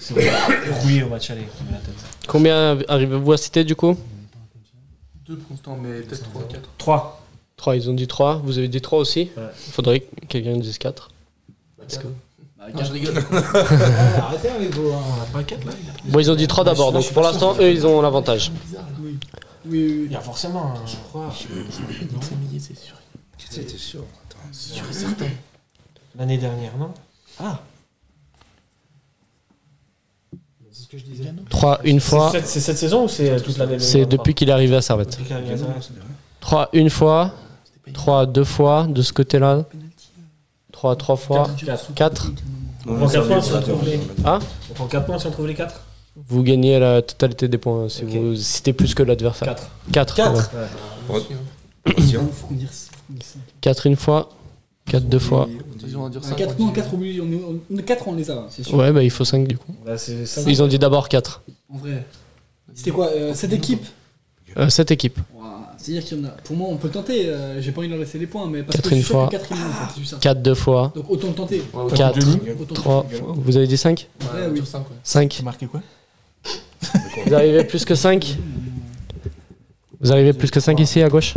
C'est (coughs) rouillé au match aller qui met la tête. Combien arrivez-vous à citer du coup Deux pour l'instant, mais peut-être trois, quatre. 3. 3, ils ont dit 3. Vous avez dit 3 aussi Ouais. Il faudrait que quelqu'un dise 4. Parce que- Bah, Non, je rigole. Ah, Arrêtez avec vos. hein. Pas quatre là, il Oh, a pris Bon, ils ont dit 3 d'abord, donc pour l'instant, eux, ils ont l'avantage. bizarre. là. Oui, oui, oui. Il y a forcément un. Je crois. C'est milliers, c'est sûr. C'était sûr. Attends. C'est sûr et certain. L'année dernière, non C'est ce que je disais. Lugano. 3 une fois, C'est cette, c'est cette saison ou c'est euh, toute l'année c'est depuis qu'il est arrivé à Servette. Depuis qu'il arrive à Zara. 3 une fois, C'était pas 3 deux fois de ce côté-là, penalty. 3 trois fois. 4, Quatre. On prend quatre points, on si on trouve les- va- Ah On prend 4 points si on trouve les 4 vous gagnez la totalité des points si Ok. vous citez plus que l'adversaire. 4. 4 4 hein. Tiens. Faut qu'on dise- faut qu'on dise ça. 4 une fois, 4 deux fois. On dit- Ils ont à dire hein. Ah, ça. quatre- non, 4 on, est- on, on- quatre, on les a, hein. c'est sûr. Ouais, bah il faut 5 du coup. Bah, c'est ça. Ils ont dit d'abord 4. En vrai. C'était quoi euh, Cette équipe cette équipe. Ouah, C'est-à-dire qu'il y en a. Pour moi, on peut le tenter. euh, J'ai pas envie de leur laisser les points, mais parce que Catherine je suis sûr Foy. que 4 en fait. c'est juste ça. 4 deux fois, Donc autant le tenter. Ouais, 4, Autant 3 Vous avez dit 5 le tenter. Ouais, Ouais, on oui. dure cinq, ouais. 5. marqué quoi Vous arrivez plus que 5 Vous arrivez plus que 5 ici à gauche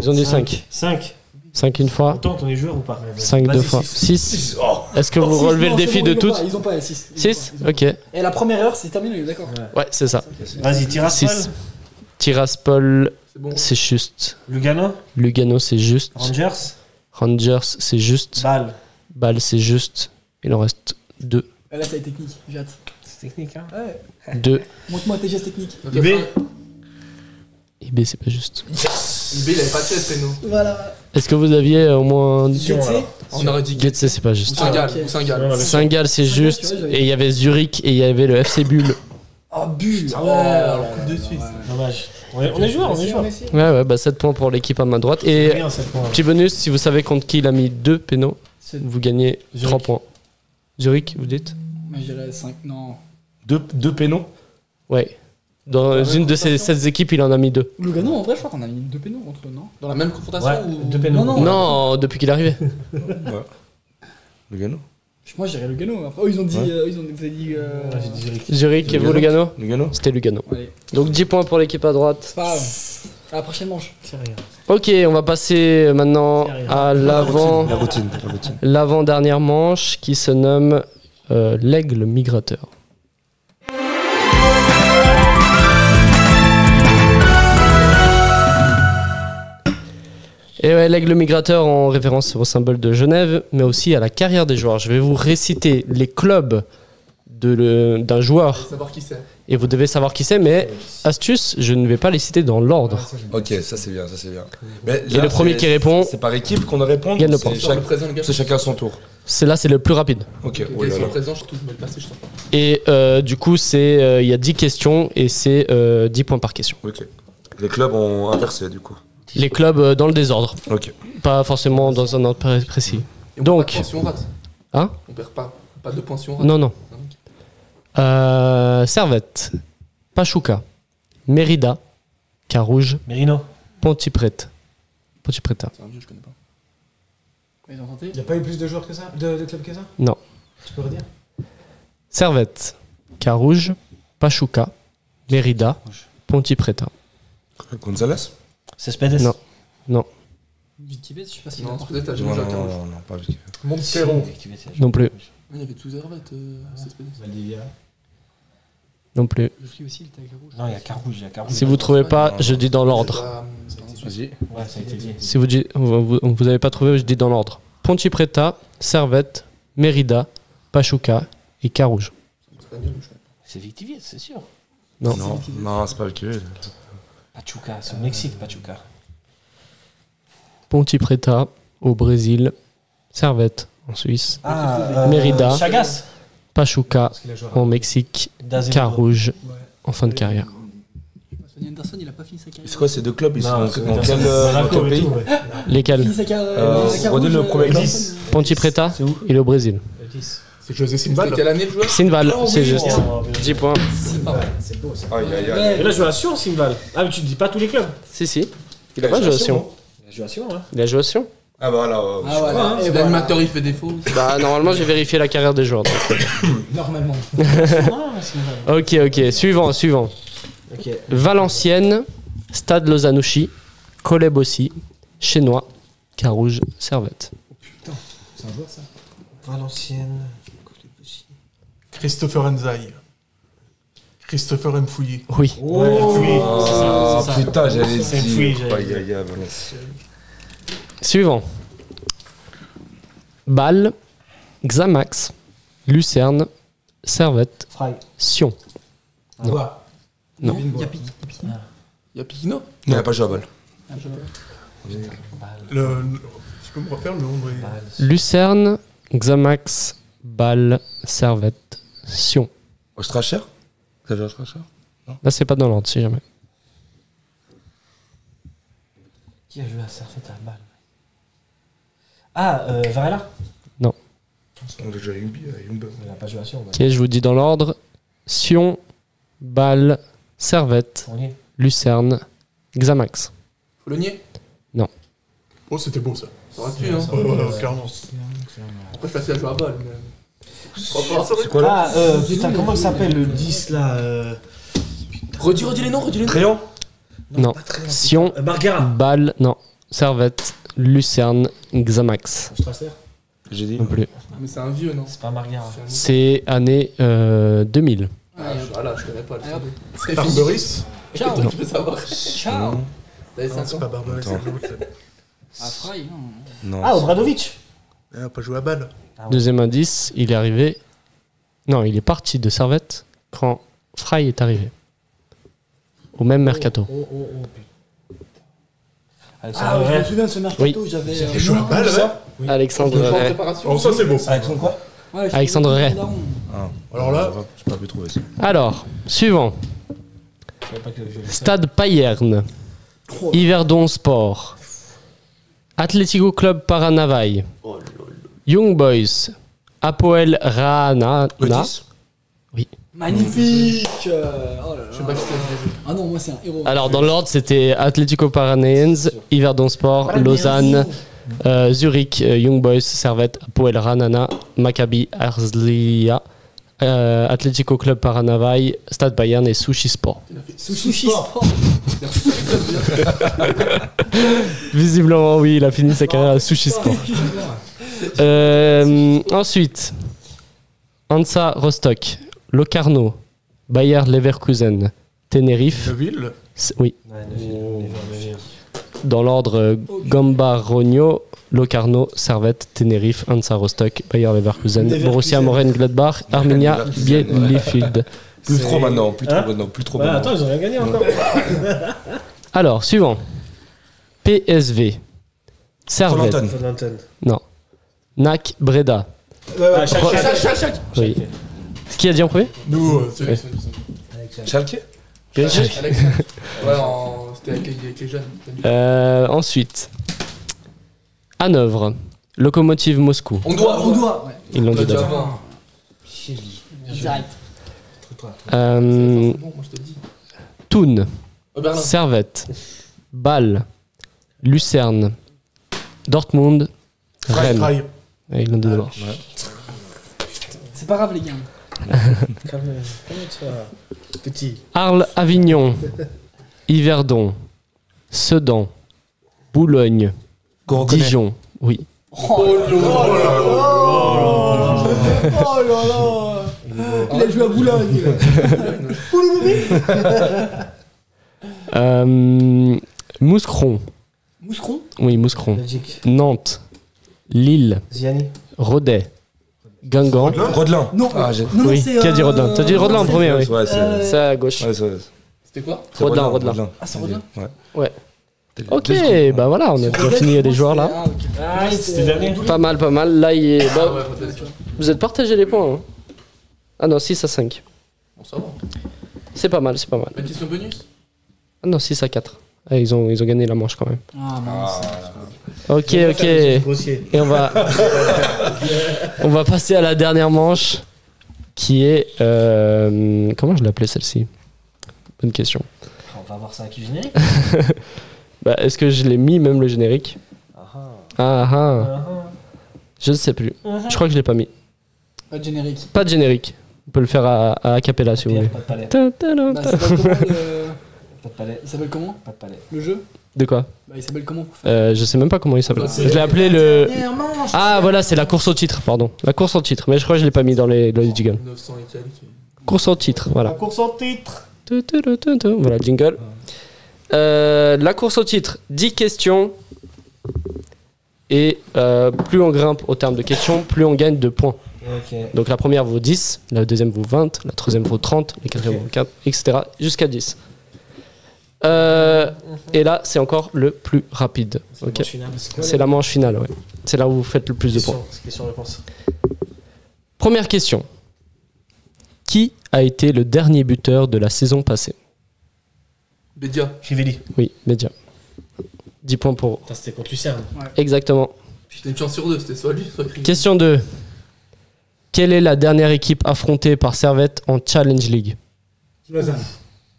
Ils ont dit 5. 5. 5 une On fois, tente, on est joueur ou pas 5 Vas-y, deux fois, six. 6. Oh, Est-ce que vous Six, relevez non, le c'est défi bon, de ils ont toutes pas, Ils ont pas 6. 6 Ok. Et la première heure, c'est terminé, d'accord Ouais, c'est ça. Vas-y, tira Six. 6. Tiraspol, C'est bon. c'est juste. Lugano, Lugano, c'est juste. Rangers, Rangers, c'est juste. Bâle. Bâle, c'est juste. Il en reste 2. Ah, Là, ça est technique, j'ai hâte. C'est technique, hein. Ouais. De Montre-moi tes gestes techniques. IB IB, IB, c'est pas juste. il avait pas de tête, Reno. Voilà. Est-ce que vous aviez euh, au moins. Sion, Getse, alors. On aurait dit Getse, c'est pas Ou juste. Singal, Ah, ok. ou Singal. Ouais, ouais. Singal, c'est Singal, juste. tu vois, j'avais- Et il y avait Zurich et il y avait le FC Bulle. Oh, but Ah ouais, alors coupe de Suisse. Dommage. On est, on est joueur, on est joueur. Ouais, ouais, bah 7 points pour l'équipe à main droite. C'est Et rien, cette points. petit bonus, si vous savez contre qui il a mis 2 pénaux, C'est- vous gagnez Zurich. 3 points. Zurich, vous dites Moi, je dirais 5. Non. Deux, deux pénaux Ouais. Dans une de ces 7 équipes, il en a mis 2. Lugano, en vrai, je crois qu'on a mis deux pénaux contre eux, non Dans la même confrontation Ouais, ou deux pénaux. Non, non. Non, depuis qu'il est arrivé. Le Gano Je- Moi, je dirais Lugano. hein. Après, oh, ils ont dit. Ouais. euh, ils ont, vous avez dit. euh, Ouais, j'ai dit Zurich. Zurich et vous, Lugano. Lugano Le Gano C'était Lugano. Allez, Donc 10 points pour l'équipe à droite. c'est pas grave. À la prochaine manche. C'est rien. Ok, on va passer maintenant à l'avant. La routine, la routine. l'avant-dernière manche qui se nomme euh, l'aigle migrateur. Et ouais, l'aigle migrateur en référence au symbole de Genève, mais aussi à la carrière des joueurs. Je vais vous réciter les clubs de le- d'un joueur savoir qui c'est. et vous devez savoir qui c'est, mais astuce, je ne vais pas les citer dans l'ordre. Ok, ça c'est bien, ça c'est bien. Mais Et le premier qui répond, C'est par équipe qu'on doit répondre Gagne le c'est point. Sur le chaque- présent, le gars. C'est chacun son tour. c'est là, c'est le plus rapide. Ok, Ok, oh là sur là. le présent, surtout, je me le passe, je sens pas. Et euh, du coup, c'est euh, il y a 10 questions et c'est euh, 10 points par question. Ok. Les clubs ont inversé du coup. Les clubs euh, dans le désordre, Ok. pas forcément dans un ordre pré- précis. Et on Donc. perd pas de points si on rate. Hein On perd pas. Pas de points si on rate. Non, non. Ah, ok. Euh, Servette, Pachuca, Mérida, Carouge, Merino. Pontypreta. Pontypreta. C'est un vieux, je connais pas. Ils ont tenté. Il n'y a pas eu plus de joueurs que ça De, de clubs que ça Non. Tu peux redire Servette, Carouge, Pachuca, Mérida, Pontypreta. Gonzalez C'est Spedes. Non. Vitivez, je sais pas si Non, il peut-être t'as jamais non, joué à non, Carouge. non, non, pas parce que- Montero. Non plus, Ouais, Il y avait tous Servette, euh, c'est spécial. Valdivia. non plus. Le free aussi, il était avec la rouge. Non, il y a Carouge, il y a Carouge. Si vous trouvez pas, je dis dans l'ordre. C'est pas- c'est pas en Suisse. Vas-y. Ouais, ça a été dit. Si vous n'avez vous, vous avez pas trouvé, je dis dans l'ordre. Pontypreta, Servette, Mérida, Pachuca et Carouge. C'est espagnol, je sais pas. C'est Victivier, c'est sûr. Non. Non, non, c'est pas le QV. Pachuca, c'est au Mexique, Pachuca. Pontypreta au Brésil, Servette en Suisse, Ah, Mérida. Chagas. Pachuca Parce qu'il a joué. en Mexique, D'Azevedo. Carouge en fin de carrière. Ah. Sonny Anderson, il a pas fini sa carrière. C'est quoi ces deux clubs Ils Non, sont c'est en- dans Monaco. quel, euh, dans Monaco quel et pays tout, ouais. Lesquels Il a fini sa carrière. Euh, la carrière redonne le rouge, premier euh, club. Anderson. Pontypreta et le Brésil. C'est José C'était Simbal. quelle année le Ah, joueur Sinval, c'est juste. Oh, 10 points. Aïe, aïe, aïe. Et Ouais, là, je vais à Sion, Simval. Ah, mais tu ne dis pas tous les clubs. Si, si. Il a pas joué à Sion. Je vais à Sion, hein. Il a joué à Sion Ah bah là, euh, Ah voilà. Si Et voilà. hein. l'animateur il fait défaut. Bah, normalement, j'ai vérifié la carrière des joueurs. donc. euh. Normalement. Ah, Simval. Ok, ok. Suivant, suivant. Ok. Valenciennes, Stade Lozanouchi, Collèbes aussi, Chénois, Carouge, Servette. C'est un joueur ça Valenciennes. Christopher Enzai. Christopher Mfouillé. Oui. Oh. Oui. Ah c'est ça. putain, j'allais C'est fouillé, dire. j'allais Aïe, aïe, aïe, Valenciennes. Suivant. Bâle, Xamax, Lucerne, Servette, Fry. Sion. Non. Bois. Non. Kevin Bois. Ah. Il y a Piquino. Il n'a pas joué à balle. Le... Tu peux me refaire le nom des- Bah, Lucerne, Xamax, Bâle, Servette, Sion. Ostracher Xavier Ostracher Là, c'est pas dans l'ordre, si jamais. Qui a joué à Servette à Bâle Ah, euh, Varela. On a joué à Yumbi, à Yumba. Il n'a pas joué à Sion. bah. Ok, je vous dis dans l'ordre. Sion, Bâle, Servette, On y est. Lucerne, Xamax. Faut le nier. Oh, c'était beau ça. Ça aurait pu, hein. Ah, Ouais, ouais, Oh, clairement. Après, je suis facile à jouer à balle, mais. Je crois pas. C'est quoi là Ah, euh, putain, comment il s'appelle le 10 là euh, Redis, redis les noms, redis les noms. Tréant Non. pas très. Sion, Euh, Margara. Bâle, non. Servette, Lucerne, Xamax. Strasser. J'ai dit. Non plus. Mais c'est un vieux, non C'est pas Margara. C'est C'est année euh, 2000. Ah, je- ah là, je connais pas le Ah, CD. C'est fini. Barbaris Ciao. Toi, Tu peux savoir. Ciao. T'avais Non, 5 c'est ans. pas Barbaris. Attends. c'est l'autre. Ah, Fry, non. Non. Ah, Obradovic. Ah, pas joué à balle. Deuxième indice, il est arrivé Non, il est parti de Servette quand Fry est arrivé. Au même mercato. Oh, oh, oh, putain. Ah, Alexandre ouais, je me Vert. souviens de ce mercato, j'avais. euh, Il joue à balle, ouais. Alexandre. Pas en Verret. préparation. Oh, ça, c'est beau. Alexandre quoi ouais, je- Alexandre Ray. Alors là- j'ai pas pu trouver ça. Alors, suivant. Je savais pas que j'avais fait ça. Stade Payerne. Oh. Yverdon Sport. Atlético Club Paranavaille. Young Boys. Apoel Rana. Otis Magnifique euh, Oh là Je sais pas là. si c'est le jeu. Ah non, moi c'est un héros. Alors, dans l'ordre, c'était Atlético Paranaense, Yverdon Sport, Lausanne, euh, Zurich, euh, Young Boys, Servette, Apoel Ranana, Maccabi, Herzliya, euh, Atlético Club Paranavaille, Stade Bayern et Sushi Sport. Sushi Sport. Visiblement, oui, il a fini sa carrière à Sushi (laughs) Sport. Euh, ensuite, Hansa Rostock, Locarno, Bayer Leverkusen, Tenerife, Neville. s- oui, Ouais, Neville, Neville, Neville. dans l'ordre euh, Gamba Rogno, Locarno, Servette, Tenerife, Hansa Rostock, Bayer Leverkusen, Leverkusen. Borussia Mönchengladbach, Arminia Leverkusen, ouais. Bielefeld. Plus C'est- trop maintenant, plus trop Hein maintenant, plus trop Bah, Ouais, maintenant. attends, ils ont rien gagné encore. Alors, suivant. PSV, Servette, Southampton. Southampton. non, NAC Breda. Ah, Schalke. Chac, chac, chac. Oui. Qui a dit en premier Nous, euh, c'est- Ouais. Schalke Alex. Ouais, en- c'était avec, les- avec les jeunes. Euh, ensuite, Hanovre, Locomotive Moscou. On doit, On doit. ouais. Ils l'ont On doit dit déjà d'abord. avoir. Direct. Euh, Hmm. C'est bon, moi je te le dis. Thun, Oh, Berlin. Servette, Bâle, Lucerne, Dortmund, Fry, Rennes. Fry. Ouais, ils l'ont dit d'abord. C'est pas grave, les gars. Calme- calme-toi, Petit. Arles, Avignon, Yverdon, Sedan, Boulogne, Dijon. Oui. Oh là là Oh là là Il a joué à Boulogne Euh, Mouscron, Mouscron oui, Mouscron, Belgique. Nantes, Lille, Ziani. Rodet, Guingamp. Rodelin. Non, Ah, j'ai- non, non, oui, c'est, qui a dit euh, Rodelin T'as dit Rodelin en c'est- premier, oui. Ouais, c'est. Euh, ouais, Ça à gauche. c'est- c'est C'était quoi Rodelin, Rodelin. Ah, c'est Rodelin Ouais. Ouais. Deux Ok, secondes. bah voilà, on a bien fini les joueurs là. Ah, ok. Ah, c'était dernier. Pas mal, pas mal. Là, il est- bah, Ah ouais, peut-être, tu vois. vous êtes partagés les points. hein. Ah non, 6 à 5. Bon, ça va. C'est pas mal, c'est pas mal. Pas Une question bonus Ah non, 6 à 4. Ah, ils, ont, ils ont gagné la manche quand même. Ah, mince. Ah, Ok, Faut pas ok. faire des trucs Et grossiers. on va, on va passer à la dernière manche qui est. euh, comment je l'appelais celle-ci Bonne question. On va voir ça avec le générique. Bah, Est-ce que je l'ai mis même le générique Ah, ah. Ah ah, Ah, je ne sais plus. ah. Je crois que je l'ai pas mis. Pas de générique. Pas de générique. On peut le faire à, à a cappella si vous Pierre, voulez. Pas de palais. Ta, ta, la, Bah, ta. c'est pas comment le- Pas de palais. Il s'appelle comment Pas de palais. Le jeu De quoi Bah, il s'appelle comment pour faire Euh, Je sais même pas comment il s'appelle. Je l'ai appelé le. Ah voilà, c'est la course au titre, pardon. La course au titre, mais je crois que je l'ai pas mis dans les, dans les jingles. 900 et quelques. Course au titre, voilà. course en titre. Tu, tu, tu, tu, tu. Voilà, jingle. Euh, la course au titre, 10 questions. Et euh, plus on grimpe au terme de questions, plus on gagne de points. Ok. Donc la première vaut 10, la deuxième vaut 20, la troisième vaut 30, la quatrième vaut 4, etc. Jusqu'à 10. Euh, et là, c'est encore le plus rapide. Ok. Manche finale. quoi, C'est la manche finale, ouais. C'est là où vous faites le plus de question- points. Question réponse. Première question. Qui a été le dernier buteur de la saison passée Bédia. Crivelli. Oui, Média. 10 points pour... Putain, c'était contre Lucerne. Exactement. J'étais une chance sur deux, c'était soit lui, soit Krieg. Question 2. Quelle est la dernière équipe affrontée par Servette en Challenge League Lausanne.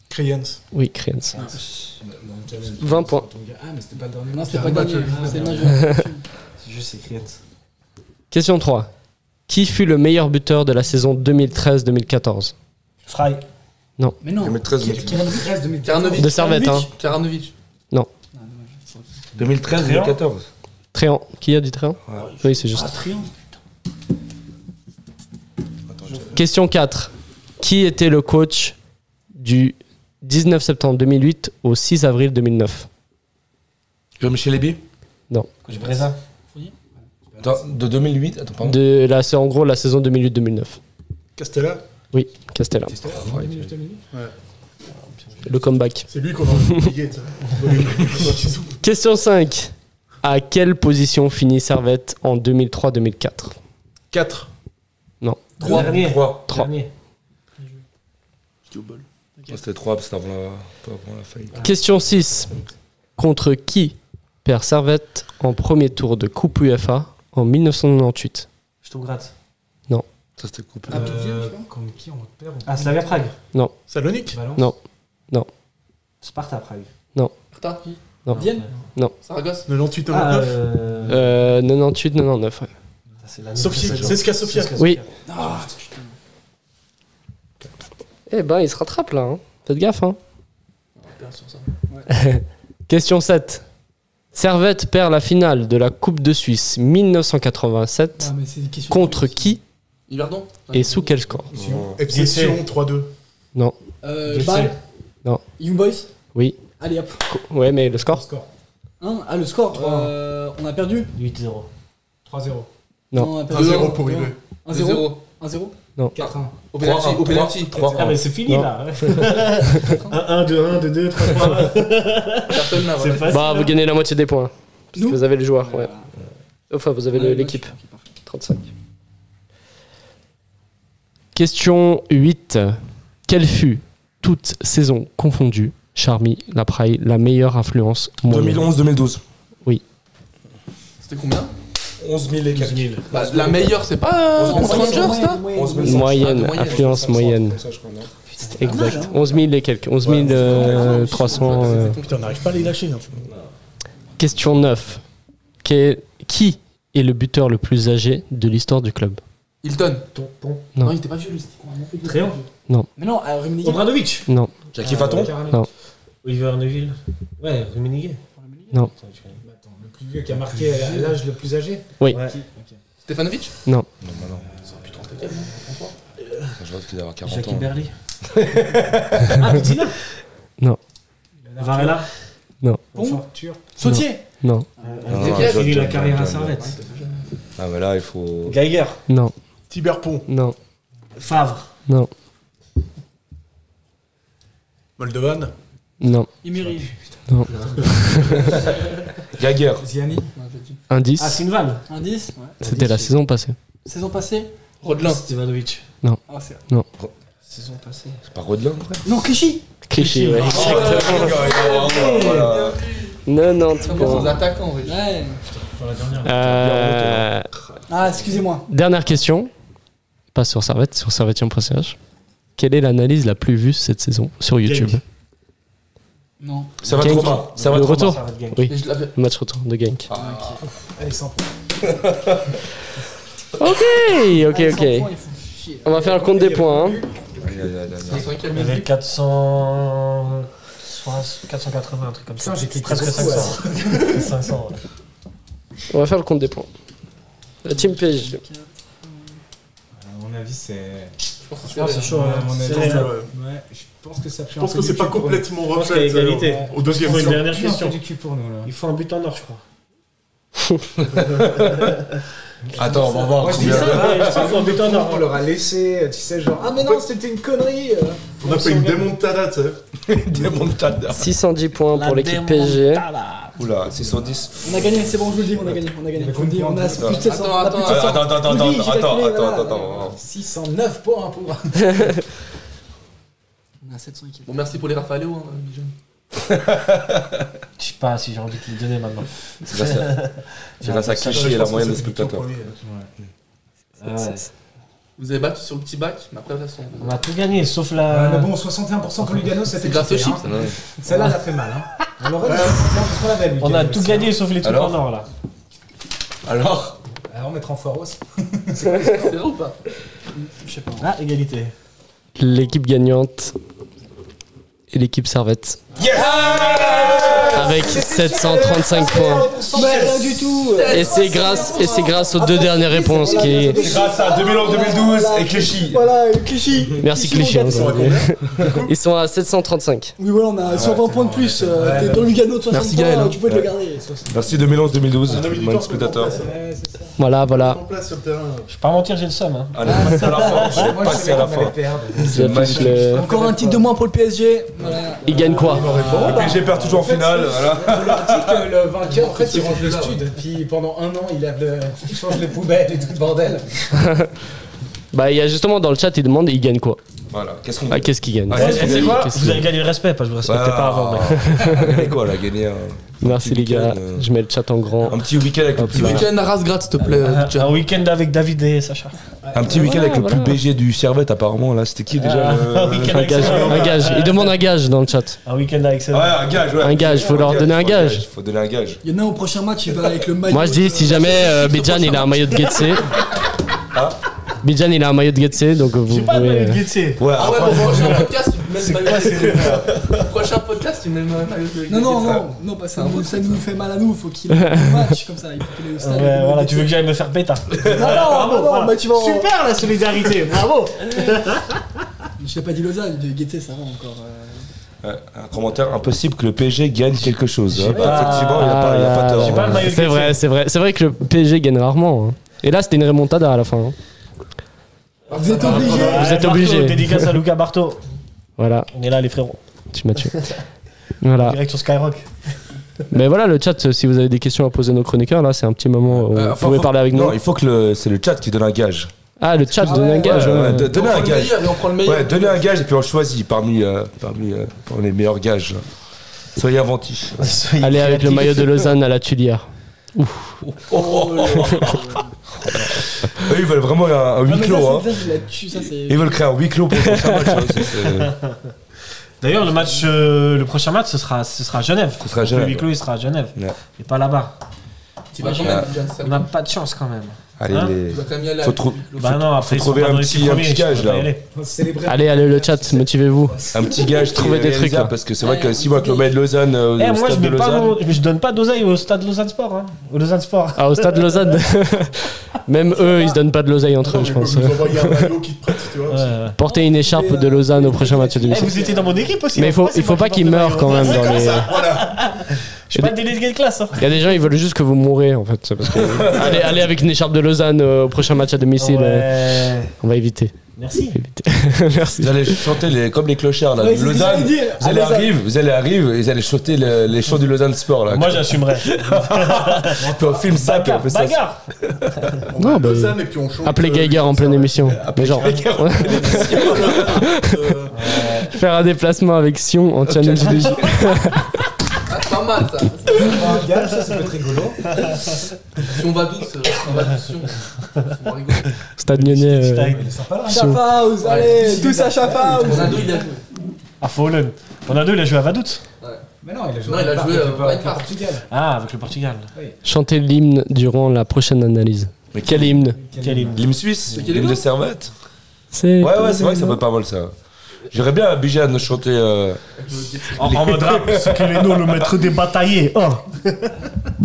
Crayons. Oui, Kriens. Ah, pff, dans le challenge. 20 points. Ah, mais c'était pas le dernier Non, match. c'était pas Mathieu. euh, gagné. C'est le match. C'est juste écrit. Question 3. Qui fut le meilleur buteur de la saison 2013-2014 Fry. Mais non. 2013, Qui- qui- 2013, 2014. Karanovic. De Servette, hein. Karanovic. Ah, dommage. 2013, 2014. Tréant. Qui a dit Tréant Ouais. Oui, c'est juste. Ah, Triangle. Attends, Question 4. Qui était le coach du 19 septembre 2008 au 6 avril 2009 Michel Léby Coach Breza. Attends, de 2008, attends, pardon. de la, c'est en gros la saison 2008-2009. Castella Oui, Castella. Le comeback. C'est lui qu'on a oublié. tu sais. Question 5. À quelle position finit Servette en 2003-2004 4. Trois. Dernier. Trois. Trois. Dernier. Je dis au bol. Ouais, C'était trois, parce que c'était avant la, pas avant la faillite. Question 6. Contre qui perd Servette en premier tour de Coupe UEFA en 1998 Je te gratte. Ça, c'était coupé. Ah, Euh, Comme qui on perd on- Ah, Slavia Prague. Salonique Valence Non. Sparta Prague. Tarta Non. Vienne Saragosse 98 Ah, 99 euh... Euh, 98-99. ouais. putain, c'est l'année Sofia, précédente. c'est ce qu'a Sofia. C'est ce qu'a Oui. Sofia. Ah, Eh ben, il se rattrape là. hein. Faites gaffe. Hein. On perd sur ça. Question 7. Servette perd la finale de la Coupe de Suisse 1987 Ah, mais c'est une question de- contre qui Yverdon et sous quel score Non. FC Sion 3-2. Euh, Je Bâle Non. Young Boys Oui. Allez hop. Co- Ouais, mais le Ah, score Hein ah, le score Trois. euh, On a perdu 8-0. 3-0. Non. on a perdu. 1-0 pour Yves. 1-0 2-0. 1-0 Au penalty. Au penalty. Ah, mais c'est fini Non. (laughs) là. 1, 2, 1, 2, 2, 3, (laughs) 3. Personne n'a C'est voilà. facile. Bah, vous gagnez la moitié des points. Parce que Nous vous avez le joueur, ouais. Enfin, vous avez le- Ouais, l'équipe. moi, je suis parti, 35. Question 8. Quelle fut, toute saison confondue, Charmy Lapraille, la meilleure influence mondiale 2011-2012. C'était combien 11 000 et 4 000. Bah, La meilleure, c'est pas euh, Onze contre mille. hein. Rangers, là Moyenne, Ah, de moyenne, influence moyenne. Exact. dommage, hein. 11 000 et quelques. 11 000, Ouais, euh, c'est 300. euh. Putain, on n'arrive pas à les lâcher. non. Question 9. Qui est le buteur le plus âgé de l'histoire du club Hilton. Non. Non. il était Ah, pas vieux, lui. c'était quoi, un enfant Tréant. Mais non, euh, Rummenigge. Obradovic. Non. Jackie Faton Oliver Neuville. Euh, Ouais, Ruminiguet. Non. Bah, Attends, le plus vieux qui a marqué à l'âge le plus âgé Stefanovic Non, bah non. Je pense qu'il doit avoir 40 Jackie ans. Berly. (laughs) ah, Bettina Non. Varela. Non. Bon, Turc. Sautier Non. non, Zeki non, a fini John, la John, carrière à John, Servette. Ah, mais là, il faut. Geiger. Non. Tiberpont, Non. Favre. Non. Moldovan, Non. Imeri. Jagger. Ziani. Ah, Indice. Sinvan. Indice ouais. C'était la saison passée. Saison passée Rodelin. Stevanovic. Ah, c'est... Saison passée. C'est pas Rodelin, frère Non, Clichy Clichy, ouais. Voilà. 90 Sans points. attaquant, en vrai. Ouais. Euh, Ah, excusez-moi. dernière question. Pas sur Servette, sur servetien.ch. Quelle est l'analyse la plus vue cette saison sur YouTube Non. Ça va Genk. trop bas. Ça va Le trop retour Servette gagne. Oui, Et je l'avais. le match retour de Genk. Allez, sans Ok, ok, Allez, 100 points, ok. Ah, ils font chier. On va faire le compte des points. hein. Ils sont avec Il y avait Camille. 400... 480, un truc comme ça. Putain, j'ai cliqué Presque beaucoup, 500. 500, ouais. On va faire le compte des points. La team PSG. À mon avis, c'est. Je pense que Ouais, c'est chaud, hein, à mon avis. C'est vrai, Ouais, je pense que ça pue je un pense peu que du c'est cul pas pour nous. complètement Je pense qu'il y a refait égalité. euh, au au deuxième Faut une tour. dernière Pue un peu question. du cul pour nous, là. Il faut un but en or, je crois. Attends, on va voir Moi, je dis combien. ça, Ouais, je crois qu'il faut un but en On or. leur a laissé, tu sais, genre, ah mais non, c'était une connerie euh. On a fait une démontada, tu sais. Des montades. 610 points pour La l'équipe démontada. PSG. Oula, 610. On a gagné, c'est bon, je vous le dis, on a gagné. On a gagné. Mais Je vous le dis, on a attends, plus de 700. on a plus de Attends, 700. attends, attends, Oui, j'ai attends, attends, calculé, attends, voilà. attends. 609 points pour On a 700 équipes. Bon, merci pour les Rafaleo, hein, Bijan. Je sais pas si j'ai envie de le donner maintenant. C'est grâce (laughs) à- c'est grâce à Clichy et la moyenne des spectateurs. Ah ouais. Vous avez battu sur le petit bac, mais après, là, sont. Euh, On a tout gagné, sauf Ah, la... mais bon, 61% pour Lugano, c'était C'est grâce aux cheaté, hein. chips. Ouais. Celle-là, elle a fait mal. Hein. On l'aurait laissé, non, parce qu'on l'avait, Lugano, On a aussi, tout hein. gagné, sauf les trucs Alors en or, là. Alors Alors, mettre euh, en foire aussi. C'est vrai ou pas Je sais pas. Ah, égalité. L'équipe gagnante et l'équipe Servette. Avec 735 points. Mais rien hein, du tout Et c'est grâce, et c'est grâce aux deux dernières réponses qui. C'est grâce à 2011-2012 et Clichy. Voilà, euh, Clichy Merci Clichy, Clichy. on hein, gagne. vous avez- (laughs) Ils sont à 735. Oui, voilà, on a 120 points de plus. euh, Ouais, T'es ouais. dans Lugano de 60 Merci, points, Gaël, hein. tu peux te le garder. Merci 2011-2012, On a mis du Ah, moyenne temps pour le spectateur. remplacer. Ouais, c'est ça. Voilà, voilà. En place sur le terrain. Je vais pas mentir, j'ai le seum. Hein. Allez, passez à la fin. Je vais Moi, je passer à savais la qu'on allait fin. perdre. C'est J'affiche magnifique. le- Encore un titre de moins pour le PSG. Voilà. Il gagne quoi Ah, Et puis j'ai perdu toujours en finale. Voilà. On leur dit euh, que le vainqueur, en fait, il range le là, stud. Puis pendant un an, il, lave le... il change les poubelles et tout le bordel. Bah, il y a justement dans le chat, il demande il gagne quoi Voilà. Qu'est-ce qu'on Ah, qu'est-ce qu'il gagne Ah, qu'est-ce Qu'est-ce qu'il qu'il- gagne qu'est-ce Vous qu'il- avez gagné le respect, parce que vous respectez pas avant. Mais... Gagner Ah, quoi là Gagner un, Merci les gars, week-end, euh. je mets le chat en grand. un petit week-end avec le Hop plus là. BG. Week-end à Rasgrat, s'il te plaît. Un- Didier. un week-end avec David et Sacha. Un petit week-end avec le plus BG du Servette apparemment là. C'était qui déjà Ah, le- un week-end Un avec gage, Sacha. un gage. Il demande un gage dans le chat. Un week-end Ouais, avec Sacha. un gage. Ouais. Un gage, faut leur donner un gage. Il faut donner un gage. Il y en a un au prochain match, il va avec le maillot. Moi je de- dis si jamais euh, Bijan il a un maillot de Getse. Bijan il a un maillot de Getse donc vous J'ai pas de pouvez. maillot de euh, Guettier. Ouais, Ah ouais, bon, prochain podcast, tu me mets le maillot. Prochain podcast, tu me mets le maillot. de- Non, non, non, non, parce que nous- ça nous fait mal à nous, faut qu'il ait un match comme ça. Il faut qu'il ait au stade. Ouais, voilà, tu veux que j'aille me faire (laughs) péter Non, Ah, Ah non, non, non, voilà. bah, mais tu vas. en- Super la solidarité, bravo Je t'ai pas dit Lausanne, de Guetté, ça va encore. euh. Ouais, un commentaire impossible que le PSG gagne quelque chose. hein. Bah, pas- effectivement, euh, il n'y a, pas- il y a pas J'ai tort. hein. pas le Euh, maillot de C'est vrai, c'est vrai, c'est vrai que le PSG gagne rarement. hein. Et là c'était une remontada à la fin. hein. Ah, Vous êtes obligés Ouais, Vous êtes Bartho, obligés. Dédicace à Luca Barto. Voilà, On est là les frérots. tu m'as tué. (laughs) Voilà. Direct sur Skyrock. Mais voilà le chat, euh, si vous avez des questions à poser à nos chroniqueurs, là c'est un petit moment où Euh, vous enfin, pouvez faut- parler avec nous. Non, il faut que le- c'est le chat qui donne un gage. Ah le chat donne un gage. Ouais, ouais. ouais, de- Et on donnez prend un le gage. meilleur, et on prend le meilleur. Ouais, donnez un gage et puis on choisit parmi, euh, parmi, euh, parmi les meilleurs gages. Soyez inventifs. Allez avec le maillot de Lausanne à la Tulière. Oh, (laughs) Eux, ils veulent vraiment un, un Non, huis mais clos. ça, hein. c'est- ça, c'est la tue, ça, c'est- Ils veulent créer un huis clos pour le prochain match. hein. C'est- (laughs) c'est- D'ailleurs, le match, euh, le prochain match, ce sera, ce sera à Genève. Ce sera à Donc, Genève, Le huis clos, il sera à Genève. Ouais. Et pas là-bas. Tu vas quand même, Didier, ça On n'a pas de chance quand même. Allez, Hein les- Tu vas quand même y aller. Faut trou- Bah non, après, ils sont trouver pas un dans les petit- six un premiers, petit gage, je peux pas là. y aller. On célébrait. Allez allez le chat, motivez-vous. un petit gage. Trouver des trucs, là. Parce que c'est vrai Eh, que si vous avec le maillot de Lausanne euh, Eh, au moi, je, stade de mets pas Lausanne. mon- je donne pas d'oseille au stade Lausanne Sport. hein. Au Lausanne Sport. Ah, au stade Lausanne. (laughs) Même eux, ils se donnent pas de l'oseille entre eux, je Ils peuvent pense. nous envoyer un maillot qui te prête, tu Ah, vois. Ouais, ouais. Porter une écharpe de Lausanne au prochain match de Eh, l'UCL. vous étiez dans mon équipe aussi. Mais il hein. faut, C'est il faut moi pas qui qu'ils porte le meurent quand maillot. même dans les. Je suis pas délégué de classe. hein. Il y a des gens, ils veulent juste que vous mourrez en fait. c'est Parce que... allez, allez avec une écharpe de Lausanne euh, au prochain match à domicile. euh, Ouais. on va éviter. Merci. éviter. Merci. Vous allez chanter les- comme les clochards là, Ouais, de c'est ce que bah, Lausanne. j'allais dire. Vous allez À Lausanne. arriver, vous allez arriver, et vous allez chanter le- les chants du Lausanne Sport là. (laughs) Moi, j'assumerai. Puis on filme ça, puis on Bagarre, fait ça. bagarre. On va à bah, Lausanne et puis on change. Appeler euh, Geiger en pleine émission. Mais genre, (laughs) euh, faire un déplacement avec Sion en challenge (laughs) du jour. Ah, c'est pas mal ça. Un gage, ça, ça peut être rigolo. Si on va douce, euh, on va douce. On rigole. Stade Lyonnais. euh, Style. Schaffhouse, allez, tous à On a Schaffhouse deux, il a joué. À Fallen. Ronaldo, il a joué à Vadout. Mais non, il a joué. Non, il a avec joué, le- euh, avec le Paris. Portugal. Ah, avec le Portugal. chanter l'hymne durant la prochaine analyse. Mais Quel hymne Quel hymne. L'hymne suisse, quel l'hymne hymne de Servette. C'est. Ouais, ouais, c'est vrai que ça peut être pas mal ça. J'aurais bien obligé à nous chanter. euh, En, en mode rap, c'est que les noms le maître des bataillés. Oh.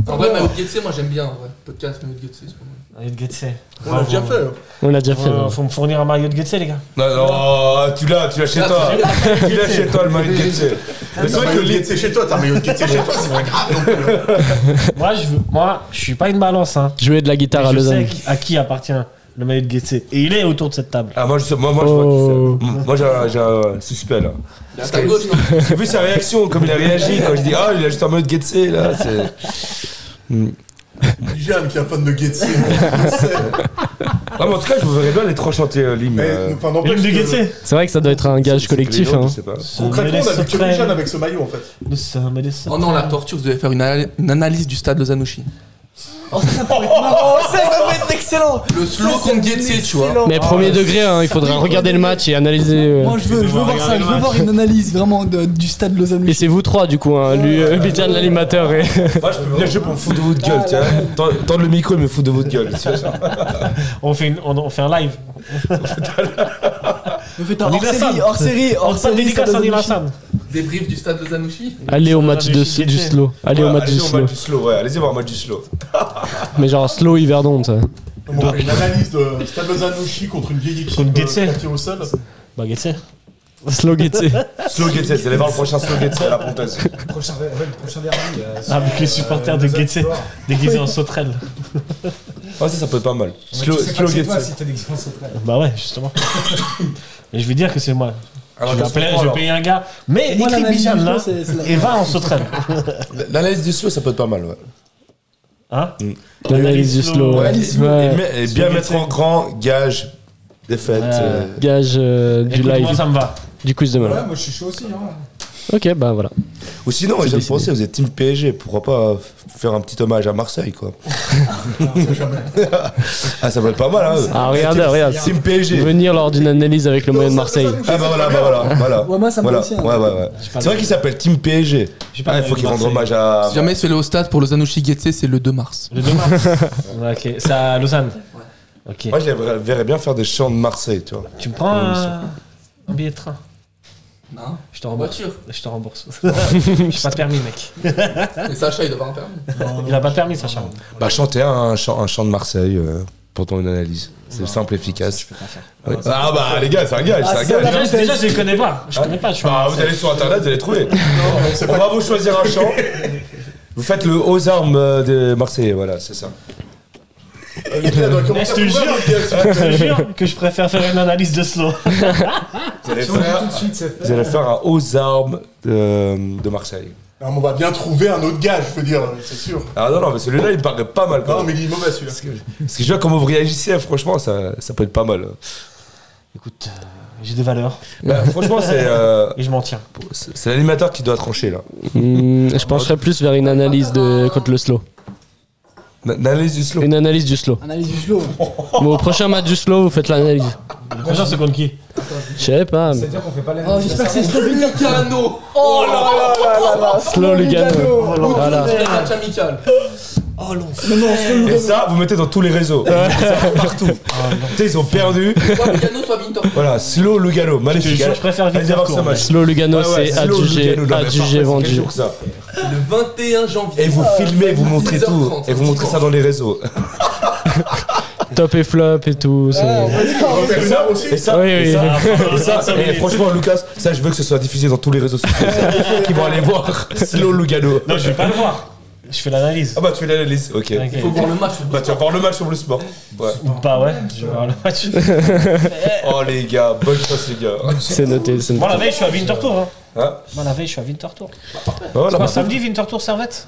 En vrai, Maillot de Getse, moi j'aime bien. En vrai. Podcast Maillot de Getse, c'est pas mal. Maillot de Getse. On l'a déjà fait. On l'a déjà fait. Faut, ouais. faut me fournir un maillot de Getse, (laughs) les gars. Non, non, tu l'as, tu l'as chez toi. Tu l'as chez toi Ah, le maillot de Getse. Mais C'est vrai que le c'est chez toi, t'as un maillot de Getse chez toi, c'est pas grave. moi, je veux, moi, je suis pas une balance. Hein. Jouer de la guitare Mais à je sais Lausanne. qui- à qui appartient le maillot de Getse. Et il est autour de cette table. Ah, moi, je, moi, moi, je Oh. vois qui c'est. Mm. Moi, j'ai un- j'ai un suspect là. Il est à ta gauche, non J'ai vu sa réaction, comme il a réagi quand je dis Ah, il a juste un maillot de Getse là. c'est- Jeanne qui est un fan de Getse. Ouais, Ah, mais en tout cas, je vous verrais bien les trois chanter euh, l'hymne. euh, Eh, Mais enfin, Et n'empêche L'hymne de que- Getse. C'est vrai que ça doit être un gage c'est- c'est que les collectif. gens, hein. je sais pas. Concrètement, on a vu que Jeanne avec ce maillot en fait. Nous sommes des Oh non, la torture, vous devez faire une, ana- une analyse du stade Lozanouchi. Oh, ça, ça pourrait être marrant, ça, ça pourrait être excellent Le slow contre Getse, tu vois. Mais premier degré, hein, il faudra regarder le match et analyser. euh. Moi je veux, je veux voir ça, je veux voir une analyse vraiment de- du stade Lausanne. Et c'est vous trois du coup, hein, lui, euh, Bidjan, l'animateur. Et... Moi, je peux venir jouer pour me foutre de votre Ah, gueule, tiens. Tendre tendre le micro et me foutre de votre gueule. tu vois, ça. On fait, une- on, on fait un live. Me faites un On dit hors la série, salle. hors série, On hors se série. dédicace à stade Lausanne. Nilassan. Débrief du stade Lozanouchi. Allez au match de, Chiquet. du slow. Allez au Ouais, match du allez-y au slow. match du slow. ouais, Allez-y voir le match du slow. Mais genre slow Yverdon, ça. Bon, une analyse de Stade Lozanouchi contre une vieille équipe Contre euh, Getse. quartier au sol. Bah, Getse. Slow Getse. Slow Getse, vous allez voir le prochain Slow Getse à la Pontaise. Le prochain, ouais, le prochain derby. euh, (laughs) Avec les supporters de Lausanne Getse Sport. déguisés en sauterelle. Ah, ça, ça peut être pas mal. Mais Slow, tu sais pas que slow c'est get toi set. si t'as des expériences autres. Bah ouais, (laughs) justement. Mais je vais dire que c'est moi. Alors, je qu'est-ce vais appeler- qu'on prend, je vais alors payer un gars. Mais Moi, écris l'analyse, Bijan je là pense, c'est- c'est la- et va en sauterelle. L'analyse du slow, ça peut être pas mal, ouais. Hein L'analyse du slow. Ouais, ouais. et- Ouais. et mais- et bien Slow mettre get en grand gage des fêtes. Ouais. euh, Gage euh, du Écoute, live, moi ça me va. du quiz de Ouais, malin. moi je suis chaud aussi. Hein. Ok, bah voilà. Ou sinon, C'est j'ai décidé. pensé, vous êtes team PSG, pourquoi pas f- faire un petit hommage à Marseille, quoi. ah, ça peut être pas mal, hein. Ah, regarde, regarde. Team PSG. Venir lors d'une analyse avec le moyen de Marseille. Ah, bah voilà, bah voilà, voilà. Ah, Ouais, moi, ça me Voilà. va aussi, hein. Ouais, ouais, ouais. J'ai pas C'est vrai de- qu'il s'appelle Team PSG. J'ai pas Ah, il de- faut qu'il rende Marseille. hommage à. Si jamais c'est le au stade pour Lozano Shigetsu, c'est le 2 mars. Le 2 mars. (laughs) Ouais, ok, c'est à Lausanne. Ok. Moi, je les verrais- verrais bien faire des chants de Marseille, tu vois. Tu me prends un... un billet de train. Non. Je te rembourse. Voiture. Je te rembourse. (laughs) J'ai pas de permis, mec. Et Sacha, il doit avoir un permis. Il a pas de permis, Sacha. Bah, chanter un chant, un chant de Marseille euh, pour ton analyse. C'est simple, efficace. Oui. Ah, bah, les gars, c'est un gage, c'est un gage. Déjà, déjà, je le connais pas. Je connais pas. Je suis Bah, un- vous allez sur internet, vous allez trouver. On va vous choisir un chant. Vous faites le aux armes euh, des Marseillais, voilà, c'est ça. (laughs) Eh, Je te jure, je te jure que je préfère faire une analyse de slow. Vous allez Si on dit faire, tout de suite, c'est vous fait. allez faire un aux armes de, de Marseille. Non, mais on va bien trouver un autre gage, je veux dire, c'est sûr. Ah non, non, mais celui-là, il me paraît pas mal quand Non, même. mais il est mauvais celui-là. Parce que, parce que je vois comment vous réagissez, hein, franchement, ça, ça peut être pas mal. hein. Écoute, euh, j'ai des valeurs Bah, franchement, c'est euh, et je m'en tiens. c'est- c'est l'animateur qui doit trancher là. Hmm, je pencherais plus vers une analyse de contre le slow. N- N'analyse du slow. Une analyse du slow. Analyse du slow. Bon, au prochain match du slow, vous faites l'analyse. Le prochain, c'est contre qui Je sais pas. mais- C'est-à-dire qu'on fait pas la Oh, j'espère que c'est slow Cano Oh là Slow Lugano. Voilà. C'est un match amical. Oh non Non, non, Et ça, vous mettez dans tous les réseaux. Ça, partout. Putain, ils ont perdu. Soit Lugano, soit Vintor. Voilà, slow Lugano, Je te magnifique. jure, je préfère Allez voir Victor ce Cour. match. Slow Lugano, Ouais, ouais, c'est slow adjugé, Lugano, non, mais adjugé, parfait, c'est vendu. toujours ça. Le 21 janvier. Et vous filmez, vous montrez tout. 10h30, Et vous montrez ça dans les réseaux. (laughs) Top et flop et tout. c'est- Et ça, et ça, Oui, oui. (laughs) et ça, et Ça, ça, ça, et oui. franchement, Lucas, ça, je veux que ce soit diffusé dans tous les réseaux sociaux. ça. Qui vont aller voir Slow Lugano. Non, je vais pas le voir. Je fais l'analyse. Ah bah, tu fais l'analyse, ok. Ok. Il faut voir le match. Bah, tu vas voir le match sur le sport. Ouais. Ou pas, ouais. Je vais voir le match. Oh les gars, bonne chance les gars. C'est noté. c'est Moi, noté. la veille, je suis à Winterthur. Hein. Hein Moi, la veille, je suis à Winterthur. Voilà, Pas bah, samedi, Winterthur, servette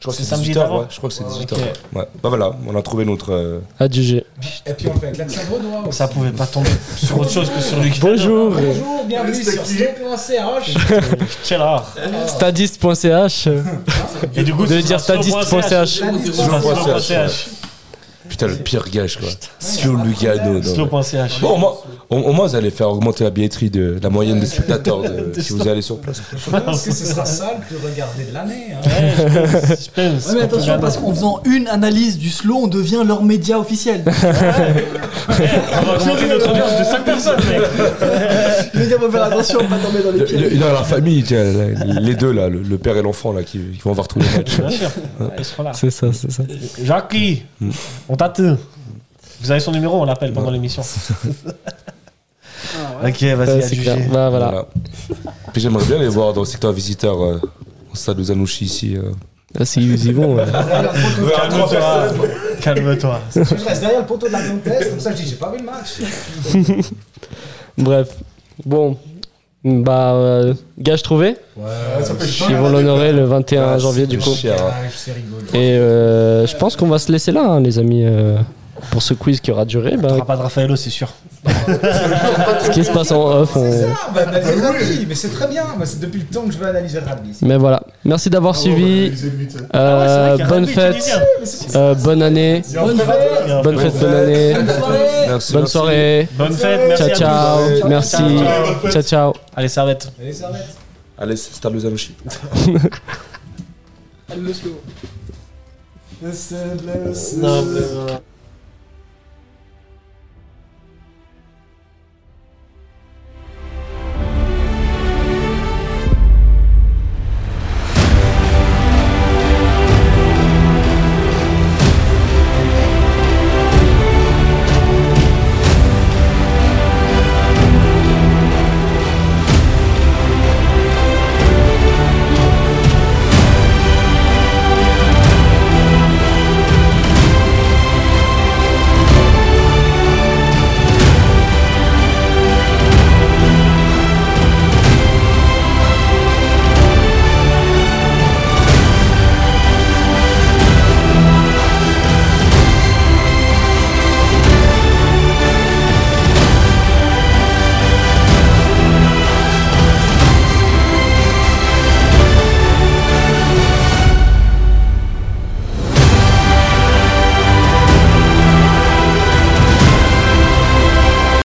je crois que c'est c'est samedi 18h, d'avant. ouais. Je crois que c'est 18h. Ok. Ouais. Bah voilà, on a trouvé notre. euh, Adjugé. Et puis on le fait avec la cerveau droit. aussi. Ça pouvait pas tomber sur autre chose que sur lui. Bonjour. Bonjour, bienvenue sur slow.ch. Quel art. Stadist.ch. Et du coup, De ce dire sera stadist.ch. slow.ch. Ce sera Slow.ch. slow.ch. Putain, le pire gage quoi. Slow Lugano. non, mais- Slow.ch. Bon, au moins, au, au moins, vous allez faire augmenter la billetterie de la moyenne des spectateurs de- (laughs) si vous allez sur place. Je pense que ce sera ça le plus regardé de l'année. hein. Ouais, je pense, je pense. mais attention, parce qu'en faisant une analyse du slow, on devient leur média officiel. On va augmenter notre audience de 5 personnes, mec. Je veux dire, faut faire attention à pas tomber dans les Il, pieds. il a la famille, tiens, là, les deux là, le, le père et l'enfant là, qui, qui vont voir tous les (laughs) matchs. Bien sûr. Ouais, ils seront là. C'est ça, c'est ça. Jackie, on t'attend. Vous avez son numéro, on l'appelle pendant l'émission. Ah, Ok, vas-y, Ouais, à c'est juger. clair. Bah, voilà. Voilà. Puis j'aimerais bien les voir dans le secteur visiteur. euh, au stade aux Anouchis ici. euh. Ah, si ils y vont. ouais. Calme-toi. Calme-toi. Je reste derrière le poteau de la comtesse, comme ça je dis j'ai pas vu le match. Bref. Bon. Bah, euh, gage trouvé. Ouais, ça fait Ils vont l'honorer le 21 janvier, du coup. Cher, hein. C'est rigolo. Et euh, je pense qu'on va se laisser là, hein, les amis, euh, pour ce quiz qui aura duré. On Bah, pas de Raffaello, c'est sûr. ce qui se passe en off. on- C'est ça, on va analyser le rugby, mais c'est très bien. Moi, c'est depuis le temps que je veux analyser le rugby. Mais voilà. Merci d'avoir suivi. Ah ouais, c'est vrai Euh, qu'il y a un bonne rugby tunisien. fête. Euh, bonne année. Bonne fête. Il y a un Bonne peu- fête, bonne année. Merci, Bonne merci. soirée. Bonne fête, merci Ciao, à tous. ciao. Ciao, Merci. ciao. Ciao, ciao. Allez, servette. Allez, Servette. Allez, stade aux Anouchis. Le slow. Non, plaisir.